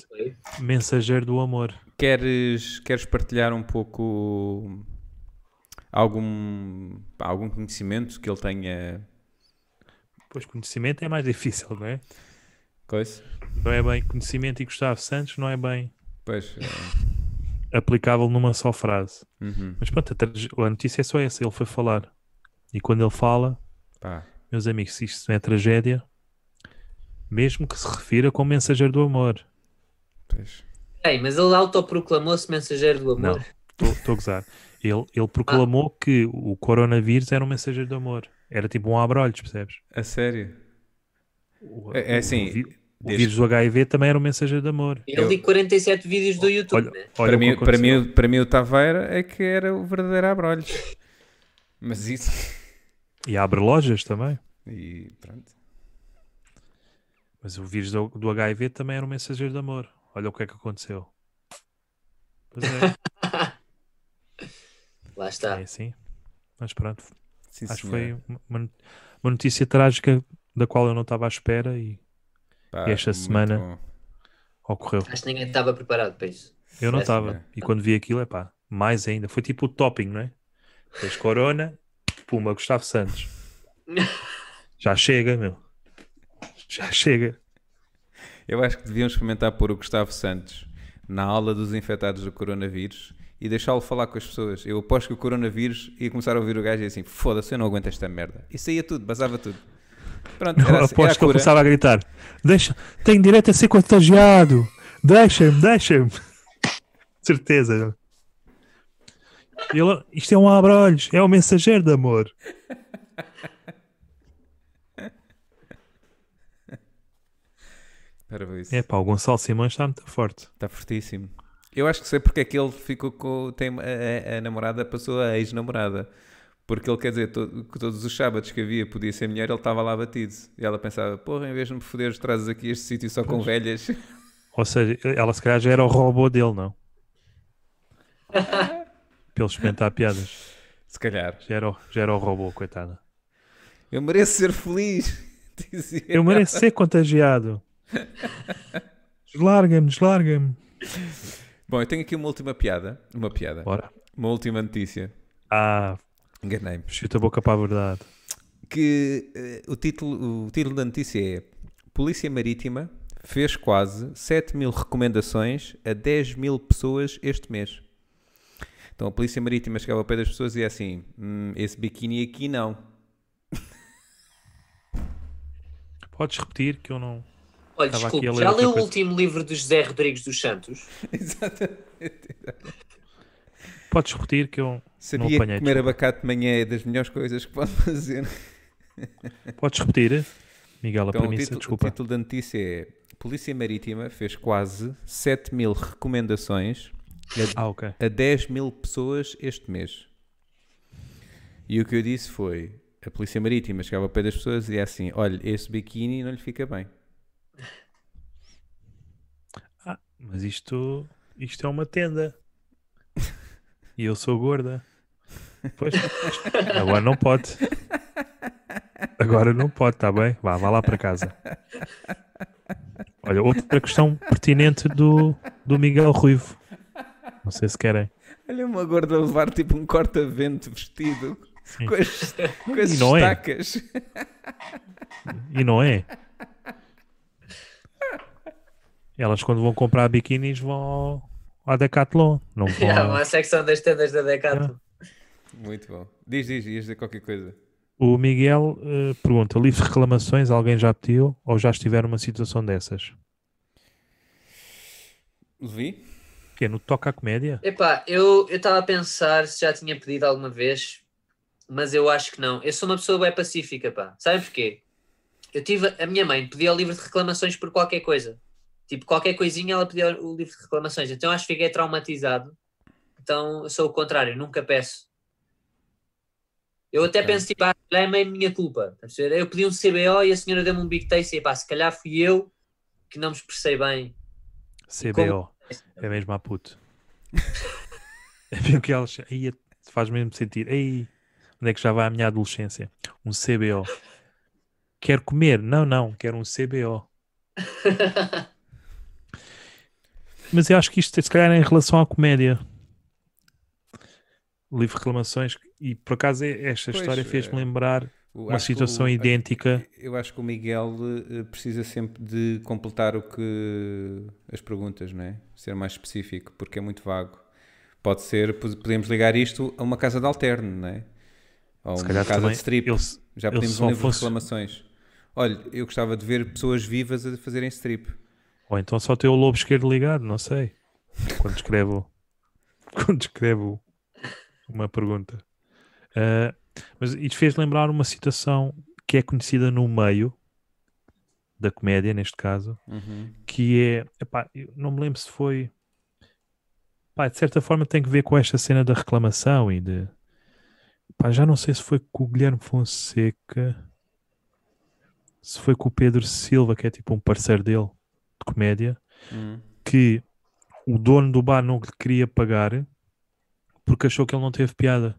mensageiro do amor. Queres, queres partilhar um pouco algum, pá, algum conhecimento que ele tenha? Pois conhecimento é mais difícil, não é? Coisa? Não é bem conhecimento e Gustavo Santos não é bem Pois. eh, aplicável numa só frase. é, uhum, Mas pronto, a, trage- a notícia é só essa. Ele foi falar. E quando ele fala, pá. meus amigos, se isto não é tragédia, mesmo que se refira como mensageiro do amor. Pois. Ei, mas ele autoproclamou-se mensageiro do amor. Estou a gozar. Ele, ele proclamou Ah. que o coronavírus era um mensageiro do amor. Era tipo um abrolhos, percebes? A sério? O, É- é assim, O, vi- o desde- vírus do HIV também era um mensageiro de amor. Ele Eu- li 47 vídeos do YouTube, Olha, né? olha para, o que mim, para, aconteceu. mim, para mim o Taveira é que era o verdadeiro Abrolhos. Mas isso... E abre lojas também. E pronto. Mas o vírus do, do HIV também era um mensageiro de amor. Olha o que é que aconteceu. Pois é, Lá é está. assim. Mas pronto, Sim, Acho que senhora. foi uma, uma notícia trágica da qual eu não estava à espera e Pá, esta muito semana- bom. ocorreu. Acho que ninguém estava preparado para isso. Eu não Sim, estava. senhora. E quando vi aquilo, é pá, mais ainda. Foi tipo o topping, não é? Tens Corona, Puma, Gustavo Santos. Já chega, meu. Já chega. Eu acho que deviam experimentar pôr o Gustavo Santos na aula dos infectados do coronavírus e deixá-lo falar com as pessoas. Eu aposto que o coronavírus ia começar a ouvir o gajo e assim: foda-se, eu não aguento esta merda. E saía tudo, basava tudo. Pronto, era, assim- era a Aposto que eu cura. começava a gritar: Deixa, tenho direito a ser contagiado. Deixa-me, deixa-me. Certeza. Ele, isto é um abrolhos, é o mensageiro de amor. Para isso. É pá, o Gonçalo Simões está muito forte. Está fortíssimo. Eu acho que sei porque é que ele ficou com. Tem, a, a- a namorada passou a ex-namorada. Porque ele quer dizer to- que todos os sábados que havia podia ser mulher, ele estava lá batido. E ela pensava: porra, em vez de me foderes, trazes aqui este sítio só com velhas. Ou seja, ela se calhar já era o robô dele, não? Para ele experimentar piadas. Se calhar. Já era, o- já era o robô, coitada. Eu mereço ser feliz. Dizia. Eu mereço ser contagiado. Deslarga-me, deslarga-me. Bom, eu tenho aqui uma última piada. Uma piada. Bora. Uma última notícia. Ah, Enganei-me. chuta a boca para a verdade. Que eh, o, título, o título da notícia é Polícia Marítima fez quase 7 mil recomendações a 10 mil pessoas este mês. Então a Polícia Marítima chegava ao pé das pessoas e dizia assim: "Hum, esse biquíni aqui não. Podes repetir que eu não. Olha, Estava aqui desculpe, a ler já outra leu o coisa. último livro do José Rodrigues dos Santos? Exatamente. Podes repetir que eu não Sabia que apanhei. comer abacate de manhã é das melhores coisas que pode fazer. é? Podes repetir, Miguel, a Então, o, premissa, título, o é desculpa. título da notícia é Polícia Marítima fez quase 7 mil recomendações a, Ah, ok. a 10 mil pessoas este mês. E o que eu disse foi, a Polícia Marítima chegava ao pé das pessoas e dizia assim, olha, esse biquíni não lhe fica bem. Ah, mas isto, isto é uma tenda. E eu sou gorda. Pois, agora não pode. Agora não pode, está bem? Vá, vá lá para casa. Olha, outra questão pertinente do, do Miguel Ruivo. Não sei se querem. Olha o uma gorda a levar tipo um corta-vento vestido com as, com as E não é. estacas. E não é. Elas quando vão comprar biquinis vão ao- à Decathlon. Não vão. Yeah, ao- uma secção das tendas da Decathlon. Muito bom. Diz, diz, ias dizer qualquer coisa. O Miguel eh, pergunta: livre de reclamações, alguém já pediu ou já estiveram numa situação dessas? Vi? Que é no que toca à comédia? Epá, eu eu estava a pensar se já tinha pedido alguma vez, mas eu acho que não. Eu sou uma pessoa bem pacífica, pá. Sabem porquê? Eu tive a minha mãe pedia o livro de reclamações por qualquer coisa. Tipo, qualquer coisinha ela pedia o livro de reclamações. Então eu acho que fiquei traumatizado. Então eu sou o contrário, nunca peço. Eu até Ok. penso, tipo, ah, se calhar é meio minha culpa. Estás a perceber? Eu pedi um CBO e a senhora deu-me um big taste e pá, se calhar fui eu que não me expressei bem. CBO. É mesmo a puto. é mesmo que elas. Aí faz mesmo sentir. Ei, onde é que já vai a minha adolescência? Um CBO. Quero comer? Não, não, quero um CBO. Mas eu acho que isto, se calhar, é em relação à comédia. Livre reclamações. E por acaso, é- esta Pois, história fez-me é. lembrar O- uma acho que situação o- idêntica. Eu acho que o Miguel eh, precisa sempre de completar o que as perguntas, não é? Ser mais específico, porque é muito vago. Pode ser, pod- podemos ligar isto a uma casa de alterno, não é? Ou Se uma calhar casa também de strip. ele se- Já ele pedimos só um livro fosse- de reclamações. Olha, eu gostava de ver pessoas vivas a fazerem strip. Ou então só tem o lobo esquerdo ligado, não sei. Quando escrevo, quando escrevo uma pergunta. Ah, mas isto fez lembrar uma situação que é conhecida no meio da comédia, neste caso, Uhum. que é, epá, eu não me lembro se foi, pá, de certa forma tem que ver com esta cena da reclamação e de, pá, já não sei se foi com o Guilherme Fonseca, se foi com o Pedro Silva, que é tipo um parceiro dele de comédia, Uhum. que o dono do bar não lhe queria pagar porque achou que ele não teve piada.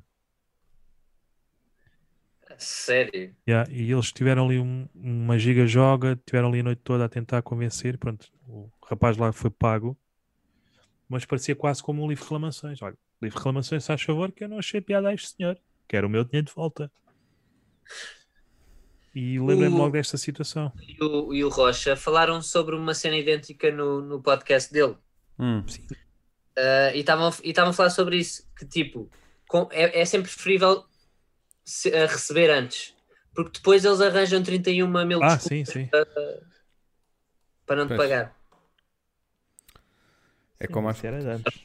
Sério? Yeah, E eles tiveram ali um- uma giga joga, tiveram ali a noite toda a tentar convencer. Pronto, o rapaz lá foi pago, mas parecia quase como um livro de reclamações. Olha, livro de reclamações, se faz favor, que eu não achei piada a este senhor. Quero o meu dinheiro de volta. E lembrei-me O- logo desta situação. e o, e o Rocha falaram sobre uma cena idêntica no, no podcast dele. Hum. Ah, e estavam e estavam a falar sobre isso, que tipo, com- é, é sempre preferível se- a receber antes. Porque depois eles arranjam 31 mil Ah, desculpas sim, sim. para não te Pois. pagar. É como acho. Isso era de antes.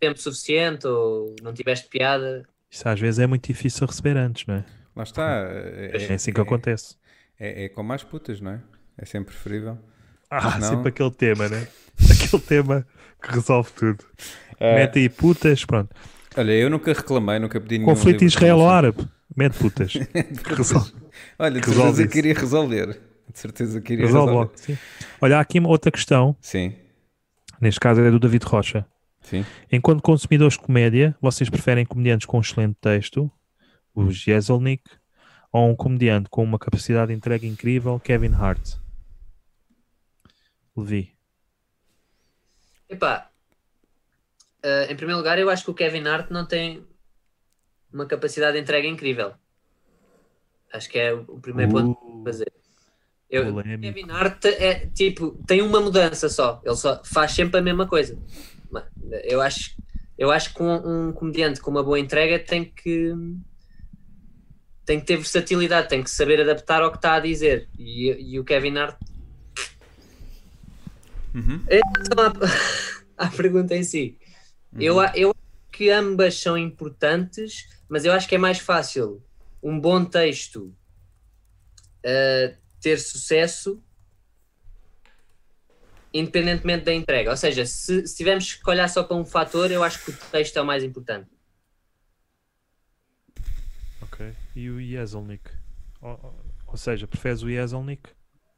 Tempo suficiente ou não tiveste piada. Isso às vezes é muito difícil receber antes, não é? Lá está. É, É assim que acontece. É, é como as putas, não é? É sempre preferível. Ah, Não? sempre aquele tema, né? Aquele tema que resolve tudo. É. Mete aí putas, pronto. Olha, eu nunca reclamei, nunca pedi nenhum. um livro Conflito de israelo-árabe. Mete putas. Que resolve, Olha, de Resolve certeza isso. que iria resolver. De certeza que iria resolve resolver. logo. Sim. Olha, há aqui uma outra questão. Sim, Neste caso é do David Rocha. sim. Enquanto consumidores de comédia, vocês preferem comediantes com um excelente texto, o Jezelnik, ou um comediante com uma capacidade de entrega incrível, Kevin Hart? Levi. Epá, ah, em primeiro lugar, eu acho que o Kevin Hart não tem uma capacidade de entrega incrível. Acho que é o o primeiro ponto. fazer. Eu, Polêmico. Kevin Hart é tipo, tem uma mudança só, ele só faz sempre a mesma coisa. Mas Eu acho, eu acho que um, um comediante com uma boa entrega tem que tem que ter versatilidade, tem que saber adaptar ao que está a dizer. E, e o Kevin Hart. É Em relação À, à pergunta em si, eu, a- eu acho que ambas são importantes, mas eu acho que é mais fácil um bom texto uh, ter sucesso independentemente da entrega. Ou seja, se, se tivermos que olhar só para um fator, eu acho que o texto é o mais importante. Ok. E o Jezelnik? Ou, ou- ou seja, preferes o Jezelnik?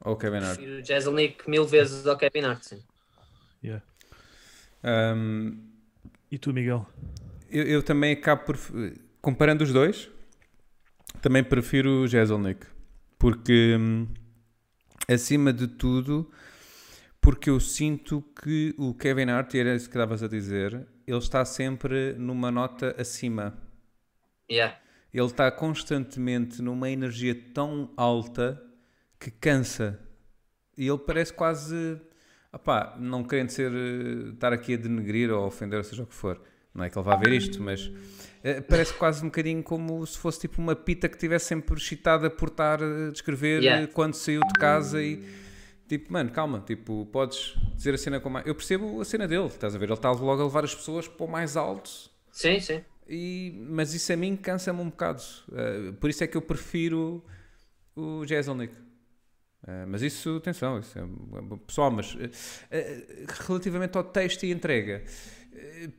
Ou Kevin Hart. Prefiro o Jezelnik mil vezes ao Kevin Hart. sim. Yeah. Ahm, E tu, Miguel? eu, eu também acabo por. Comparando os dois, também prefiro o Jezelnik. Porque, hum, acima de tudo, porque eu sinto que o Kevin Hart, e era isso que estavas a dizer, ele está sempre numa nota acima. Yeah. Ele está constantemente numa energia tão alta que cansa. E ele parece quase. Opá, não querendo ser, eh, estar aqui a denegrir ou a ofender, ou seja o que for. Não é que ele vá ver isto, mas eh, parece quase um bocadinho como se fosse tipo uma pita que estivesse sempre excitada por estar a descrever Yeah. eh, quando saiu de casa e tipo, mano, calma, tipo, podes dizer a cena com mais. Eu percebo a cena dele, estás a ver? Ele está logo a levar as pessoas para o mais alto Sim, sim. e- mas isso a mim cansa-me um bocado. Uh, por isso é que eu prefiro o Jezelnik. Uh, mas isso, atenção, isso é um- pessoal, mas uh, uh, relativamente ao texto e entrega, uh,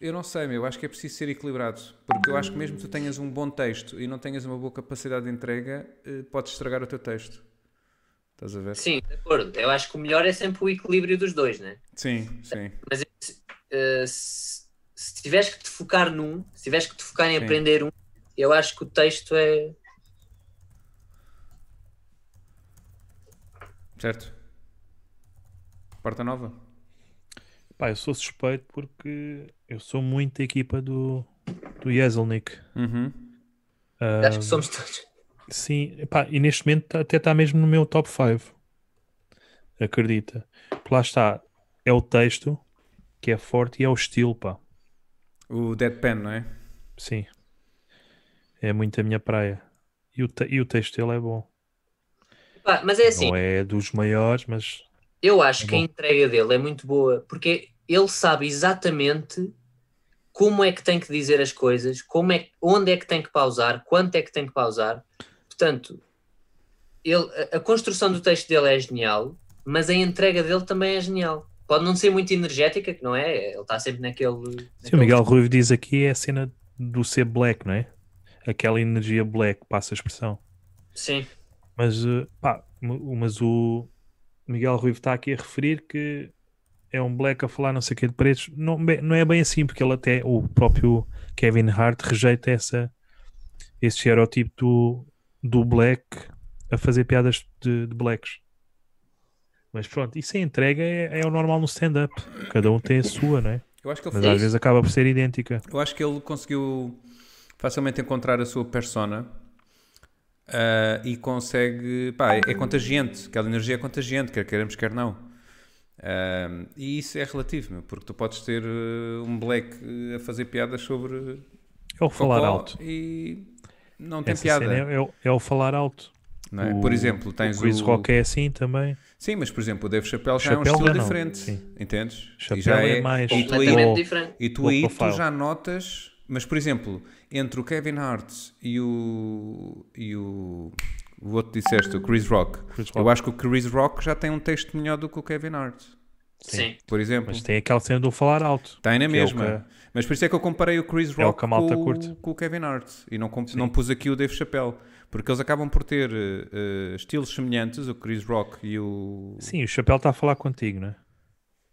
eu não sei, meu, eu acho que é preciso ser equilibrado, porque eu acho que mesmo que tu tenhas um bom texto e não tenhas uma boa capacidade de entrega, uh, podes estragar o teu texto. Estás a ver? Sim, de acordo. Eu acho que o melhor é sempre o equilíbrio dos dois, né? Sim, sim. Mas se, eh, se, se tiveres que te focar num, se tiveres que te focar em Sim. aprender um, eu acho que o texto é. Certo? Porta nova? Pá, eu sou suspeito porque eu sou muito da equipa do, do Jezelnik. Uhum. Acho que somos todos. Sim, epá, e neste momento tá- até está mesmo no meu top 5. Acredita. Porque lá está, é o texto que é forte e é o estilo, pá. O Deadpan, não é? Sim. É muito a minha praia. E o, te- e o texto dele é bom. Pá, mas é assim, Não é dos maiores, mas eu acho que a Bom. entrega dele é muito boa, porque ele sabe exatamente como é que tem que dizer as coisas, como é, onde é que tem que pausar, quanto é que tem que pausar. Portanto, ele, a, a construção do texto dele é genial, mas a entrega dele também é genial. Pode não ser muito energética, que não é? Ele está sempre naquele. Sim, o Miguel Ruivo diz aqui é a cena do ser black, não é? Aquela energia black, passa a expressão. Sim. Mas, eh, pá, m- mas o Miguel Ruivo está aqui a referir que é um black a falar não sei o que de pretos. Não, bem- não é bem assim, porque ele até, o próprio Kevin Hart rejeita essa, esse estereotipo do, do black a fazer piadas de, de blacks. Mas pronto, isso é entrega, é, é o normal no stand-up. Cada um tem a sua, não é? Eu acho que ele Mas fez- às vezes acaba por ser idêntica. Eu acho que ele conseguiu facilmente encontrar a sua persona ah, e consegue. Pá, é, é contagiante, aquela energia é contagiante, quer queremos, quer não. Ah, e isso é relativo, meu, porque tu podes ter eh, um black eh, a fazer piadas sobre É o falar cocó alto. e não tem Essa piada. cena é, é o- é o falar alto. não é? o- Por exemplo, tens o Chris Rock é assim também. Sim, mas por exemplo, o Dave Chappelle já é um Chappelle estilo já não, diferente, sim. entendes? Chappelle e já um é mais- e tu aí- Completamente Ou- diferente. E tu Low aí tu profile. já notas, mas por exemplo, entre o Kevin Hart e o e o, o outro que disseste, o Chris Rock, Chris eu Rock. acho que o Chris Rock já tem um texto melhor do que o Kevin Hart, Sim. por exemplo. Mas tem aquela cena do falar alto. Tem na que é o mesma. Mas por isso é que eu comparei o Chris É o Rock que a malta com, o- curte. com o Kevin Hart e não, comp- não pus aqui o Dave Chappelle, porque eles acabam por ter eh, eh, estilos semelhantes, o Chris Rock e o. que- Sim, o chapéu está a falar contigo, né?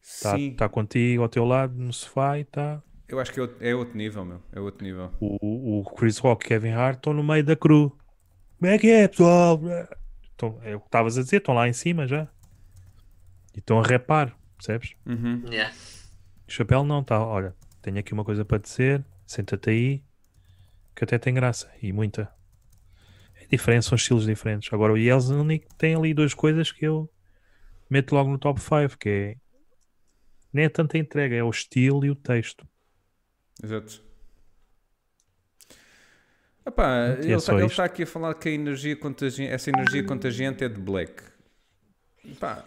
Está Sim. tá contigo ao teu lado no sofá e está. Eu acho que é outro, é outro nível, meu. É outro nível. O, o Chris Rock e Kevin Hart estão no meio da crew. Como é que é, pessoal? Estão- é o que estavas a dizer, estão lá em cima já. E estão a repar, percebes? Uhum. Yeah. O chapéu não está. Olha, tenho aqui uma coisa para dizer, senta-te aí, que até tem graça, e muita. É diferente, são estilos diferentes. Agora o Yelzanik tem ali duas coisas que eu meto logo no top 5, que é nem é tanta entrega, é o estilo e o texto. Exato. Epá, Pronto, e é ele só está isto. aqui a falar que a energia contagi- essa energia contagiante é de Black. Epá,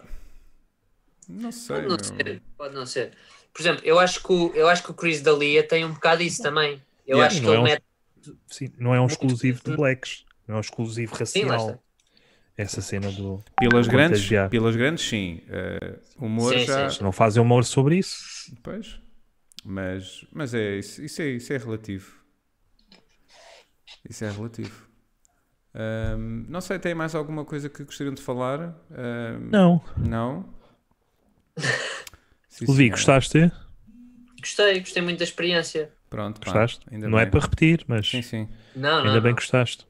não sei. Pode não meu. ser, pode não ser. Por exemplo, eu acho que o, eu acho que o Chris Dalia tem um bocado isso também. Eu Yeah, acho que não ele é um- mete. Sim, não é um exclusivo de blacks, não é um exclusivo Sim, lá racial. está. Essa cena do. Pilas grandes, Contagiar. pilas grandes, sim. Eh, humor Sim, já. sim, Não fazem humor sobre isso. Pois. Mas, mas é, isso, isso é isso é relativo. Isso é relativo. Ahm, não sei, tem mais alguma coisa que gostariam de falar? Ahm, Não. Não? Sim, Levi, senhora. gostaste? Gostei, gostei muito da experiência. Pronto, pá, Gostaste? ainda não é bem. para repetir, mas Sim, sim. Não, não. ainda bem não. que gostaste.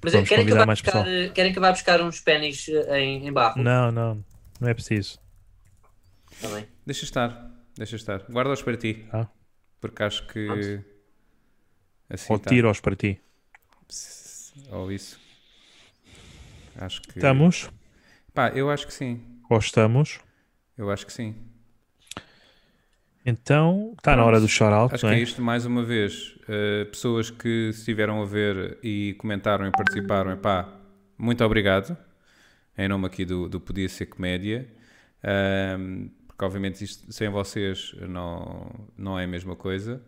Mas vamos querem que, convidar eu vá mais buscar, querem que eu vá buscar uns pênis eh, em, em barro? Não, não. Não é preciso. Está bem. Deixa estar, deixa estar. Guarda-os para ti. Tá. Porque acho que. Pronto. Assim Ou tá. tiro-os para ti. Ou isso. Acho que. Estamos? Pá, eu acho que sim. Ou estamos? Eu acho que sim. Então, está na hora do shout-out, Acho não que é? é isto mais uma vez. Uh, pessoas que estiveram a ver e comentaram e participaram, epá, muito obrigado. Em nome aqui do, do Podia Ser Comédia. Um, porque obviamente isto sem vocês não, não é a mesma coisa.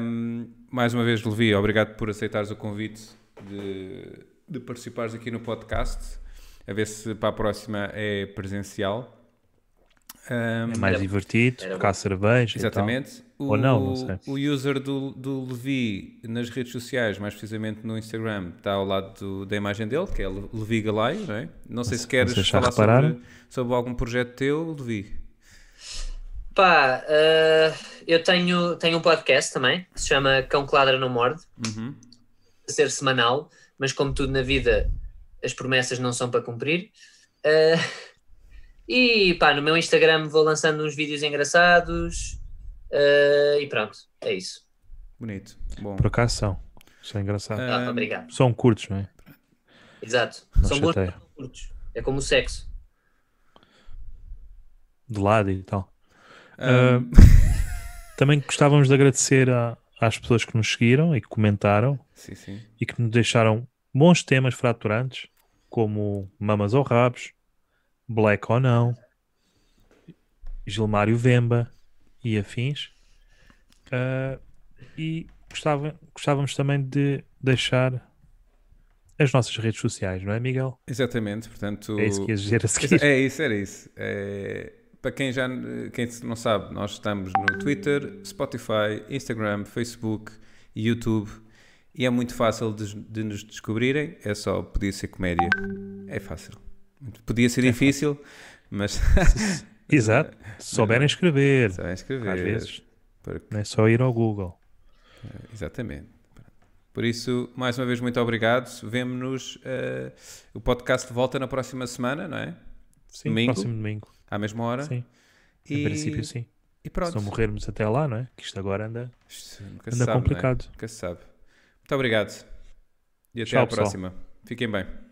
Um, mais uma vez, Levi, obrigado por aceitares o convite de, de participares aqui no podcast. A ver se para a próxima é presencial. Um, É mais Era- divertido, era tocar cerveja. e tal. Exatamente. O, Ou não, não sei. O user do, do Levi nas redes sociais, mais precisamente no Instagram, está ao lado do- da imagem dele, que é Le- Levi Galay, não é? Não sei se queres Vocês já falar repararam? sobre, sobre algum projeto teu, Levi. Pá, eh, eu tenho, tenho um podcast também, que se chama Cão que Ladra Não Morde, Uhum. a ser semanal, mas como tudo na vida, as promessas não são para cumprir. Eh, e pá, no meu Instagram vou lançando uns vídeos engraçados eh, e pronto, é isso. Bonito. Bom. Por acaso são. Isso é engraçado. Ah. Ah, Ahm. obrigado. São curtos, não é? Exato. Não são bons, chateia. mas são curtos. É como o sexo. De lado e tal. Ah, Também gostávamos de agradecer a- às pessoas que nos seguiram e que comentaram sim, sim. e que nos deixaram bons temas fraturantes, como Mamas ou Rabos, Black ou Não, Gilmário Vemba e afins. Ah, e gostava, gostávamos também de deixar as nossas redes sociais, não é, Miguel? Exatamente. Portanto, É isso que ias dizer a Exa- seguir. É isso, era isso. É, Para quem já quem não sabe, nós estamos no Twitter, Spotify, Instagram, Facebook, YouTube e é muito fácil de, de nos descobrirem. É só podia ser comédia. É fácil. Podia É ser difícil, mas Exato. Se souberem escrever, só é escrever. às vezes, Porque- não é só ir ao Google. Exatamente. Por isso, mais uma vez, muito obrigado. Vemo-nos. eh, o podcast volta na próxima semana, não é? Sim, Domingo? próximo domingo. À mesma hora. Sim, E, em princípio sim. e Se não pronto. morrermos até lá, não é? Que isto agora anda. Isto nunca se Anda sabe, não é? complicado. Nunca se sabe. Muito obrigado. E até Tchau, à pessoal. próxima. Fiquem bem.